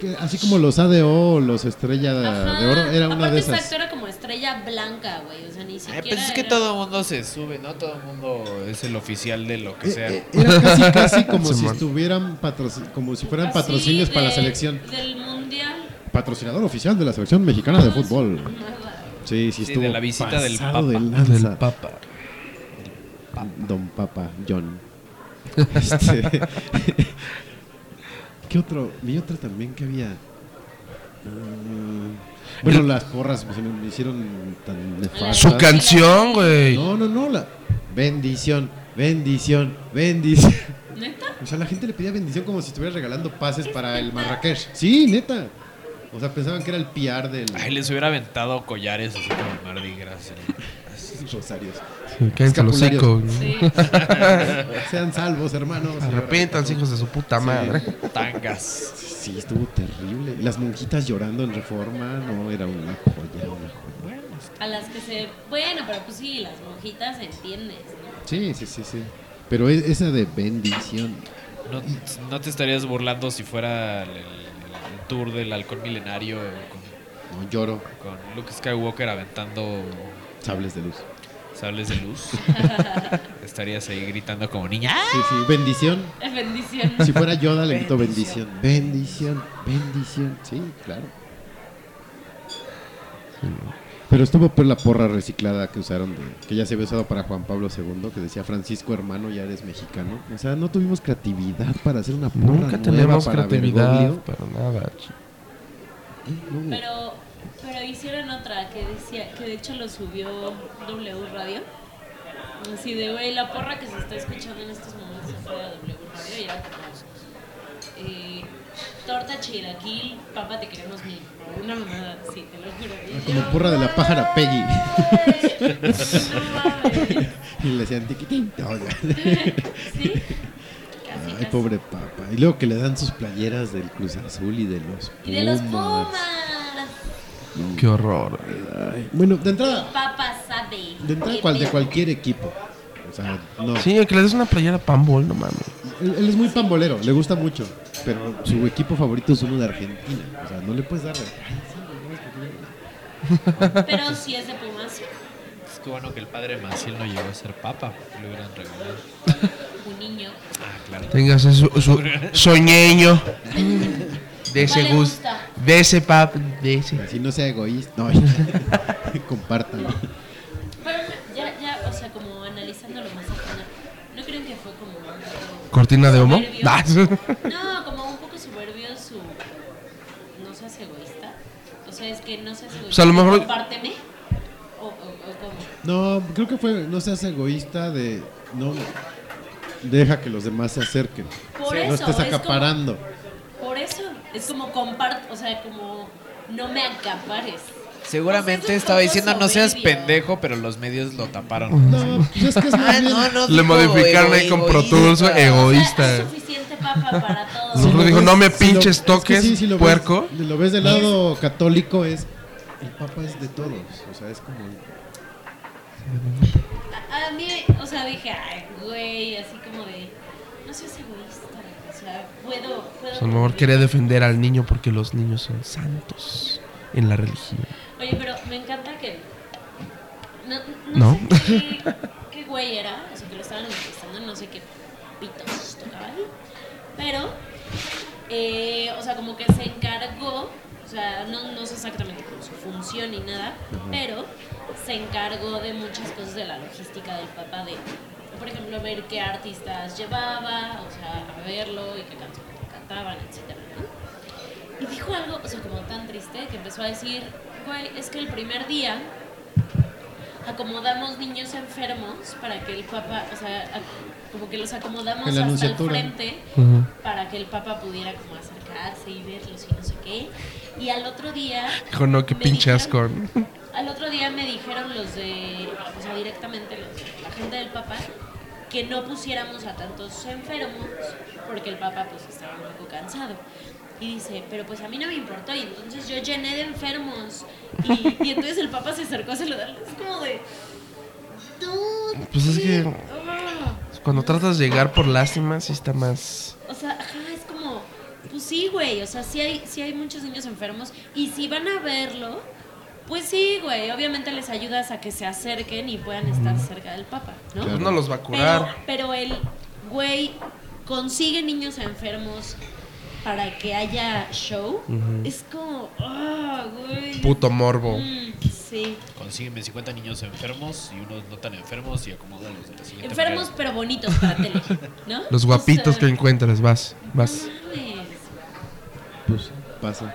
Que así como los ADO o los Estrella Ajá. Ah, de Oro, era una Aparte, de ese esas. actor era como estrella blanca, güey. O sea, ni siquiera. Ay, pues es que era- todo el mundo se sube, ¿no? Todo el mundo es el oficial de lo que Eh, sea. eh, Era casi, casi como si Simón. estuvieran patrocin- como si fueran Así patrocinios para la de- selección. Del mundial. Patrocinador oficial de la selección mexicana de fútbol. Sí, sí, Sí, estuvo. de la visita del pasado Papa. de lanza. Del Papa. Don Papa John. Este, ¿Qué otro? Vi otro también que había. Ah, bueno, las porras se me hicieron tan Su nefastas. canción, güey. No, no, no. La... Bendición, bendición, bendición. ¿Neta? O sea, la gente le pedía bendición como si estuviera regalando pases para el Marrakech. Sí, neta. O sea, pensaban que era el piar del Ay, les hubiera aventado collares así como Mardi Gras. ¿eh? Rosarios. Sí, cállense los Escapularios. hocicos, ¿no? Sí. Sean salvos, hermanos. Arrepiéntanse, hijos de su puta madre. Tangas. Sí, estuvo terrible. Y Las monjitas llorando en reforma, no, era una joya, una joya. A las que se. Bueno, pero pues sí, las monjitas entiendes, ¿no? Sí, sí, sí, sí. Pero e- esa de bendición. No, no te estarías burlando si fuera el, el- el tour del halcón milenario eh, con, No lloro. con Luke Skywalker aventando Sables de luz. sables de luz. estarías ahí gritando como niña. Sí, sí, bendición. Es bendición. Si fuera Yoda, le grito bendición. Bendición, bendición. Sí, claro. Sí, no. Pero estuvo por la porra reciclada que usaron, de, que ya se había usado para Juan Pablo II, que decía Francisco hermano, ya eres mexicano. O sea, no tuvimos creatividad para hacer una porra. Nunca nueva tenemos para creatividad Bergoglio. para nada. ch- Pero, pero hicieron otra que decía, que de hecho lo subió W Radio. Así de, güey, la porra que se está escuchando en estos momentos fue a W Radio y era como, eh, torta chiraquil, papá te queremos mil. Una mamada, sí, te lo juro. Y Como yo, porra de la pájara Peggy. mames. y le decían tiquitín. No, ya. Sí, casi, Ay, casi. pobre papa. Y luego que le dan sus playeras del Cruz Azul y de los Y de los Pumas. Pumas. Qué horror. Ay, Bueno, de entrada, Papá sabe. de entrada que cual, de te- cualquier equipo. O sea, no. Sí, el que le des una playera pambol, no mames. Él, él es muy pambolero, le gusta mucho. Pero su equipo favorito es uno de Argentina. O sea, no le puedes dar. Pero si es de Pumas, Es que bueno que el padre Maciel no llegó a ser papa. porque Lo hubieran regalado. un niño. Ah, claro. Tengas su, su soñeño. De ¿Cuál ese le gusto. gusta? De ese pap. De ese. Si no sea egoísta. No, compártanlo. Pero no, ya, ya, o sea, como analizándolo más a fondo, ¿no creen que fue como un poco ¿Cortina de humo? soberbio? Ah, No, como un poco soberbio su... No seas egoísta. O sea, es que no seas egoísta. O sea, a lo mejor- Compárteme. O, o, o como... No, creo que fue. No seas egoísta de. No. Deja que los demás se acerquen. Por no eso, estés es como- acaparando. Por eso, es como compart... O sea, como... No me acapares. Seguramente Pues es un estaba poco diciendo no seas soberbio". pendejo, pero los medios lo taparon. Ah, No, pues es que es más bien- Le modificaron ahí con Pro Tools O sea, egoísta. es suficiente papa para todos. Nosotros dijo, ves- no me lo- pinches que toques, ves- puerco. lo ves del lado católico es el papa es de todos, o sea, es como A, a mí, o sea, dije, ay, güey, así como de... No seas egoísta. O sea, puedo... puedo A lo mejor convivir". quería defender al niño porque los niños son santos en la religión. Oye, pero me encanta que. No, ¿No? no sé qué, qué güey era, o sea, que lo estaban entrevistando, no sé qué pitos tocaban. Pero, eh, o sea, como que se encargó, o sea, no, no sé exactamente como su función ni nada, pero se encargó de muchas cosas de la logística del papá, de, por ejemplo, ver qué artistas llevaba, o sea, a verlo y qué canciones cantaban, etcétera, ¿no? Y dijo algo, o sea, como tan triste, que empezó a decir, güey, es que el primer día acomodamos niños enfermos para que el papá, o sea, a- como que los acomodamos En la hasta el nunciatura. frente para que el papá pudiera como acercarse y verlos y no sé qué. Y al otro día... Dijo, no, qué me pinche asco. dijeron- al otro día me dijeron los de, o sea, directamente los de la gente del papá, que no pusiéramos a tantos enfermos porque el papá pues estaba un poco cansado. Y dice, pero pues a mí no me importó y entonces yo llené de enfermos y, y entonces el papá se acercó a saludarlos. Es como de, no. Pues es sí, que- ah". Cuando tratas de llegar por lástima, sí está más. O sea, ajá, es como, pues sí, güey, o sea, sí hay, sí hay muchos niños enfermos y si van a verlo, pues sí, güey, obviamente les ayudas a que se acerquen y puedan estar cerca del papa, ¿no? Pues no los va a curar. Pero, pero el güey consigue niños enfermos para que haya show. Es como, ah, güey. Puto morbo. Mm, sí. Consígueme 50 niños enfermos y unos no tan enfermos y acomódalos de la siguiente Enfermos pero bonitos para tele, ¿no? Los O guapitos sea, que encuentras, vas, vas. no mames. pues pasa.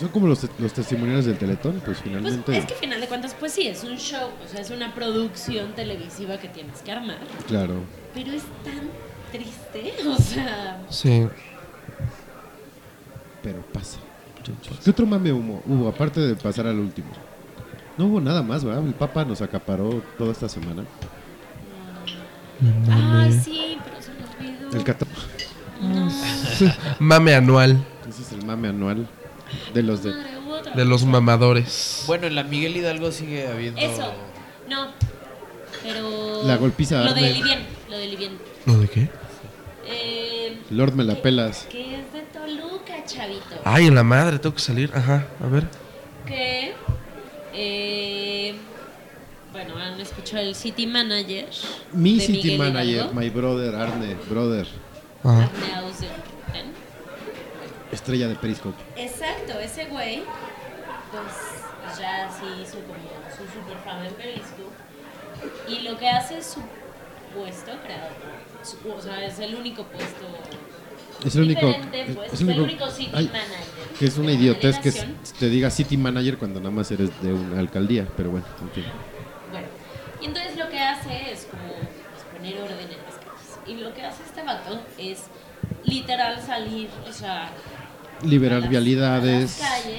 Son como los, los testimoniales del Teletón, pues Pues finalmente es que al final de cuentas, pues sí, es un show, o sea, es una producción televisiva que tienes que armar, claro. pero es tan triste, o sea, Sí. pero pasa. muchachos. ¿Qué otro mame humo- hubo? Aparte de pasar al último. No hubo nada más, ¿verdad? El Papa nos acaparó toda esta semana. Ay, sí, pero se me olvidó. El cata- No. Mame anual Ese es el mame anual de los de... de los mamadores. Bueno, en la Miguel Hidalgo sigue habiendo. Eso. No. Pero. La golpiza Lo de Arne. Livien. Lo de Livien. ¿Lo de qué? Eh, Lord me la pelas. que es de Toluca, chavito. Ay, en la madre, tengo que salir. Ajá, a ver. que eh, bueno han escuchado el city manager Mi de city Miguel manager, Hidalgo, my brother, Arne, brother. Arne Ausenberg. Estrella de Periscope. exacto ese güey pues ya sí hizo como su super fan en Periscope y lo que hace es su puesto creo su- o sea es el único puesto Es el único... diferente, pues, es es el único city ay, manager que es una de la idiotez que delegación. s- te diga city manager cuando nada más eres de una alcaldía, pero bueno, en fin. Bueno, y entonces lo que hace es como pues, poner orden en las calles. Y lo que hace este vato es literal salir, o sea, Liberar a las Pues, vialidades. calles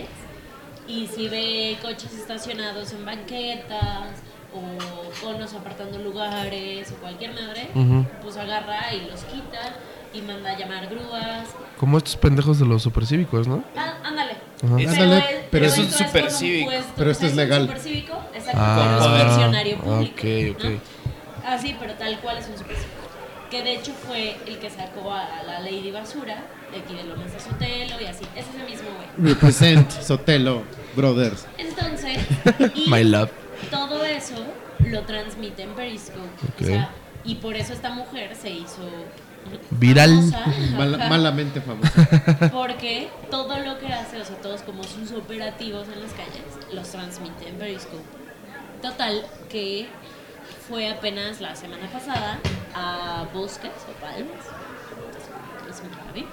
y si ve coches estacionados en banquetas o conos apartando lugares o cualquier madre, Ujú. pues agarra y los quita y manda a llamar grúas. Como estos pendejos de los supercívicos, ¿no? Ah, ándale. Ajá. Ándale, es- pero esto es un con supercívico. puesto, Pero esto o sea, es legal. un supercívico, exacto, pero es un funcionario público. Ah, ok, ok. Ah, sí, pero tal cual es un supercívico. Que de hecho fue el que sacó a la Lady Basura de aquí de Lomas de Sotelo y así. Es ese mismo güey. Represent Sotelo Brothers. Entonces, y My love. todo eso lo transmite en Periscope. O sea, y por eso esta mujer se hizo Viral. famosa. Mala- malamente famosa. Porque todo lo que hace, o sea, todos como sus operativos en las calles, los transmite en Periscope. Total, que fue apenas la semana pasada a bosques o palmas. Es muy ¿eh? grave.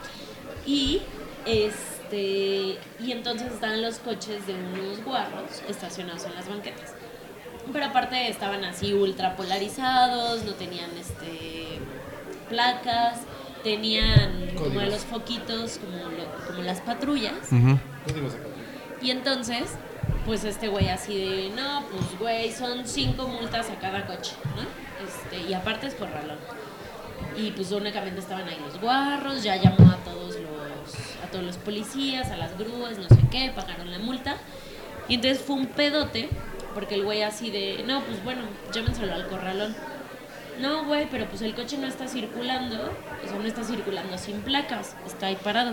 Y este y entonces estaban los coches de unos guarros estacionados en las banquetas. Pero aparte estaban así ultra polarizados, no tenían este placas, tenían como Códigos. los foquitos, como, lo- como las patrullas. Y entonces, pues este güey así de, no, pues güey, son cinco multas a cada coche, ¿no? Este, y aparte es por ralón. Y pues únicamente estaban ahí los guarros, ya llamó a todos los, a todos los policías, a las grúas, no sé qué, pagaron la multa. Y entonces fue un pedote, porque el güey así de, no, pues bueno, llévenselo al corralón. No, güey, pero pues el coche no está circulando, o sea, no está circulando sin placas, está ahí parado.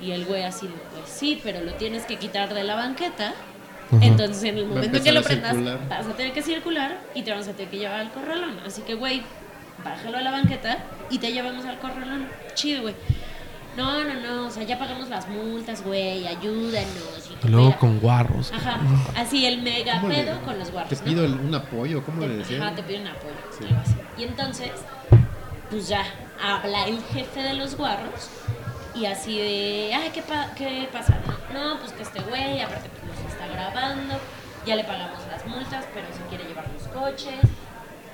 Y el güey así de, pues sí, pero lo tienes que quitar de la banqueta. Ajá. Entonces, en el Va a momento en que lo empezar a prendas, circular. vas a tener que circular y te vamos a tener que llevar al corralón. Así que, güey, bájalo a la banqueta y te llevamos al corralón. Chido, güey. No, no, no, o sea, ya pagamos las multas, güey, ayúdanos. Y luego con guarros. Ajá, así el mega ¿Cómo le- pedo con los Te guardias. pido el- un apoyo, ¿cómo le decía? Ajá, te piden apoyo. algo así. Y entonces, pues ya, habla el jefe de los guarros y así de, ay, ¿qué, pa- qué pasa? No, pues que este güey, aparte pues nos está grabando, ya le pagamos las multas, pero se quiere llevar los coches.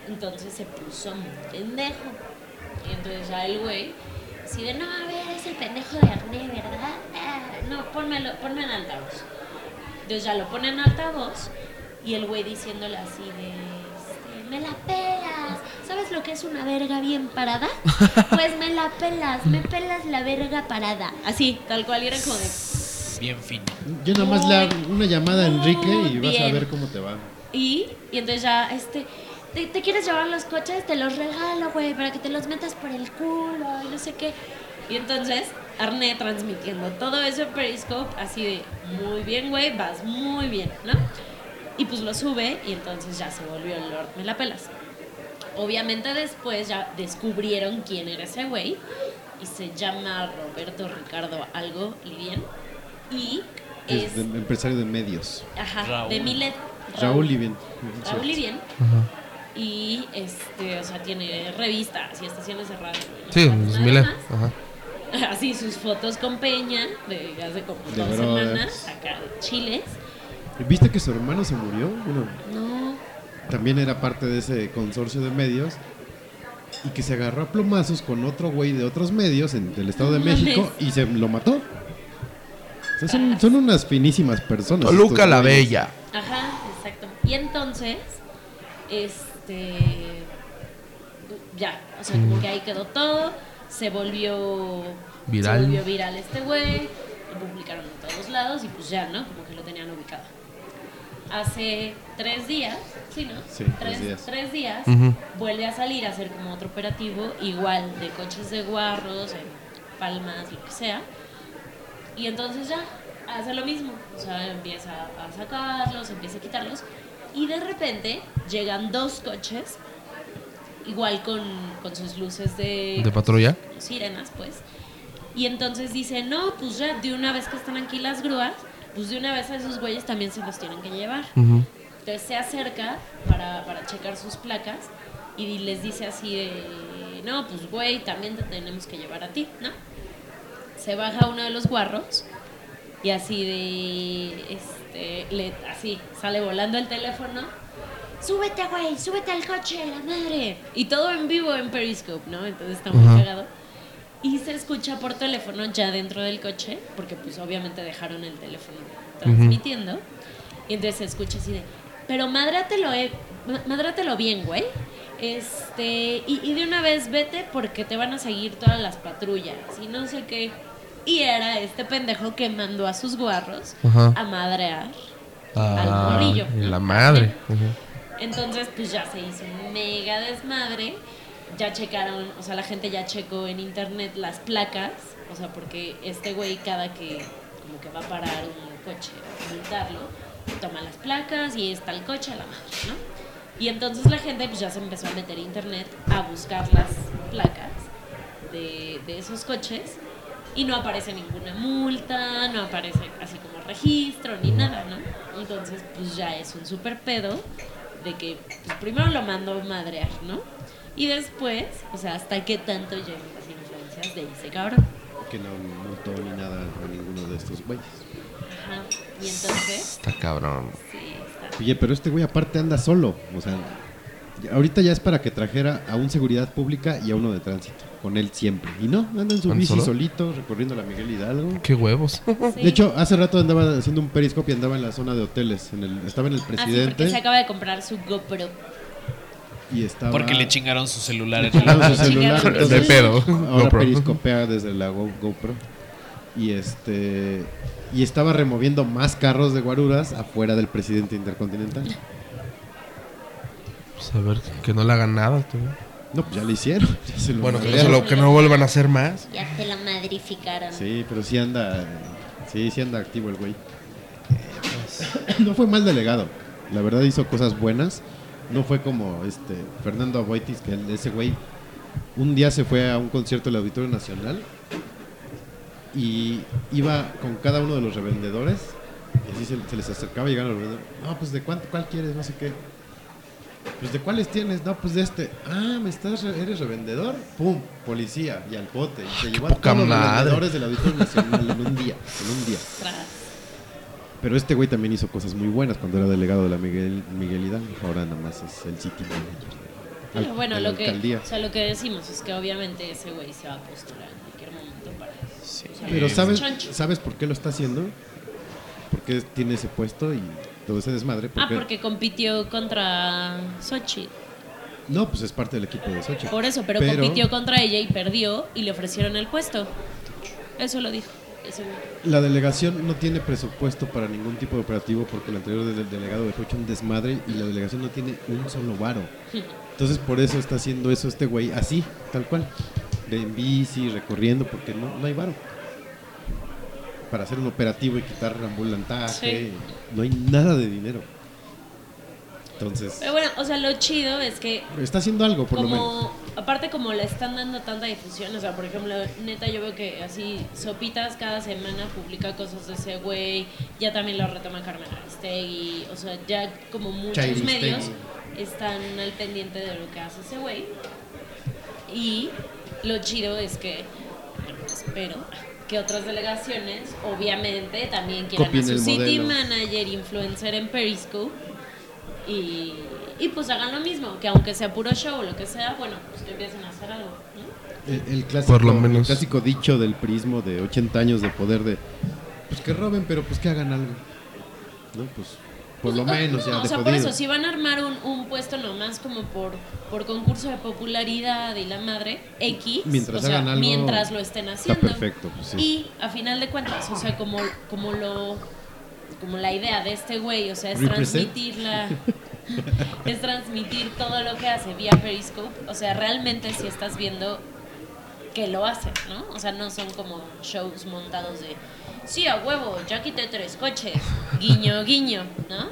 Entonces se puso muy pendejo. Y entonces ya el güey, así de, no, a ver, es el pendejo de Arne, ¿verdad? Ah, no, pónmelo, ponme en altavoz. Entonces ya lo ponen en altavoz y el güey diciéndole así de, este, me la pelas. ¿Sabes lo que es una verga bien parada? Pues me la pelas, me pelas la verga parada. Así, tal cual, y era como de... Bien fino. Yo nada más le hago una llamada a Enrique y vas a bien. ver cómo te va. Y, y entonces ya, este, ¿te, te quieres llevar los coches? Te los regalo, güey, para que te los metas por el culo y no sé qué. Y entonces, Arne transmitiendo todo eso en Periscope, así de, muy bien, güey, vas muy bien, ¿no? Y pues lo sube y entonces ya se volvió el Lord Me la pelas. Obviamente después ya descubrieron quién era ese güey y se llama Roberto Ricardo algo, Livien. Y Es es, de- empresario de medios. ajá, de Milet. Raúl y bien. Raúl y bien. Y este, o sea, tiene revistas y estaciones de radio. y Sí, cosas los nada miles. más. Ajá. Así sus fotos con Peña de hace como De dos brothers. semanas, acá de Chiles. ¿Viste que su hermano se murió? Bueno, No. también era parte de ese consorcio de medios y que se agarró a plomazos con otro güey de otros medios en, del Estado de No mames. México y se lo mató. O sea, son, son unas finísimas personas. Toluca estos la güeyes. Bella. Ajá, exacto. Y entonces, este, ya, o sea, Mm. como que ahí quedó todo, se volvió Viral. se volvió viral este güey, lo publicaron en todos lados y pues ya, ¿no? Como que lo tenían ubicado. Hace tres días, ¿sí, no? Sí, tres, tres días. tres días, Ujú. vuelve a salir a hacer como otro operativo, igual de coches de guarros, en palmas, lo que sea. Y entonces ya hace lo mismo. O sea, empieza a sacarlos, empieza a quitarlos. Y de repente llegan dos coches, igual con, con sus luces de, ¿De patrulla? sirenas, pues. Y entonces dice, no, pues ya, de una vez que están aquí las grúas, pues de una vez a esos güeyes también se los tienen que llevar. Ujú. Entonces se acerca para, para checar sus placas y les dice así de, no, pues güey, también te tenemos que llevar a ti, ¿no? Se baja uno de los guarros y así de, este, le, así, sale volando el teléfono. Súbete, güey, súbete al coche, la madre. Y todo en vivo en Periscope, ¿no? Entonces está muy Ajá. cagado. Y se escucha por teléfono ya dentro del coche, porque pues obviamente dejaron el teléfono transmitiendo. Y entonces se escucha así de, pero madrátelo, eh, ma- madrátelo bien, güey. Este, y, y de una vez vete porque te van a seguir todas las patrullas y no sé qué. Y era este pendejo que mandó a sus guarros Ajá. a madrear. Ah, morrillo. y la madre. Ujú. Entonces, pues ya se hizo un mega desmadre. Ya checaron, o sea, la gente ya checó en internet las placas, o sea, porque este güey cada que como que va a parar un coche a multarlo, toma las placas y está el coche a la madre, ¿no? Y entonces la gente pues ya se empezó a meter a internet a buscar las placas de, de esos coches y no aparece ninguna multa, no aparece así como registro ni nada, ¿no? Entonces, pues ya es un súper pedo de que pues, primero lo mandó madrear, ¿no? Y después, o sea, hasta qué tanto llegan las influencias de ese cabrón. Que no multó ni nada a ninguno de estos güeyes. Ajá. Y entonces, Está cabrón. sí, está. Oye, pero este güey aparte anda solo. O sea, ya- ahorita ya es para que trajera a un seguridad pública y a uno de tránsito. Con él siempre. Y no, anda en su ¿Anda bici solo? solito, recorriendo la Miguel Hidalgo. Qué huevos. Sí. De hecho, hace rato andaba haciendo un periscopio y andaba en la zona de hoteles. En el, estaba en el Ah, sí, porque presidente se acaba de comprar su GoPro. y estaba. Porque le chingaron su celular. le chingaron su Le celular. chingaron. entonces, pues, De pedo. Ahora GoPro. periscopea desde la Go- GoPro. Y este. Y estaba removiendo más carros de guaruras afuera del presidente intercontinental. Pues a ver, que no le hagan nada. tú. No, pues ya lo hicieron. ya se lo Bueno, que no, se madrearon. lo- que no vuelvan a hacer más. Ya se lo madrificaron. Sí, pero sí anda. Sí, sí anda activo el güey. Eh, pues, No fue mal delegado. La verdad hizo cosas buenas. No fue como este Fernando Aboitis, que el- ese güey un día se fue a un concierto del Auditorio Nacional y iba con cada uno de los revendedores. Y así se, se les acercaba y llegaban los revendedores. No, pues de cuánto, cuál quieres, no sé qué. Pues de cuáles tienes, no, pues de este. Ah, me estás, re- eres revendedor. Pum, policía y al bote. Y se llevó a poca todos los madre. revendedores del Auditorio Nacional en un día, en un día. Tras. Pero este güey también hizo cosas muy buenas cuando era delegado de la Miguel, Miguel Hidalgo. Ahora nada más es el city manager. de- Pero al- bueno, de la lo que, alcaldía. o sea, lo que decimos es que obviamente ese güey se va a postular en cualquier momento para eso. O sea, Pero es ¿sabes, choncho. ¿sabes por qué lo está haciendo? ¿Por qué tiene ese puesto y todo ese desmadre? Ah, porque compitió contra Sochi. No, pues es parte del equipo de Sochi. Por eso, pero, compitió contra ella y perdió y le ofrecieron el puesto. Eso lo dijo. ese güey. La delegación no tiene presupuesto para ningún tipo de operativo porque el anterior del delegado dejó hecho un desmadre y la delegación no tiene un solo varo. Entonces por eso está haciendo eso este güey así, tal cual. De en bici, recorriendo, porque no, no hay varo. Para hacer un operativo y quitar ambulantaje, Sí. no hay nada de dinero. Entonces, Pero bueno, o sea, lo chido es que está haciendo algo por lo menos. como aparte como le están dando tanta difusión, o sea, por ejemplo, neta yo veo que así Sopitas cada semana publica cosas de ese güey, ya también lo retoma Carmen Aristegui, o sea, ya como muchos Chairistegui. medios están al pendiente de lo que hace ese güey. Y lo chido es que bueno, espero que otras delegaciones obviamente también quieran Copien a su el city modelo. manager, influencer en Periscope y, y pues hagan lo mismo, que aunque sea puro show o lo que sea, bueno, pues que empiecen a hacer algo, ¿no? El, el clásico, Por lo el menos. clásico dicho del prismo de 80 años de poder de pues que roben, pero pues que hagan algo. No, pues por lo menos ya No, de ah, o sea, por podido. eso, si van a armar un, un puesto nomás como por, por concurso de popularidad y la madre, X, Mientras o sea, hagan algo, mientras lo estén está haciendo. perfecto, pues sí. Y a final de cuentas, o sea, como, como lo como la idea de este güey, o sea, es Represent. transmitirla, es transmitir todo lo que hace vía Periscope, o sea, realmente si estás viendo que lo hacen, ¿no? O sea, no son como shows montados de, sí, a huevo, ya quité tres coches, guiño, guiño, ¿no?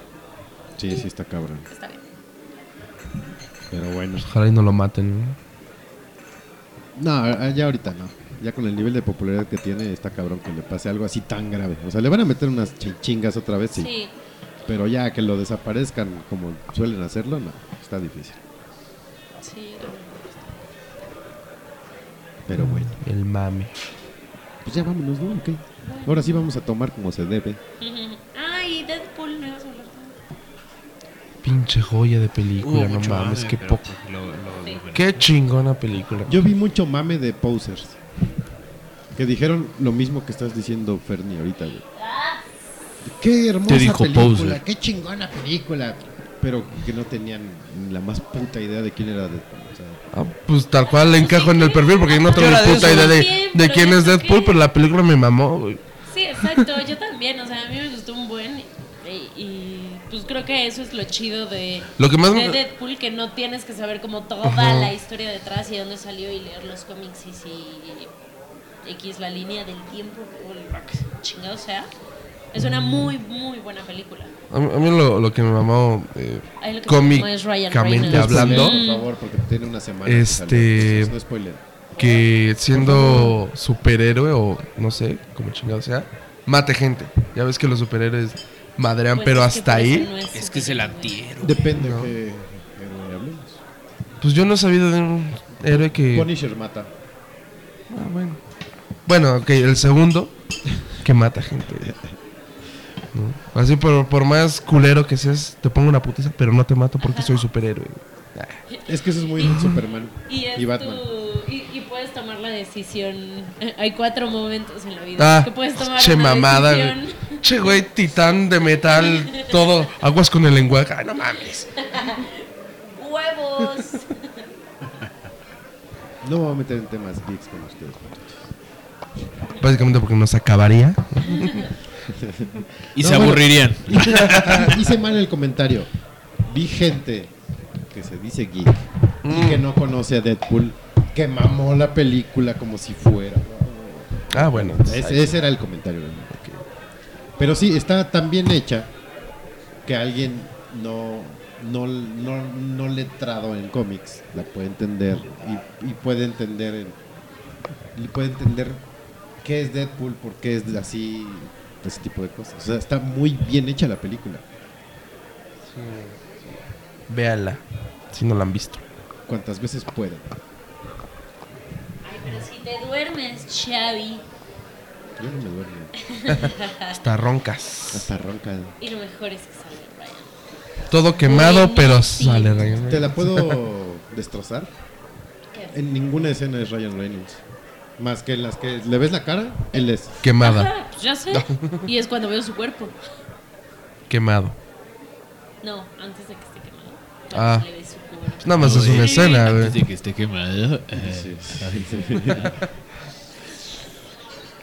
Sí, sí, está cabrón. Está bien. Pero bueno. Ojalá y no lo maten. No, eh, ya ahorita no. Ya con el nivel de popularidad que tiene, está cabrón que le pase algo así tan grave. O sea, le van a meter unas chi- chingas otra vez, sí. Sí. Pero ya que lo desaparezcan como suelen hacerlo, no. Está difícil. Sí, Pero bueno. El mame. Pues ya vámonos, ¿no? Ok. Ahora sí vamos a tomar como se debe. Ay, Deadpool no vas a hablar. Pinche joya de película, Hubo no mucho mames, mame, qué pero poco. pues lo- lo- lo- Qué chingona película. Yo vi mucho mame de posers. Que dijeron lo mismo que estás diciendo, Ferni, ahorita, güey. Qué hermosa Te dijo película, poser. qué chingona película. Pero que no tenían ni la más puta idea de quién era Deadpool. o sea, Ah, pues tal cual le encajo en el perfil porque no tengo Yo ni era de puta esos. idea de, Bien, de pero quién ¿eso es Deadpool, qué? pero la película me mamó, güey. Sí, exacto, yo también, o sea, a mí me gustó un buen y, y, pues creo que eso es lo chido de, Lo que más de me- Deadpool, que no tienes que saber como toda Ajá. la historia detrás y dónde salió y leer los cómics y si X la línea del tiempo o lo que chingado sea. Es Mm. una muy, muy buena película. A mí, a mí lo, lo que me mamó eh, Ahí lo que me mamó es Ryan cómicamente Reynolds. Mm. hablando, Por favor, porque tiene una semana. que Este- salió, entonces no spoiler. que siendo superhéroe o no sé, como chingado sea, mate gente. Ya ves que los superhéroes madrean, Pues pero es que hasta por eso ahí. no es Es que se la dieron. Depende No. que que hablemos. Pues yo no sabía de un héroe que. Punisher mata. Ah, bueno. Bueno, ok, el segundo que mata gente. ¿no? Así por, por más culero que seas, te pongo una putiza, pero no te mato porque soy superhéroe. Ah. Es que eso es muy Superman Y, es y Batman. tu- y, y puedes tomar la decisión. Hay cuatro momentos en la vida Ah, que puedes tomar che una mamada, decisión. güey. Che, güey, titán de metal, todo. Aguas con el lenguaje. Ay, no mames. ¡Huevos! No me voy a meter en temas geeks con ustedes. Básicamente porque nos acabaría. Y No, se bueno. aburrirían. Hice mal el comentario. Vi gente que se dice geek y Mm. que no conoce a Deadpool que mamó la película como si fuera. Ah, bueno. Ese, ese era el comentario. realmente. Pero sí, está tan bien hecha que alguien no, no, no, no letrado en cómics la puede entender y, y puede entender el- y puede entender qué es Deadpool, por qué es así, ese tipo de cosas. O sea, está muy bien hecha la película. Véala, si no la han visto. Cuantas veces pueda. Ay, pero si te duermes, Xavi, Yo no me duermo. Hasta roncas. Hasta ronca. y lo mejor es que sale Ryan. Todo quemado, pero Buenísimo. sale Ryan. ¿Te la puedo destrozar? ¿Qué? En ninguna escena es Ryan Reynolds. Más que en las que le ves la cara, él es. Quemada, Ah, pues ya sé. Y es cuando veo su cuerpo. quemado. No, antes de que esté quemado. Ah. Le ve su cuerpo. Nada más es una escena, Antes de güey. que esté quemado. eh,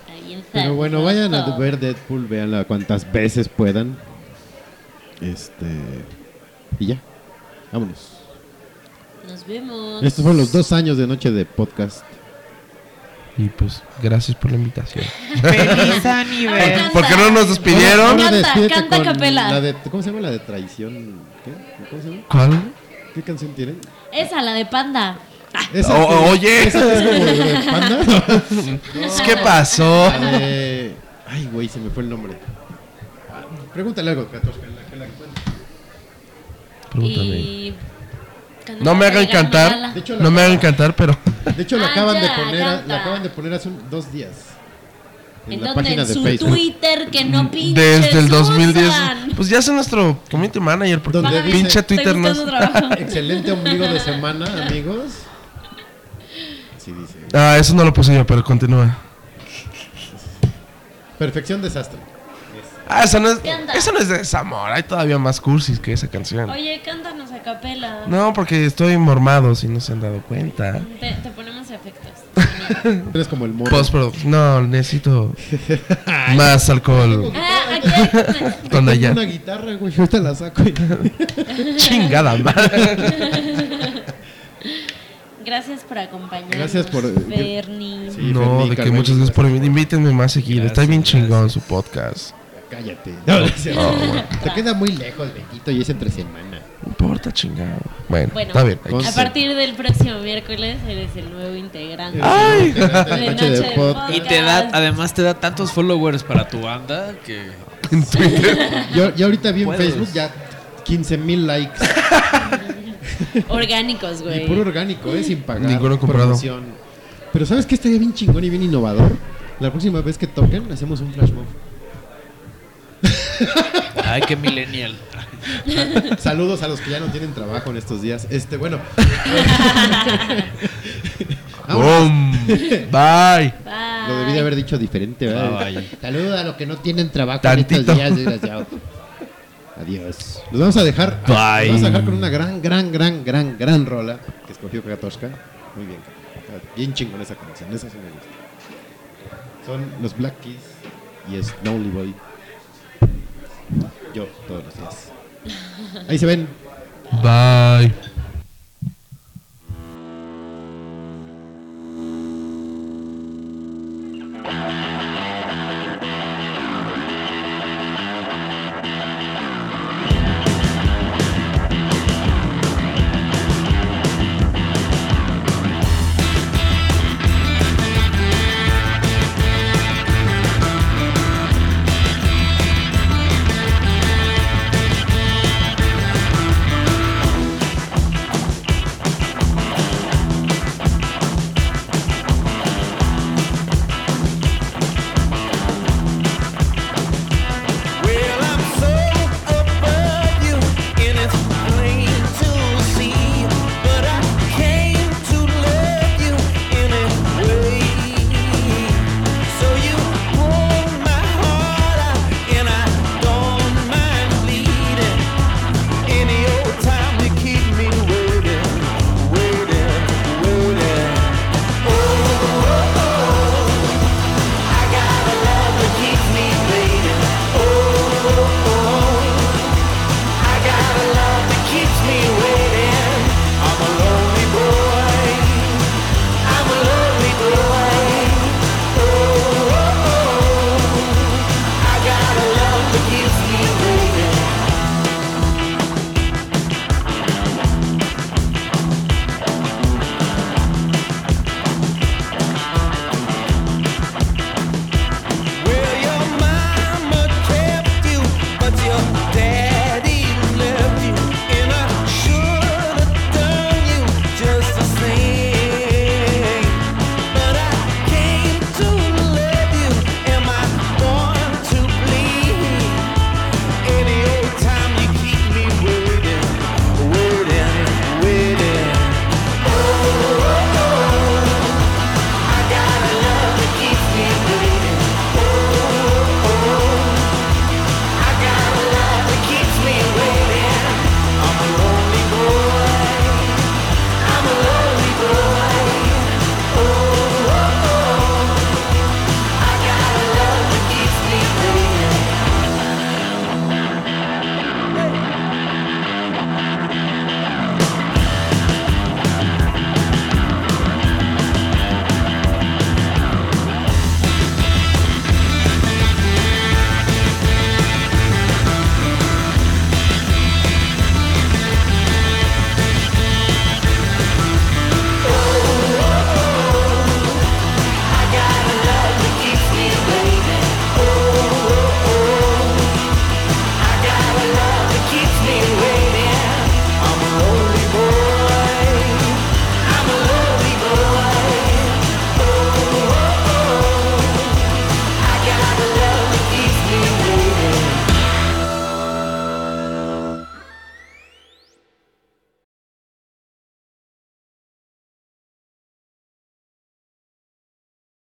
Ahí en Pero San bueno, vayan a Francisco. ver Deadpool, véanla cuantas veces puedan. Este. Y ya. Vámonos. Nos vemos. Estos fueron los dos años de noche de podcast. Y pues, gracias por la invitación. Feliz A aniversario. ver, canta. ¿Por qué no nos despidieron? Canta, despídete canta con a capela. la de- ¿Cómo se llama la de traición? ¿Qué? ¿Cómo se llama? ¿Cuál? ¿Qué canción tienen? Esa, la de Panda. Ah. Esa O- que- Oh, oye. esa que es como de panda. ¿Qué pasó? La de- Ay, güey, se me fue el nombre. Ah, Pregúntale algo, 14, que la- que la encuentre. Pregúntame. Y... No me hagan Canta, cantar. regálala. De hecho, la- No me hagan cantar, pero. De hecho, la Ah, acaban de ya, poner, canta. la acaban de poner hace un- dos días. En, En, la donde página en de su Facebook. Twitter que no pinches Mm, Desde el 2010. usan. Pues ya es nuestro community manager. Porque Donde dice- pinche Estoy Twitter no. buscando trabajo. Excelente ombligo de semana, amigos. Sí dice. Ah, eso no lo puse yo, pero continúa. Perfección desastre. Ah, esa no es, Canta. esa no es de desamor. Hay todavía más cursis que esa canción. Oye, cántanos a capela. No, porque estoy mormado si no se han dado cuenta. Te, te ponemos efectos. Eres como el mono. Postpro. No, necesito más alcohol. Ah, aquí hay... Cuando Tengo ya. una guitarra, güey. Ahorita la saco y Chingada madre. Gracias por acompañarnos. Gracias por- eh, Bernie. Sí, No, de Fermín, que Carmen, muchas gracias por invi- Invítenme más seguido. Está bien chingón su podcast. Cállate. No, no es cierto. Ah, Te queda muy lejos, Benito, y es entre semana. No importa, chingado. Bueno, Bueno, está bien. Hay que a hacer. partir del próximo miércoles eres el nuevo integrante. Ay. De Noche Noche de de Podcast. Y te da, además te da tantos followers para tu banda que En Twitter. Yo, yo ahorita vi en Puedes. Facebook ya 15 mil likes. Orgánicos, Y güey. puro orgánico, ¿eh? Sin pagar. Ninguno comprado. promoción. Pero ¿sabes qué estaría bien chingón y bien innovador? La próxima vez que toquen, hacemos un flash mob. ay qué millennial. Saludos a los que ya no tienen trabajo en estos días. Este, bueno. Vámonos. Boom. Bye. Bye. Lo debí de haber dicho diferente, ¿verdad? Ah, vaya. Saludos a los que no tienen trabajo en Tantito. estos días, desgraciado. Adiós. Los vamos a dejar. Bye. los vamos a dejar con una gran, gran, gran, gran, gran rola que escogió Katoshka. Muy bien. Está Bien chingón esa canción. Esa sí me gusta. Son los Black Keys y es Lonely Boy. Yo todos los días. Ahí se ven. Bye. Oh, Oh,